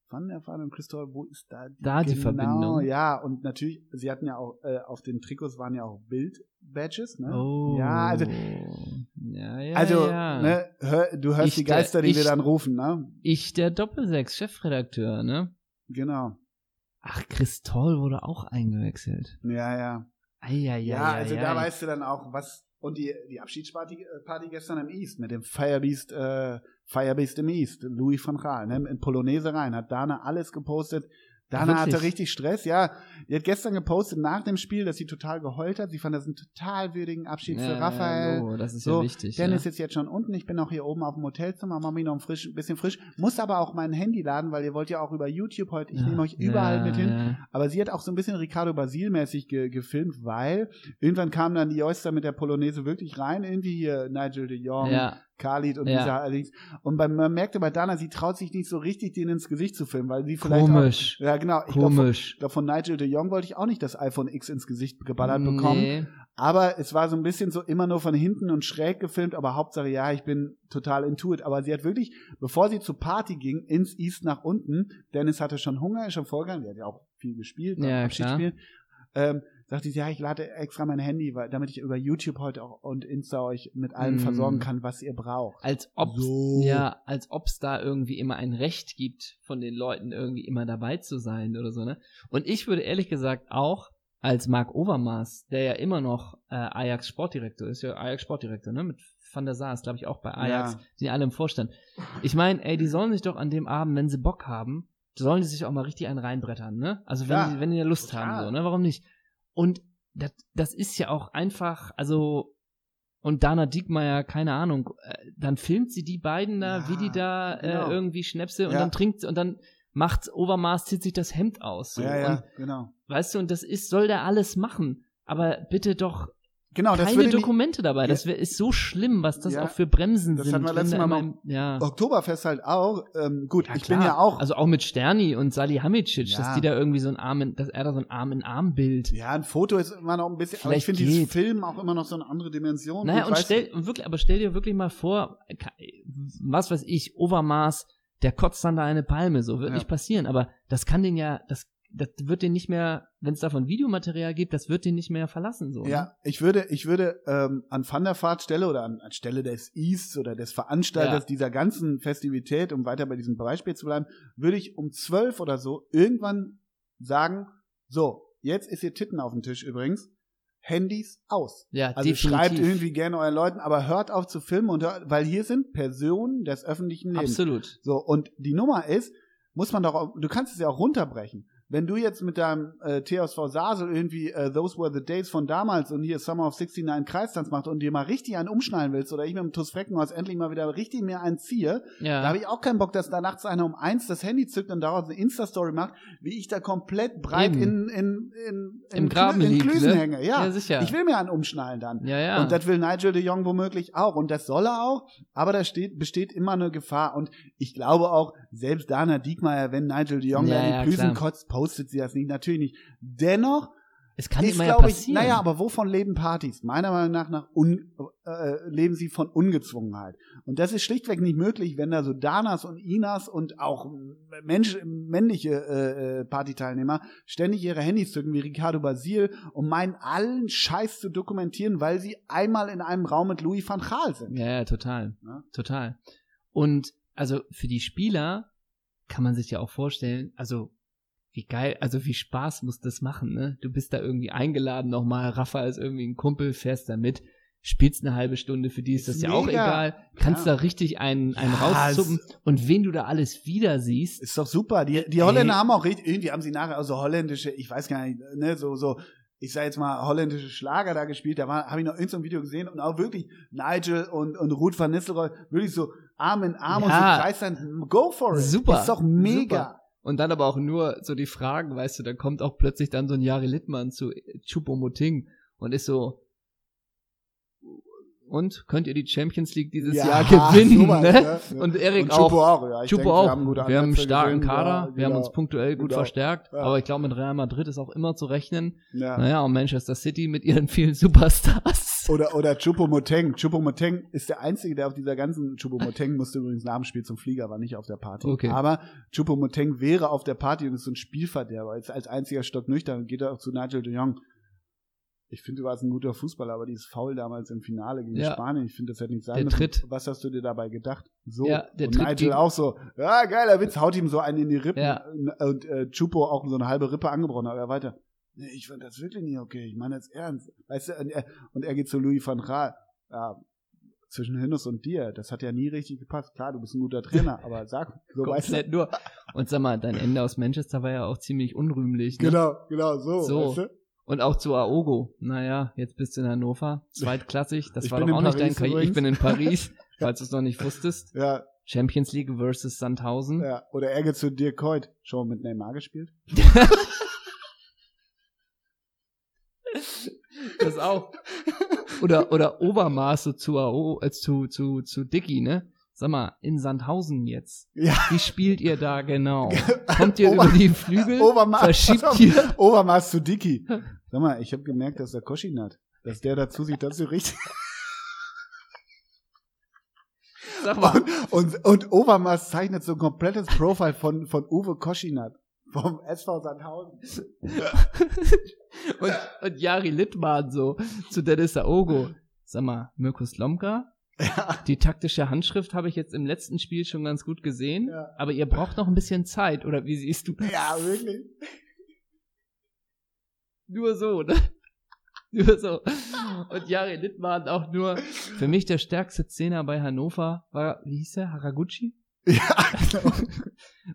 Speaker 2: Van der Vaart und Chris Tall, wo ist da die,
Speaker 1: Da Ah, die Verbindung.
Speaker 2: Genau, Ja, und natürlich, sie hatten ja auch, äh, auf den Trikots waren ja auch Bild-Badges, ne?
Speaker 1: Oh.
Speaker 2: Ja, also-
Speaker 1: Ja, ja,
Speaker 2: Also,
Speaker 1: ja.
Speaker 2: ne, hör, du hörst
Speaker 1: Ich
Speaker 2: die Geister,
Speaker 1: der-
Speaker 2: die
Speaker 1: ich-
Speaker 2: wir dann rufen, ne?
Speaker 1: Ich, der Doppelsechs-Chefredakteur, ne?
Speaker 2: Genau.
Speaker 1: Ach, Chris Toll wurde auch eingewechselt.
Speaker 2: Ja, ja.
Speaker 1: Eieiei.
Speaker 2: Ja, also da weißt du dann auch, was. Und die, die Abschiedsparty äh, Party gestern im East mit dem Firebeast, äh, Firebeast im East, Louis van Gaal, ne? In Polonaise rein, hat Dana alles gepostet. Dana
Speaker 1: Wirklich?
Speaker 2: hatte richtig Stress, ja. Die hat gestern gepostet nach dem Spiel, dass sie total geheult hat. Sie fand das einen total würdigen Abschied
Speaker 1: ja,
Speaker 2: für Raphael.
Speaker 1: Ja, so, das ist
Speaker 2: So,
Speaker 1: ja wichtig.
Speaker 2: Dennis
Speaker 1: ja.
Speaker 2: ist jetzt schon unten, ich bin auch hier oben auf dem Hotelzimmer, mach mich noch ein frisch, bisschen frisch, muss aber auch mein Handy laden, weil ihr wollt ja auch über YouTube heute, ich
Speaker 1: ja.
Speaker 2: nehme euch überall
Speaker 1: ja,
Speaker 2: mit hin,
Speaker 1: Ja.
Speaker 2: aber sie hat auch so ein bisschen Ricardo Basil mäßig ge gefilmt, weil irgendwann kamen dann die Oyster mit der Polonaise wirklich rein, irgendwie hier Nigel de Jong,
Speaker 1: ja,
Speaker 2: Khalid und
Speaker 1: Ja.
Speaker 2: dieser allerdings, und bei, man merkte bei Dana, sie traut sich nicht so richtig, denen ins Gesicht zu filmen, weil sie vielleicht
Speaker 1: komisch.
Speaker 2: auch, ja genau, ich glaube, von,
Speaker 1: komisch.
Speaker 2: ich glaub, von Nigel de Jong wollte ich auch nicht das iPhone X ins Gesicht geballert bekommen,
Speaker 1: Nee.
Speaker 2: aber es war so ein bisschen so immer nur von hinten und schräg gefilmt, aber Hauptsache, ja, ich bin total intuit. Aber sie hat wirklich, bevor sie zur Party ging, ins East nach unten, Dennis hatte schon Hunger, ist schon vorgegangen, der hat ja auch viel gespielt, war
Speaker 1: Ja,
Speaker 2: im Abschiedsspiel, ähm, sagte sie, ja, ich lade extra mein Handy, weil, damit ich über YouTube heute auch und Insta euch mit allem
Speaker 1: Mm.
Speaker 2: versorgen kann, was ihr braucht.
Speaker 1: Als ob
Speaker 2: So.
Speaker 1: ja, als ob es da irgendwie immer ein Recht gibt, von den Leuten irgendwie immer dabei zu sein oder so, ne? Und ich würde ehrlich gesagt auch als Marc Overmars, der ja immer noch äh, Ajax Sportdirektor ist, ja Ajax Sportdirektor, ne? Mit Van der Sar ist, glaube ich, auch bei Ajax,
Speaker 2: Ja.
Speaker 1: die sind alle im Vorstand. Ich meine, ey, die sollen sich doch an dem Abend, wenn sie Bock haben, sollen die sich auch mal richtig einen reinbrettern, ne? Also wenn,
Speaker 2: Ja,
Speaker 1: die, wenn die da Lust
Speaker 2: total.
Speaker 1: haben, so, ne? Warum nicht? Und das, das ist ja auch einfach, also und Dana Diekmeyer, keine Ahnung, äh, dann filmt sie die beiden da,
Speaker 2: Ja,
Speaker 1: wie die da
Speaker 2: genau.
Speaker 1: äh, irgendwie Schnäpse und
Speaker 2: Ja.
Speaker 1: dann trinkt sie und dann macht Overmaß, zieht sich das Hemd aus. So.
Speaker 2: ja, ja,
Speaker 1: Und,
Speaker 2: genau.
Speaker 1: weißt du, und das ist, soll der alles machen, aber bitte doch
Speaker 2: Genau, das
Speaker 1: keine
Speaker 2: würde mich,
Speaker 1: Dokumente dabei. Das wär, ist so schlimm, was das
Speaker 2: Ja.
Speaker 1: auch für Bremsen
Speaker 2: Das
Speaker 1: sind.
Speaker 2: hatten wir
Speaker 1: wenn
Speaker 2: letztes
Speaker 1: da
Speaker 2: Mal
Speaker 1: immer
Speaker 2: noch-
Speaker 1: im- ja.
Speaker 2: Oktoberfest halt auch, ähm, gut,
Speaker 1: Ja,
Speaker 2: ich
Speaker 1: klar.
Speaker 2: bin ja auch,
Speaker 1: Also auch mit Sterni und Salihamidzic,
Speaker 2: Ja.
Speaker 1: dass die da irgendwie so ein Arm in, dass er da so ein Arm in Arm Bild.
Speaker 2: ja, ein Foto ist immer noch ein bisschen, aber ich
Speaker 1: Vielleicht
Speaker 2: finde dieses
Speaker 1: geht.
Speaker 2: Film auch immer noch so eine andere Dimension.
Speaker 1: Naja,
Speaker 2: Ich
Speaker 1: und
Speaker 2: weiß-
Speaker 1: stell, und wirklich, aber stell dir wirklich mal vor, ka- was weiß ich, Overmaß, der kotzt dann da eine Palme, so wird
Speaker 2: Ja.
Speaker 1: nicht passieren, aber das kann den ja, das, das wird den nicht mehr, wenn es davon Videomaterial gibt, das wird den nicht mehr verlassen, so. Ne?
Speaker 2: Ja, ich würde, ich würde ähm, an Van der Vaart Stelle oder an, an Stelle des Easts oder des Veranstalters
Speaker 1: Ja.
Speaker 2: dieser ganzen Festivität, um weiter bei diesem Beispiel zu bleiben, würde ich um zwölf oder so irgendwann sagen, so, jetzt ist ihr Titten auf dem Tisch übrigens, Handys aus.
Speaker 1: Ja,
Speaker 2: Also schreibt irgendwie gerne euren Leuten, aber hört auf zu filmen und hört, weil hier sind Personen des öffentlichen Lebens.
Speaker 1: Absolut.
Speaker 2: So, und die Nummer ist, muss man doch, auch- du kannst es ja auch runterbrechen. Wenn du jetzt mit deinem äh, TSV Sasel irgendwie äh, Those Were the Days von damals und hier Summer of 69 Kreistanz macht und dir mal richtig einen umschnallen willst oder ich mit dem TuS Freckenhaus endlich mal wieder richtig mehr einen ziehe,
Speaker 1: Ja.
Speaker 2: da habe ich auch keinen Bock, dass da nachts einer um eins das Handy zückt und daraus eine Insta-Story macht, wie ich da komplett breit
Speaker 1: Eben.
Speaker 2: in, in, in, in,
Speaker 1: Im Graben
Speaker 2: Klü- in
Speaker 1: liegt,
Speaker 2: Klüsen
Speaker 1: ne?
Speaker 2: hänge. Ja.
Speaker 1: Ja, sicher.
Speaker 2: Ich will mir einen umschnallen dann.
Speaker 1: Ja, ja.
Speaker 2: Und das will Nigel de Jong womöglich auch. Und das soll er auch. Aber da steht, besteht immer eine Gefahr. Und ich glaube auch, selbst Dana Diekmeyer, wenn Nigel de Jong
Speaker 1: Ja,
Speaker 2: da in
Speaker 1: ja,
Speaker 2: die Klüsen
Speaker 1: klar.
Speaker 2: kotzt, postet sie das nicht. Natürlich nicht. Dennoch
Speaker 1: es kann
Speaker 2: ist,
Speaker 1: immer ja
Speaker 2: glaube ich,
Speaker 1: passieren.
Speaker 2: naja, aber wovon leben Partys? Meiner Meinung nach, nach un, äh, leben sie von Ungezwungenheit. Und das ist schlichtweg nicht möglich, wenn da so Danas und Inas und auch Mensch, männliche äh, äh, Partyteilnehmer ständig ihre Handys zücken, wie Ricardo Basil, und meinen, allen Scheiß zu dokumentieren, weil sie einmal in einem Raum mit Louis van Gaal sind.
Speaker 1: Ja, ja, total.
Speaker 2: Ne?
Speaker 1: Total. Und also für die Spieler kann man sich ja auch vorstellen, also wie geil, also wie Spaß muss das machen, ne? Du bist da irgendwie eingeladen nochmal, Rafa ist irgendwie ein Kumpel, fährst da mit, spielst eine halbe Stunde, für die ist
Speaker 2: Ist
Speaker 1: das ja auch
Speaker 2: mega.
Speaker 1: egal, kannst
Speaker 2: Ja.
Speaker 1: da richtig einen, einen
Speaker 2: Ja,
Speaker 1: rauszuppen und wen du da alles wieder siehst,
Speaker 2: Ist doch super. Die, die Holländer
Speaker 1: Ey.
Speaker 2: haben auch richtig, irgendwie haben sie nachher also holländische, ich weiß gar nicht, ne, so, so, ich sag jetzt mal, holländische Schlager da gespielt. Da habe ich noch irgendein so ein Video gesehen und auch wirklich Nigel und, und Ruth van Nistelrooy wirklich so Arm in Arm und so
Speaker 1: Ja.
Speaker 2: kreisend, go for it.
Speaker 1: Super.
Speaker 2: Ist doch mega.
Speaker 1: Und dann aber auch nur so die Fragen, weißt du, da kommt auch plötzlich dann so ein Jari Littmann zu Chupomoting und ist so und könnt ihr die Champions League dieses Jahr gewinnen,
Speaker 2: sowas,
Speaker 1: ne?
Speaker 2: ne?
Speaker 1: Und Erik
Speaker 2: Chupo
Speaker 1: auch.
Speaker 2: ja, ich
Speaker 1: Chupo
Speaker 2: denk,
Speaker 1: auch.
Speaker 2: Wir haben, gute
Speaker 1: wir haben einen
Speaker 2: Ansätze
Speaker 1: starken
Speaker 2: gesehen,
Speaker 1: Kader,
Speaker 2: ja,
Speaker 1: wir haben
Speaker 2: genau.
Speaker 1: uns punktuell gut
Speaker 2: Genau.
Speaker 1: verstärkt,
Speaker 2: Ja.
Speaker 1: aber ich glaube, mit Real Madrid ist auch immer zu rechnen.
Speaker 2: Ja.
Speaker 1: Naja, und Manchester City mit ihren vielen Superstars.
Speaker 2: Oder, oder Chupomoteng. Chupomoteng ist der Einzige, der auf dieser ganzen Chupomoteng musste übrigens nach dem Spiel zum Flieger, war nicht auf der Party.
Speaker 1: Okay.
Speaker 2: Aber Chupomoteng wäre auf der Party und ist so ein Spielverderber. Ist als einziger Stock nüchtern und geht auch zu Nigel de Jong. Ich finde, du warst ein guter Fußballer, aber dieses Foul damals im Finale gegen
Speaker 1: Ja.
Speaker 2: Spanien, ich finde, das hätte nicht sein
Speaker 1: Der
Speaker 2: müssen.
Speaker 1: Tritt.
Speaker 2: Was hast du dir dabei gedacht? So.
Speaker 1: Ja, der
Speaker 2: und
Speaker 1: Tritt
Speaker 2: Nigel
Speaker 1: gegen-
Speaker 2: auch so, ja, geiler Witz, haut ihm so einen in die Rippen.
Speaker 1: Ja.
Speaker 2: Und äh, Chupo auch so eine halbe Rippe angebrochen, aber er weiter. Nee, ich fand das wirklich nicht okay. Ich meine das ernst. Weißt du, und er, und er geht zu Louis van Gaal. Ja, zwischen Hindus und dir, das hat ja nie richtig gepasst. Klar, du bist ein guter Trainer, aber sag, so weißt du.
Speaker 1: Komplett nur. Und sag mal, dein Ende aus Manchester war ja auch ziemlich unrühmlich. Ne?
Speaker 2: Genau, genau, so.
Speaker 1: So.
Speaker 2: Weißt du?
Speaker 1: Und auch zu Aogo. Naja, jetzt bist du in Hannover, zweitklassig. Das
Speaker 2: Ich
Speaker 1: war
Speaker 2: bin
Speaker 1: doch auch
Speaker 2: in
Speaker 1: nicht dein
Speaker 2: Paris
Speaker 1: Karriere. Ich
Speaker 2: übrigens.
Speaker 1: bin in
Speaker 2: *laughs*
Speaker 1: Paris, falls du es noch nicht wusstest.
Speaker 2: Ja,
Speaker 1: Champions League versus Sandhausen.
Speaker 2: ja. Oder er geht zu dir, Coit. Schon mit Neymar gespielt?
Speaker 1: Das auch. Oder, oder Obermaß so zu, Ao, äh, zu, zu, zu Dicky, ne? Sag mal, in Sandhausen jetzt.
Speaker 2: Ja.
Speaker 1: Wie spielt ihr da
Speaker 2: *laughs*
Speaker 1: genau? Kommt ihr über
Speaker 2: Ober-
Speaker 1: die Flügel?
Speaker 2: Obermaß, pass
Speaker 1: verschiebt
Speaker 2: *laughs* auf.
Speaker 1: ihr?
Speaker 2: Obermaß zu Dicky. Sag mal, ich habe gemerkt, dass der Koschin hat. Dass der dazu sieht, dass du richtig.
Speaker 1: Sag mal.
Speaker 2: Und, und Obermaß zeichnet so ein komplettes Profil von, von Uwe Koschinat vom SV Sandhausen.
Speaker 1: Und, und Jari Littmann so zu Dennis Aogo. Sag mal, Mirko Slomka,
Speaker 2: Ja,
Speaker 1: Die taktische Handschrift habe ich jetzt im letzten Spiel schon ganz gut gesehen,
Speaker 2: Ja.
Speaker 1: aber ihr braucht noch ein bisschen Zeit, oder wie siehst du das?
Speaker 2: ja wirklich.
Speaker 1: Nur so, ne? *laughs* Nur so. Und Jari Littmann auch nur. Für mich der stärkste Zehner bei Hannover war, wie hieß er? Haraguchi?
Speaker 2: *laughs* *laughs* Ja, genau.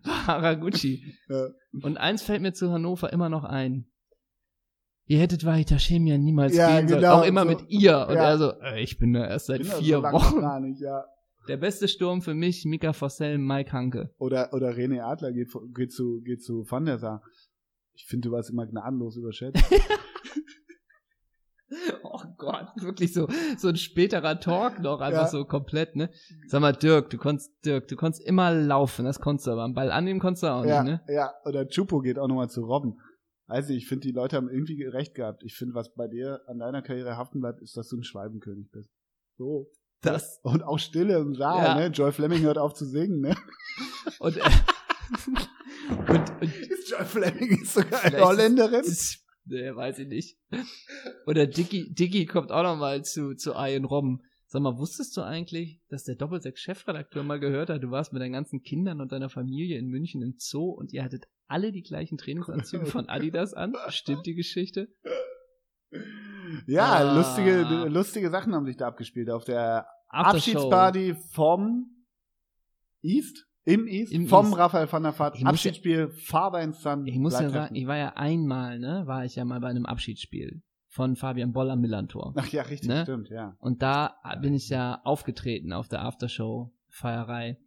Speaker 1: War *laughs* Haraguchi.
Speaker 2: Ja.
Speaker 1: Und eins fällt mir zu Hannover immer noch ein. Ihr hättet Wahita Chemia niemals
Speaker 2: Ja,
Speaker 1: spielen sollen.
Speaker 2: genau,
Speaker 1: Auch immer
Speaker 2: so.
Speaker 1: mit ihr. Und
Speaker 2: Ja.
Speaker 1: er so, äh, ich bin da erst seit
Speaker 2: Bin da
Speaker 1: vier
Speaker 2: genau. so lange noch
Speaker 1: Wochen.
Speaker 2: Gar nicht, ja.
Speaker 1: Der beste Sturm für mich, Mika Fossell, Mike Hanke. *laughs*
Speaker 2: Oder, oder René Adler geht, vor- geht zu, geht zu Van der Sar. Ich finde, du warst immer gnadenlos überschätzt.
Speaker 1: Oh Gott, wirklich so, so ein späterer Talk noch, einfach
Speaker 2: Ja.
Speaker 1: so komplett, ne? Sag mal, Dirk, du konntest, Dirk, du konntest immer laufen, das konntest du aber. Am Ball annehmen konntest du auch
Speaker 2: ja,
Speaker 1: nicht, ne?
Speaker 2: ja, oder Chupo geht auch nochmal zu Robben. Also ich finde, die Leute haben irgendwie recht gehabt. Ich finde, was bei dir an deiner Karriere haften bleibt, ist, dass du ein Schwalbenkönig bist. So.
Speaker 1: Das,
Speaker 2: Und auch Stille im Saal,
Speaker 1: Ja.
Speaker 2: ne? Joy Fleming hört auf zu singen, ne? *laughs*
Speaker 1: und, äh, *laughs* und, und
Speaker 2: Joy Fleming ist sogar
Speaker 1: Vielleicht
Speaker 2: eine
Speaker 1: ist-
Speaker 2: Holländerin.
Speaker 1: das, *laughs* ne, weiß ich nicht. Oder Dicky, Dicky kommt auch nochmal zu, zu Ian Robben. Sag mal, wusstest du eigentlich, dass der Doppelsechs-Chefredakteur mal gehört hat, du warst mit deinen ganzen Kindern und deiner Familie in München im Zoo und ihr hattet alle die gleichen Trainingsanzüge von Adidas an? Stimmt die Geschichte?
Speaker 2: Ja,
Speaker 1: Ah.
Speaker 2: lustige, lustige Sachen haben sich da abgespielt. Auf der
Speaker 1: Aftershow.
Speaker 2: Abschiedsparty vom East? Im East,
Speaker 1: Im
Speaker 2: vom
Speaker 1: East.
Speaker 2: Raphael van der Vaart.
Speaker 1: Ich muss ja-
Speaker 2: Abschiedsspiel, Father and Son.
Speaker 1: Ich muss ja
Speaker 2: bleibt
Speaker 1: sagen,
Speaker 2: happy.
Speaker 1: ich war ja einmal, ne, war ich ja mal bei einem Abschiedsspiel von Fabian Boll am Millantor.
Speaker 2: Ach ja, richtig,
Speaker 1: ne?
Speaker 2: stimmt, ja.
Speaker 1: Und da bin ich ja aufgetreten auf der Aftershow-Feierei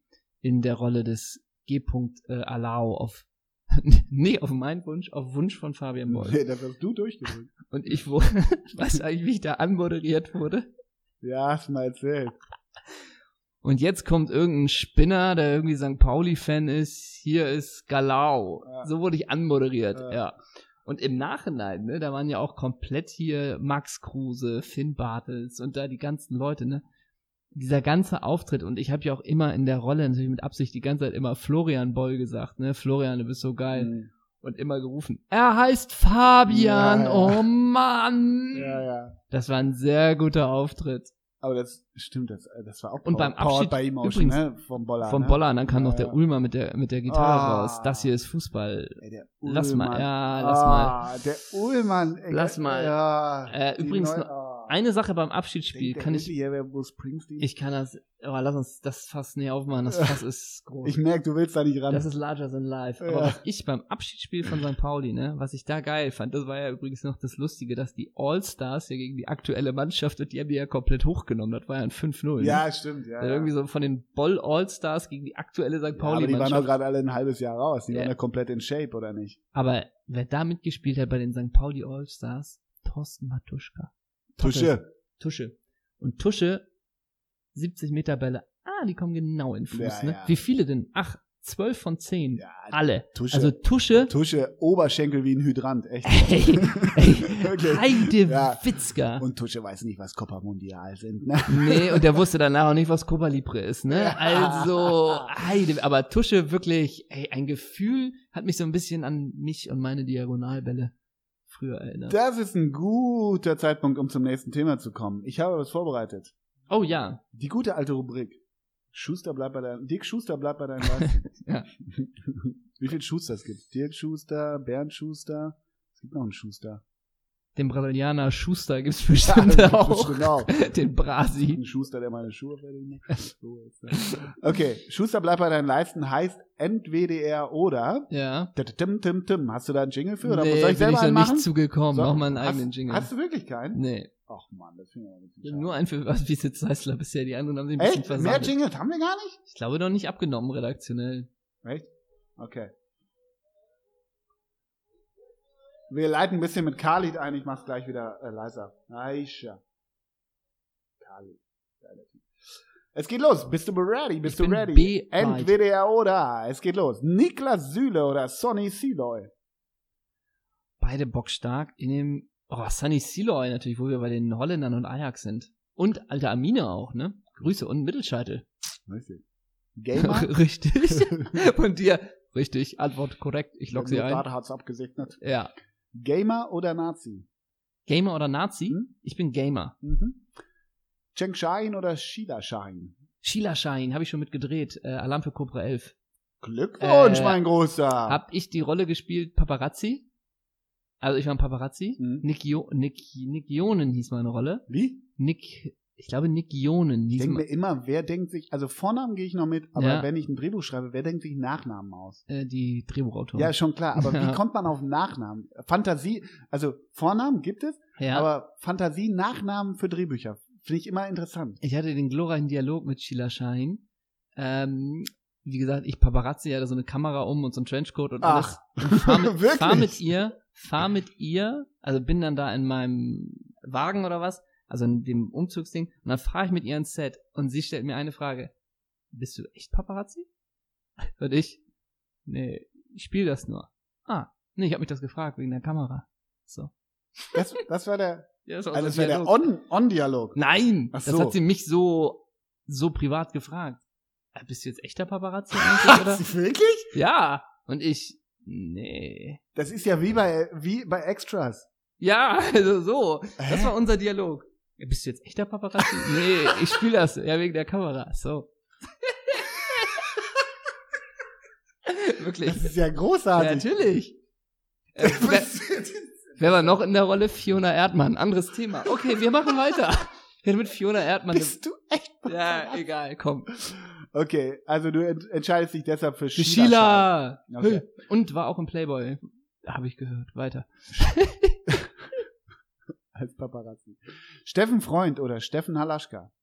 Speaker 1: in der Rolle des G. Äh, Alao auf, *laughs* nee, auf meinen Wunsch, auf Wunsch von Fabian Boll.
Speaker 2: *laughs* Nee, das hast du durchgedrückt.
Speaker 1: Und ich wurde, *laughs* weiß eigentlich, wie ich da anmoderiert wurde.
Speaker 2: Ja, hast du mal erzählt.
Speaker 1: Und jetzt kommt irgendein Spinner, der irgendwie St. Pauli-Fan ist. Hier ist Galau.
Speaker 2: Ja.
Speaker 1: So wurde ich anmoderiert,
Speaker 2: Ja.
Speaker 1: ja. Und im Nachhinein, ne, da waren ja auch komplett hier Max Kruse, Finn Bartels und da die ganzen Leute, ne. Dieser ganze Auftritt und ich habe ja auch immer in der Rolle natürlich mit Absicht die ganze Zeit immer Florian Boll gesagt, ne? Florian, du bist so geil.
Speaker 2: Mhm.
Speaker 1: Und immer gerufen, er heißt Fabian,
Speaker 2: Ja, ja.
Speaker 1: oh Mann.
Speaker 2: Hm. Ja, ja.
Speaker 1: Das war ein sehr guter Auftritt.
Speaker 2: Aber das stimmt, das, äh, das war auch
Speaker 1: Und beim Abschied
Speaker 2: bei Emotion,
Speaker 1: übrigens-
Speaker 2: ne? Vom Boller.
Speaker 1: Vom
Speaker 2: ne?
Speaker 1: Boller, und dann kam
Speaker 2: Ja,
Speaker 1: noch der
Speaker 2: ja.
Speaker 1: Ulmer mit der, mit der Gitarre
Speaker 2: Ah.
Speaker 1: raus. Das hier ist Fußball.
Speaker 2: Ey, der
Speaker 1: Lass mal,
Speaker 2: Ullmann.
Speaker 1: ja, lass mal.
Speaker 2: Ah, Der Ullmann. Ey,
Speaker 1: Lass mal.
Speaker 2: Ja,
Speaker 1: Äh,
Speaker 2: die
Speaker 1: übrigens noch
Speaker 2: ah.
Speaker 1: Eine Sache beim Abschiedsspiel
Speaker 2: Denkt der
Speaker 1: kann ich,
Speaker 2: wirklich, Hier wäre Bruce Springsteen.
Speaker 1: ich kann das, aber lass uns das Fass nicht aufmachen,
Speaker 2: *laughs*
Speaker 1: das Fass ist groß.
Speaker 2: ich merke, du willst da nicht ran.
Speaker 1: das ist larger than life. Aber
Speaker 2: Ja.
Speaker 1: was ich beim Abschiedsspiel von St. Pauli, ne, was ich da geil fand, das war ja übrigens noch das Lustige, dass die All-Stars ja gegen die aktuelle Mannschaft, und die haben die ja komplett hochgenommen, das war ja ein 5-0. ne?
Speaker 2: ja, stimmt, ja. ja.
Speaker 1: Irgendwie so von den Boll All-Stars gegen die aktuelle St.
Speaker 2: ja, aber die waren
Speaker 1: Pauli-Mannschaft.
Speaker 2: doch gerade alle ein halbes Jahr raus. Die
Speaker 1: Ja.
Speaker 2: waren ja komplett in Shape, oder nicht?
Speaker 1: aber wer da mitgespielt hat bei den St. Pauli All-Stars, Thorsten Matuschka.
Speaker 2: Tusche.
Speaker 1: Tusche. Und Tusche, 70 Meter Bälle. Ah, die kommen genau in Fuß,
Speaker 2: Ja,
Speaker 1: ne?
Speaker 2: ja.
Speaker 1: Wie viele denn? Ach, 12 von 10.
Speaker 2: Ja,
Speaker 1: Alle.
Speaker 2: Tusche.
Speaker 1: Also Tusche,
Speaker 2: Tusche, Oberschenkel wie ein Hydrant, echt.
Speaker 1: *laughs*
Speaker 2: *laughs*
Speaker 1: ey,
Speaker 2: Wirklich.
Speaker 1: ey, Heide
Speaker 2: Ja.
Speaker 1: Witzka.
Speaker 2: Und Tusche weiß nicht, was Copa Mundial sind. Ne?
Speaker 1: nee, und der wusste danach auch nicht, was Copa Libre ist, ne?
Speaker 2: Ja.
Speaker 1: Also, Heide, aber Tusche wirklich, ey, ein Gefühl hat mich so ein bisschen an mich und meine Diagonalbälle früher erinnert.
Speaker 2: Das ist ein guter Zeitpunkt, um zum nächsten Thema zu kommen. Ich habe was vorbereitet.
Speaker 1: oh ja,
Speaker 2: Die gute alte Rubrik. Schuster bleibt bei deinem, Dirk Schuster bleibt bei
Speaker 1: *laughs*
Speaker 2: deinem Leisten.
Speaker 1: Ja.
Speaker 2: Wie viel Schuster es gibt? Dirk Schuster, Bernd Schuster. Es gibt noch
Speaker 1: *laughs*
Speaker 2: einen Schuster.
Speaker 1: den Brasilianer Schuster gibt's bestimmt auch.
Speaker 2: Genau.
Speaker 1: *laughs* Den Brasi.
Speaker 2: Ein Schuster, der meine Schuhe verdient. So ist das. Okay, Schuster bleibt bei deinen Leisten heißt entweder oder.
Speaker 1: Ja.
Speaker 2: Tim, tim, tim. Hast du da einen Jingle für? Oder
Speaker 1: nee,
Speaker 2: soll
Speaker 1: bin
Speaker 2: ich selber
Speaker 1: ich noch
Speaker 2: einen machen?
Speaker 1: nicht zugekommen.
Speaker 2: So,
Speaker 1: Mach mal einen
Speaker 2: hast-
Speaker 1: eigenen Jingle.
Speaker 2: Hast du wirklich keinen?
Speaker 1: nee,
Speaker 2: Ach man, das finde ich aber
Speaker 1: wir
Speaker 2: nicht.
Speaker 1: haben nur einen für was wie Sid Zeissler bisher. Die anderen haben sich ein bisschen
Speaker 2: Echt? Mehr
Speaker 1: versammelt.
Speaker 2: Jingles haben wir gar nicht?
Speaker 1: Ich glaube, noch nicht abgenommen redaktionell.
Speaker 2: Echt? Okay. Wir leiten ein bisschen mit Khalid ein, ich mach's gleich wieder äh, leiser. Aisha. Khalid. Geiler Typ. Es geht los. Bist du ready? Bist
Speaker 1: Ich
Speaker 2: du
Speaker 1: bin
Speaker 2: ready?
Speaker 1: bereit.
Speaker 2: Entweder oder. Es geht los. Niklas Süle oder Sonny Siloy.
Speaker 1: Beide bockstark in dem. Oh, Sunny Siloy natürlich, wo wir bei den Holländern und Ajax sind. Und alter Amine auch, ne? Grüße und Mittelscheitel.
Speaker 2: Richtig.
Speaker 1: *laughs*
Speaker 2: Gamer?
Speaker 1: Richtig. *laughs* Von dir. Richtig. Antwort korrekt. Ich log sie
Speaker 2: Nur
Speaker 1: ein.
Speaker 2: Data hat's abgesegnet.
Speaker 1: Ja.
Speaker 2: Gamer oder Nazi?
Speaker 1: Gamer oder Nazi?
Speaker 2: Hm?
Speaker 1: Ich bin Gamer.
Speaker 2: Mhm. Cheng Shahin oder Sheila Shahin?
Speaker 1: Sheila Shine, habe ich schon mitgedreht. Äh, Alarm für Cobra 11.
Speaker 2: Glückwunsch,
Speaker 1: Äh,
Speaker 2: mein Großer.
Speaker 1: Hab ich die Rolle gespielt Paparazzi? Also ich war ein Paparazzi.
Speaker 2: Mhm.
Speaker 1: Nick, jo Nick, Nick Jonen hieß meine Rolle.
Speaker 2: Wie?
Speaker 1: Nick, ich glaube Nick Jonen
Speaker 2: Ich
Speaker 1: hieß
Speaker 2: denke
Speaker 1: ma-
Speaker 2: mir immer, wer denkt sich, also Vornamen gehe ich noch mit, aber
Speaker 1: Ja.
Speaker 2: wenn ich ein Drehbuch schreibe, wer denkt sich Nachnamen aus?
Speaker 1: äh, die Drehbuchautorin.
Speaker 2: Ja, schon
Speaker 1: *laughs*
Speaker 2: klar, aber
Speaker 1: Ja.
Speaker 2: wie kommt man auf Nachnamen? Fantasie, also Vornamen gibt es,
Speaker 1: Ja.
Speaker 2: aber Fantasie, Nachnamen für Drehbücher. Finde ich immer interessant.
Speaker 1: ich hatte den glorreichen Dialog mit Sheila Schein. Ähm, wie gesagt, ich Paparazzi hatte so eine Kamera um und so ein Trenchcoat und alles.
Speaker 2: Ach,
Speaker 1: *laughs* fahr
Speaker 2: *laughs*
Speaker 1: mit,
Speaker 2: Wirklich?
Speaker 1: fahr mit ihr, fahr mit ihr, also bin dann da in meinem Wagen oder was, also in dem Umzugsding, und dann fahre ich mit ihr ins Set und sie stellt mir eine Frage. Bist du echt Paparazzi? Und ich, nee, ich spiele das nur. Ah, nee, ich habe mich das gefragt wegen der Kamera. So.
Speaker 2: das, das war der,
Speaker 1: *laughs* Ja, ist auch
Speaker 2: also das
Speaker 1: so
Speaker 2: war
Speaker 1: ein
Speaker 2: der
Speaker 1: Dialog.
Speaker 2: On- On-Dialog.
Speaker 1: Nein,
Speaker 2: Ach
Speaker 1: das
Speaker 2: so.
Speaker 1: hat sie mich so, so privat gefragt. Äh, Bist du jetzt echter
Speaker 2: *laughs*
Speaker 1: Paparazzi eigentlich, oder?
Speaker 2: Wirklich?
Speaker 1: ja. Und ich, nee.
Speaker 2: Das ist ja wie bei, wie bei Extras.
Speaker 1: Ja, *laughs* also so. Das
Speaker 2: Hä?
Speaker 1: war unser Dialog. Ja, bist du jetzt echter Paparazzi? nee, ich spiele das. Ja, wegen der Kamera. So. Wirklich.
Speaker 2: Das ist ja
Speaker 1: Ja,
Speaker 2: großartig.
Speaker 1: natürlich.
Speaker 2: *laughs*
Speaker 1: Äh, wer, wer war noch in der Rolle? Fiona Erdmann. Anderes Thema. Okay, wir machen weiter. Ja, mit Fiona Erdmann.
Speaker 2: Bist du echt?
Speaker 1: Ja, egal, komm.
Speaker 2: Okay, also du ent entscheidest dich deshalb für
Speaker 1: Die
Speaker 2: Sheila.
Speaker 1: Sheila!
Speaker 2: Okay.
Speaker 1: Und war auch im Playboy. Habe ich gehört. Weiter.
Speaker 2: *laughs* Als Paparazzi. Steffen Freund oder Steffen Halaschka.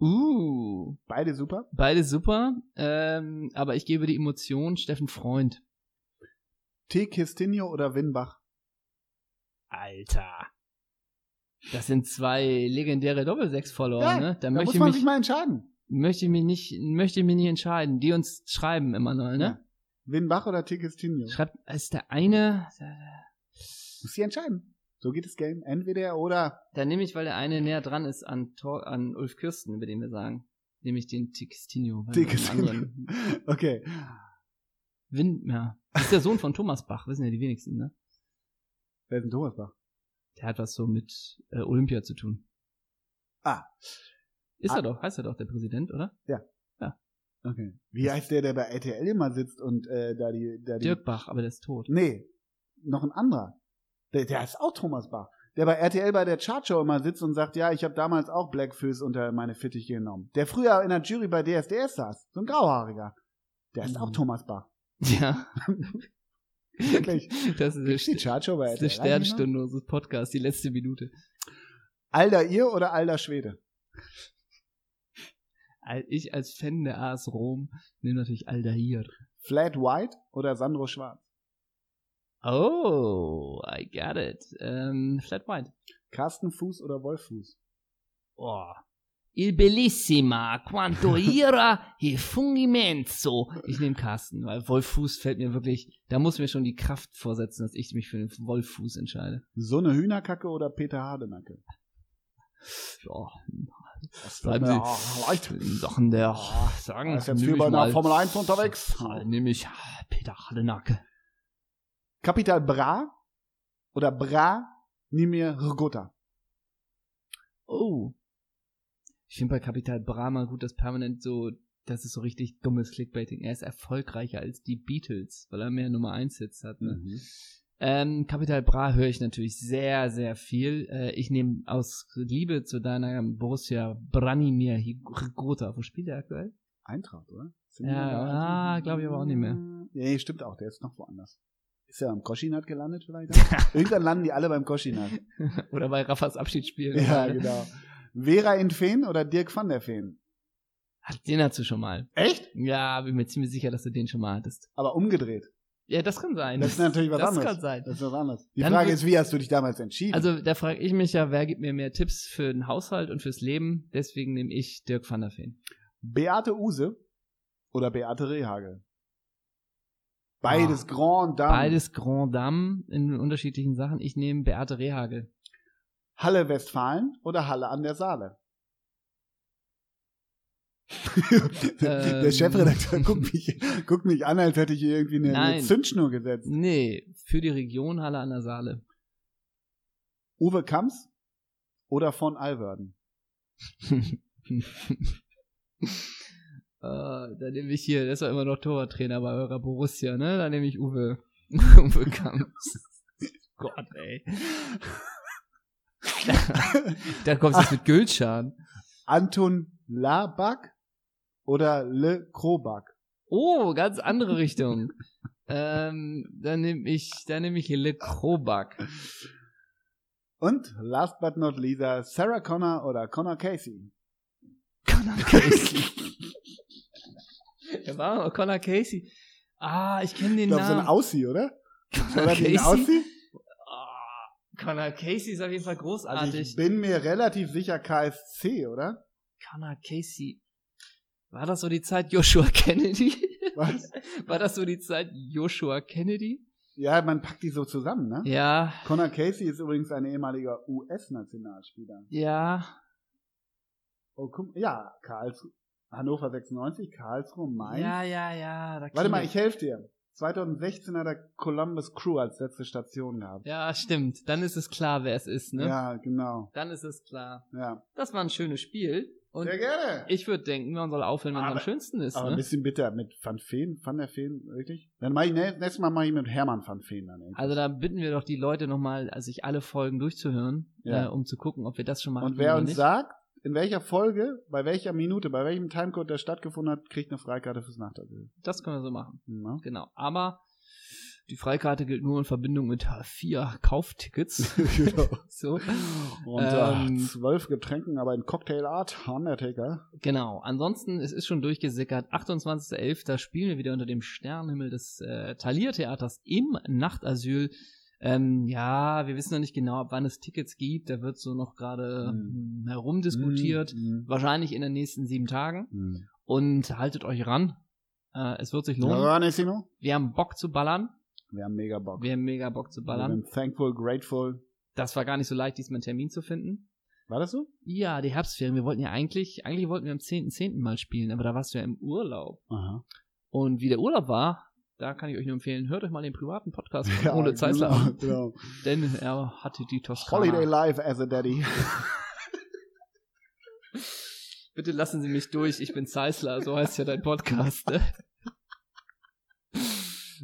Speaker 1: Uh,
Speaker 2: Beide super.
Speaker 1: beide super. Ähm, aber ich gebe die Emotion Steffen Freund.
Speaker 2: T. Kistinio oder Winbach.
Speaker 1: Alter. Das sind zwei legendäre Doppelsechs-Follower,
Speaker 2: Ja,
Speaker 1: ne? Da,
Speaker 2: Da
Speaker 1: möchte,
Speaker 2: muss
Speaker 1: ich
Speaker 2: man
Speaker 1: mich,
Speaker 2: sich mal entscheiden.
Speaker 1: möchte ich mich nicht, möchte ich mich nicht entscheiden. Die uns schreiben immer noch, ne?
Speaker 2: Winbach oder T. Kistinio.
Speaker 1: Schreibt, ist der eine,
Speaker 2: Muss sie entscheiden. So geht das Game. Entweder oder. *laughs*
Speaker 1: dann nehme ich, weil der eine näher dran ist an, Tor, an Ulf Kirsten, über den wir sagen. Nehme ich den Tixtinio. weil
Speaker 2: T.
Speaker 1: wir den anderen-
Speaker 2: Kistinio. Okay.
Speaker 1: Windmer. Das ist der Sohn von Thomas Bach, wissen ja die wenigsten, ne?
Speaker 2: Wer ist denn Thomas Bach?
Speaker 1: Der hat was so mit äh, Olympia zu tun.
Speaker 2: Ah.
Speaker 1: Ist
Speaker 2: Ah.
Speaker 1: er doch, heißt er doch, der Präsident, oder?
Speaker 2: Okay. Wie heißt der, der bei RTL immer sitzt und äh, da die, da die
Speaker 1: Dirk Bach, aber der ist tot.
Speaker 2: Nee, noch ein anderer. Der, der ist auch Thomas Bach. Der bei RTL bei der Chartshow immer sitzt und sagt, ja, ich habe damals auch Blackface unter meine Fittiche genommen. Der früher in der Jury bei DSDS saß, so ein grauhaariger. Der ist auch
Speaker 1: Mhm.
Speaker 2: Thomas Bach.
Speaker 1: Ja.
Speaker 2: Wirklich.
Speaker 1: *laughs* Das ist
Speaker 2: Die
Speaker 1: eine, St
Speaker 2: Chartshow bei
Speaker 1: das ist eine
Speaker 2: RTL.
Speaker 1: Sternstunde unseres Podcasts, die letzte Minute.
Speaker 2: Alter ihr oder alter Schwede?
Speaker 1: Al- Ich als Fan der AS Rom nehme natürlich Aldahir.
Speaker 2: Flat White oder Sandro Schwarz?
Speaker 1: Oh, I got it. Ähm, Flat White.
Speaker 2: Carsten Fuß oder Wolf Fuß?
Speaker 1: Oh. Il bellissima quanto ira e fungimento. Ich nehme Carsten, weil Wolfuß fällt mir wirklich, da muss mir schon die Kraft vorsetzen, dass ich mich für den Wolfuß entscheide.
Speaker 2: So eine Hühnerkacke oder Peter Hardenacke?
Speaker 1: Ja,
Speaker 2: Das
Speaker 1: bleiben Sie doch in der sagen.
Speaker 2: ist jetzt
Speaker 1: nehm
Speaker 2: viel
Speaker 1: ich
Speaker 2: bei der
Speaker 1: mal-
Speaker 2: Formel 1 unterwegs.
Speaker 1: Ah, Nehme ich Peter Hardenacke.
Speaker 2: Kapital Bra oder Bra Nimir Rgota.
Speaker 1: Oh. Ich finde bei Kapital Bra mal gut, dass permanent so, das ist so richtig dummes Clickbaiting. Er ist erfolgreicher als die Beatles, weil er mehr Nummer 1 Hits hat.
Speaker 2: Mhm.
Speaker 1: Ne? Ähm, Capital Bra höre ich natürlich sehr, sehr viel. Äh, ich nehme aus Liebe zu deiner Borussia Branimir Higota. Wo spielt er aktuell? *laughs*
Speaker 2: Eintracht, oder?
Speaker 1: Ja, ah, glaub ich aber auch nicht mehr.
Speaker 2: Nee, stimmt auch, der ist noch woanders. Ist er am Koschinat gelandet
Speaker 1: *laughs*
Speaker 2: vielleicht? Irgendwann landen die alle beim Koschinat.
Speaker 1: Oder bei Raffas Abschiedsspiel.
Speaker 2: ja, genau. Vera in Feen oder Dirk van der Feen?
Speaker 1: Ach, den hattest du schon mal.
Speaker 2: Echt?
Speaker 1: Ja, bin mir ziemlich sicher, dass du den schon mal hattest.
Speaker 2: Aber umgedreht.
Speaker 1: Ja, das kann sein.
Speaker 2: Das ist natürlich was
Speaker 1: das
Speaker 2: anderes.
Speaker 1: kann sein.
Speaker 2: Das ist was anderes. Die
Speaker 1: Dann
Speaker 2: Frage
Speaker 1: wird-
Speaker 2: ist, wie hast du dich damals entschieden?
Speaker 1: Also da frage ich mich ja, wer gibt mir mehr Tipps für den Haushalt und fürs Leben? Deswegen nehme ich Dirk van der Feen.
Speaker 2: Beate Use oder Beate Rehagel? Beides Grand Dame.
Speaker 1: Ah. Beides Grand Dame in unterschiedlichen Sachen. Ich nehme Beate Rehagel.
Speaker 2: Halle Westfalen oder Halle an
Speaker 1: *laughs*
Speaker 2: der Saale? *laughs* der
Speaker 1: Ähm.
Speaker 2: Chefredakteur guckt mich, guckt mich an, als hätte ich hier irgendwie eine, eine
Speaker 1: Nein.
Speaker 2: Zündschnur gesetzt.
Speaker 1: Nee, für die Region Halle an der Saale.
Speaker 2: Uwe Kamps oder von Alverden?
Speaker 1: *laughs* äh, da nehme ich hier, das war immer noch Torwarttrainer bei eurer Borussia, ne? Da nehme ich Uwe. *laughs* Uwe Kamps. *laughs* Gott, ey. *laughs* da kommst du jetzt mit Gülschan.
Speaker 2: Anton Labak oder Le Krobak?
Speaker 1: Oh, ganz andere Richtung. ähm, dann nehme ich, dann nehme ich Le Krobak.
Speaker 2: Und last but not least, Sarah Connor oder Connor Casey? *laughs*
Speaker 1: Connor Casey. Der war auch Connor Casey. Ah, ich kenne
Speaker 2: Ich
Speaker 1: den
Speaker 2: glaube, so ein
Speaker 1: Namen.
Speaker 2: Aussie, oder?
Speaker 1: Connor
Speaker 2: Oder die ein
Speaker 1: Casey.
Speaker 2: Aussie?
Speaker 1: Ah, Connor Casey ist auf jeden Fall
Speaker 2: Also
Speaker 1: großartig.
Speaker 2: ich bin mir relativ sicher KSC, oder?
Speaker 1: Connor Casey. War das so die Zeit Joshua *laughs* Kennedy? *laughs*
Speaker 2: Was?
Speaker 1: War das so die Zeit Joshua Kennedy?
Speaker 2: Ja, man packt die so zusammen, ne?
Speaker 1: Ja,
Speaker 2: Connor Casey ist übrigens ein ehemaliger US-Nationalspieler.
Speaker 1: ja.
Speaker 2: Oh, guck, ja, Karlsruhe, Hannover 96, Karlsruhe, Mainz.
Speaker 1: Ja, ja, ja. Da
Speaker 2: Warte
Speaker 1: klingt-
Speaker 2: mal, ich helfe dir. 2016 hat er Columbus Crew als letzte Station gehabt.
Speaker 1: Ja, stimmt. Dann ist es klar, wer es ist, ne?
Speaker 2: Ja, genau.
Speaker 1: Dann ist es klar.
Speaker 2: Ja.
Speaker 1: Das war ein schönes Spiel. Und
Speaker 2: Sehr gerne.
Speaker 1: ich würde denken, man soll aufhören, wenn es am
Speaker 2: Aber-
Speaker 1: schönsten ist,
Speaker 2: Aber ein
Speaker 1: ne?
Speaker 2: bisschen bitter mit Van Feen, Van der Feen, wirklich? Dann mach ich, ne, nächstes Mal mache ich mit Hermann Van Feen dann. irgendwie.
Speaker 1: Also da bitten wir doch die Leute nochmal, also sich alle äh, Folgen durchzuhören,
Speaker 2: Ja.
Speaker 1: äh, um zu gucken, ob wir das schon machen.
Speaker 2: Und wer uns
Speaker 1: nicht.
Speaker 2: sagt, in welcher Folge, bei welcher Minute, bei welchem Timecode der stattgefunden hat, kriegt eine Freikarte fürs Nachtattel.
Speaker 1: Das können wir so machen. *laughs*
Speaker 2: Na?
Speaker 1: Genau. Aber die Freikarte gilt nur in Verbindung mit vier
Speaker 2: *laughs*
Speaker 1: Kauftickets.
Speaker 2: genau.
Speaker 1: so.
Speaker 2: Und
Speaker 1: Ähm.
Speaker 2: äh, zwölf Getränken, aber in Cocktailart, Undertaker.
Speaker 1: Genau. Ansonsten, es ist schon durchgesickert. 28.11. spielen wir wieder unter dem Sternenhimmel des äh, Thalia-Theaters im Nachtasyl. Ähm, ja, wir wissen noch nicht genau, ab wann es Tickets gibt. Da wird so noch gerade
Speaker 2: Hm.
Speaker 1: hm, herumdiskutiert.
Speaker 2: Mhm.
Speaker 1: Wahrscheinlich in den nächsten sieben Tagen.
Speaker 2: Mhm.
Speaker 1: Und haltet euch ran. Äh, es wird sich lohnen.
Speaker 2: Ranissimo?
Speaker 1: Wir haben Bock zu ballern.
Speaker 2: Wir haben mega Bock.
Speaker 1: Wir haben mega Bock zu
Speaker 2: Wir
Speaker 1: ballern.
Speaker 2: sind thankful, grateful.
Speaker 1: Das war gar nicht so leicht, diesmal einen Termin zu finden.
Speaker 2: War das so?
Speaker 1: Ja, die Herbstferien. Wir wollten ja eigentlich, eigentlich wollten wir am 10.10. mal spielen, aber da warst du ja im Urlaub.
Speaker 2: Aha.
Speaker 1: Und wie der Urlaub war, da kann ich euch nur empfehlen, hört euch mal den privaten Podcast von
Speaker 2: *laughs* Ja,
Speaker 1: Ole Zeisler an,
Speaker 2: Genau. genau.
Speaker 1: denn er hatte die Toskana.
Speaker 2: Holiday life as a daddy.
Speaker 1: Bitte lassen Sie mich durch, ich bin Zeisler, so heißt ja dein
Speaker 2: *laughs*
Speaker 1: Podcast. *laughs* ne?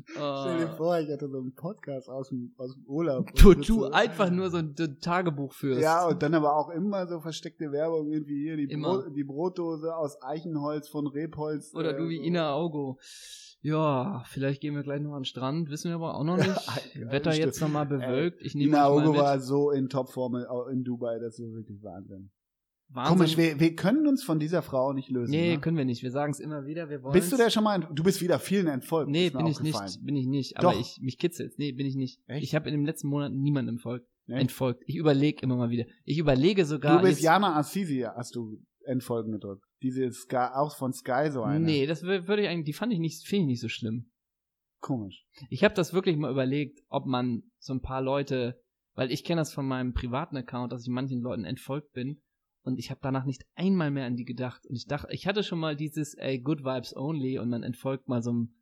Speaker 2: Stell dir
Speaker 1: äh,
Speaker 2: vor, ich hatte so einen Podcast aus dem, aus dem Urlaub.
Speaker 1: du,
Speaker 2: Und
Speaker 1: Oh. du
Speaker 2: so-
Speaker 1: einfach nur so ein, so ein Tagebuch führst.
Speaker 2: Ja, und dann aber auch immer so versteckte Werbung, irgendwie hier die,
Speaker 1: Immer.
Speaker 2: Bro die Brotdose aus Eichenholz von Rebholz. äh,
Speaker 1: Oder du wie Ina Augo. Ja, vielleicht gehen wir gleich noch an den Strand, wissen wir aber auch
Speaker 2: *laughs*
Speaker 1: noch nicht.
Speaker 2: Ja,
Speaker 1: Wetter
Speaker 2: stimmt.
Speaker 1: jetzt nochmal bewölkt. Ich nehme
Speaker 2: Ina
Speaker 1: euch mal
Speaker 2: Auge
Speaker 1: mit.
Speaker 2: war so in Topform in- in Dubai, das ist wirklich Wahnsinn.
Speaker 1: Wahnsinn.
Speaker 2: Komisch, wir, wir können uns von dieser Frau nicht lösen.
Speaker 1: Nee,
Speaker 2: ne?
Speaker 1: können wir nicht. Wir sagen es immer wieder. Wir wollen.
Speaker 2: Bist du der schon mal, ent- du bist wieder vielen entfolgt.
Speaker 1: Nee,
Speaker 2: ist mir
Speaker 1: bin ich
Speaker 2: aufgefallen.
Speaker 1: nicht. Bin ich nicht. Aber
Speaker 2: Doch.
Speaker 1: ich mich kitzelt's. Nee, bin ich nicht.
Speaker 2: Echt?
Speaker 1: Ich habe in dem letzten Monat niemandem entfolgt.
Speaker 2: Nee?
Speaker 1: Entfolgt. Ich überlege immer mal wieder. Ich überlege sogar.
Speaker 2: Du bist
Speaker 1: jetzt-
Speaker 2: Jana Assisi, hast du entfolgen gedrückt. Diese Sky, auch von Sky so eine.
Speaker 1: Nee, das wür- würde ich eigentlich, die fand ich nicht, finde ich nicht so schlimm.
Speaker 2: Komisch.
Speaker 1: Ich habe das wirklich mal überlegt, ob man so ein paar Leute, weil ich kenne das von meinem privaten Account, dass ich manchen Leuten entfolgt bin und ich habe danach nicht einmal mehr an die gedacht. Und ich dachte, ich hatte schon mal dieses, ey, good vibes only und man entfolgt mal so ein,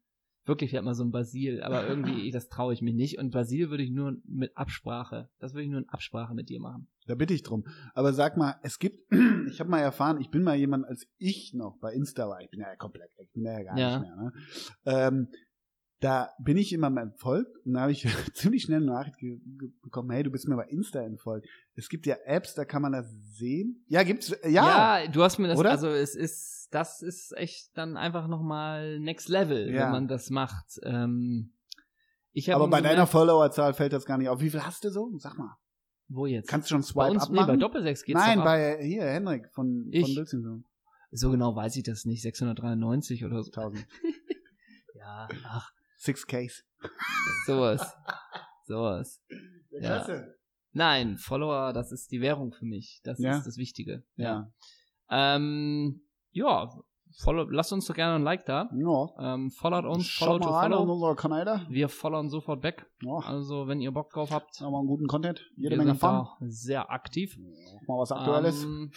Speaker 1: wirklich vielleicht mal so ein Basil,
Speaker 2: *laughs*
Speaker 1: aber irgendwie, das traue ich mir nicht. Und Basil würde ich nur mit Absprache, das würde ich nur in Absprache mit dir machen.
Speaker 2: Da bitte ich drum. Aber sag mal, es gibt, *clears throat* ich habe mal erfahren, ich bin mal jemand, als ich noch bei Insta war, ich bin ja komplett, ich bin ja gar
Speaker 1: Ja.
Speaker 2: nicht mehr, ne? Ähm, da bin ich immer mal entfolgt und da habe ich *laughs* ziemlich schnell eine Nachricht ge ge bekommen, hey, du bist mir bei Insta entfolgt. Es gibt ja Apps, da kann man das sehen. Ja, gibt's, äh, ja.
Speaker 1: du hast mir das,
Speaker 2: Oder?
Speaker 1: also es ist, das ist echt dann einfach nochmal next level,
Speaker 2: Ja.
Speaker 1: wenn man das macht. Ähm, ich hab
Speaker 2: aber bei
Speaker 1: gemerkt-
Speaker 2: deiner Followerzahl fällt das gar nicht auf. Wie viel hast du so? Sag mal.
Speaker 1: wo jetzt?
Speaker 2: Kannst du schon
Speaker 1: Bei
Speaker 2: Swipe
Speaker 1: uns, nee, bei
Speaker 2: abmachen?
Speaker 1: Doppelsechs geht's
Speaker 2: Nein,
Speaker 1: doch ab.
Speaker 2: bei hier, Henrik von, von
Speaker 1: Ich?
Speaker 2: Wilson.
Speaker 1: So genau weiß ich das nicht. 693 oder so.
Speaker 2: 1000.
Speaker 1: Ja, ach,
Speaker 2: Six Ks. *laughs*
Speaker 1: sowas. sowas. Ja.
Speaker 2: Klasse.
Speaker 1: Nein, Follower, das ist die Währung für mich. Das
Speaker 2: Ja.
Speaker 1: ist das Wichtige.
Speaker 2: Ja.
Speaker 1: Ja, ähm, ja follow, lasst uns doch gerne ein Like da.
Speaker 2: No.
Speaker 1: Ähm, followt uns, follow
Speaker 2: Schaut
Speaker 1: to
Speaker 2: mal rein auf
Speaker 1: follow.
Speaker 2: unsere Kanäle.
Speaker 1: Wir followen sofort back.
Speaker 2: Ja. Haben
Speaker 1: Also, wenn ihr Bock drauf habt,
Speaker 2: wir einen guten Content. Jede
Speaker 1: wir
Speaker 2: Menge
Speaker 1: sind
Speaker 2: Fun.
Speaker 1: da sehr aktiv.
Speaker 2: Auch mal was Aktuelles.
Speaker 1: Ähm,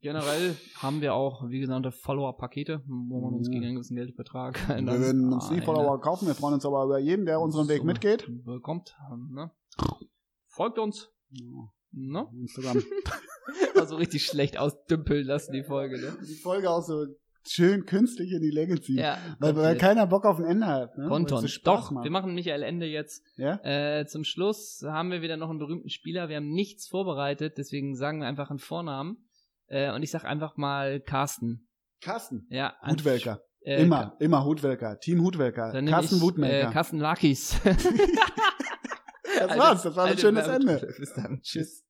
Speaker 1: generell haben wir auch, wie genannte, Follower-Pakete, wo man uns
Speaker 2: Ja.
Speaker 1: gegen einen gewissen Geldbetrag *laughs* ne?
Speaker 2: wir werden uns nie Follower kaufen. Wir freuen uns aber über jeden, der unseren Weg
Speaker 1: So.
Speaker 2: mitgeht.
Speaker 1: bekommt. Ne? Folgt uns. Ne? *laughs*
Speaker 2: Instagram.
Speaker 1: Also richtig *laughs* schlecht ausdümpeln lassen die Folge. Ne?
Speaker 2: Die Folge auch so schön künstlich in die Länge ziehen.
Speaker 1: Ja.
Speaker 2: Weil, weil keiner Bock auf ein Ende hat. Ne? Weil
Speaker 1: Konton.
Speaker 2: es so Spaß
Speaker 1: Doch,
Speaker 2: macht.
Speaker 1: wir machen Michael Ende jetzt.
Speaker 2: Ja?
Speaker 1: Äh, zum Schluss haben wir wieder noch einen berühmten Spieler. Wir haben nichts vorbereitet, deswegen sagen wir einfach einen Vornamen. Äh, und ich sag einfach mal Carsten.
Speaker 2: Carsten.
Speaker 1: Ja.
Speaker 2: Hutwelker.
Speaker 1: Äh,
Speaker 2: immer, immer Hutwelker. Team Hutwelker.
Speaker 1: Dann nehm
Speaker 2: Carsten
Speaker 1: ich,
Speaker 2: Wutmelker.
Speaker 1: Äh, Carsten Lakis. *laughs* Halt
Speaker 2: das war's. Das war ein schönes Ende.
Speaker 1: Bis dann. Tschüss.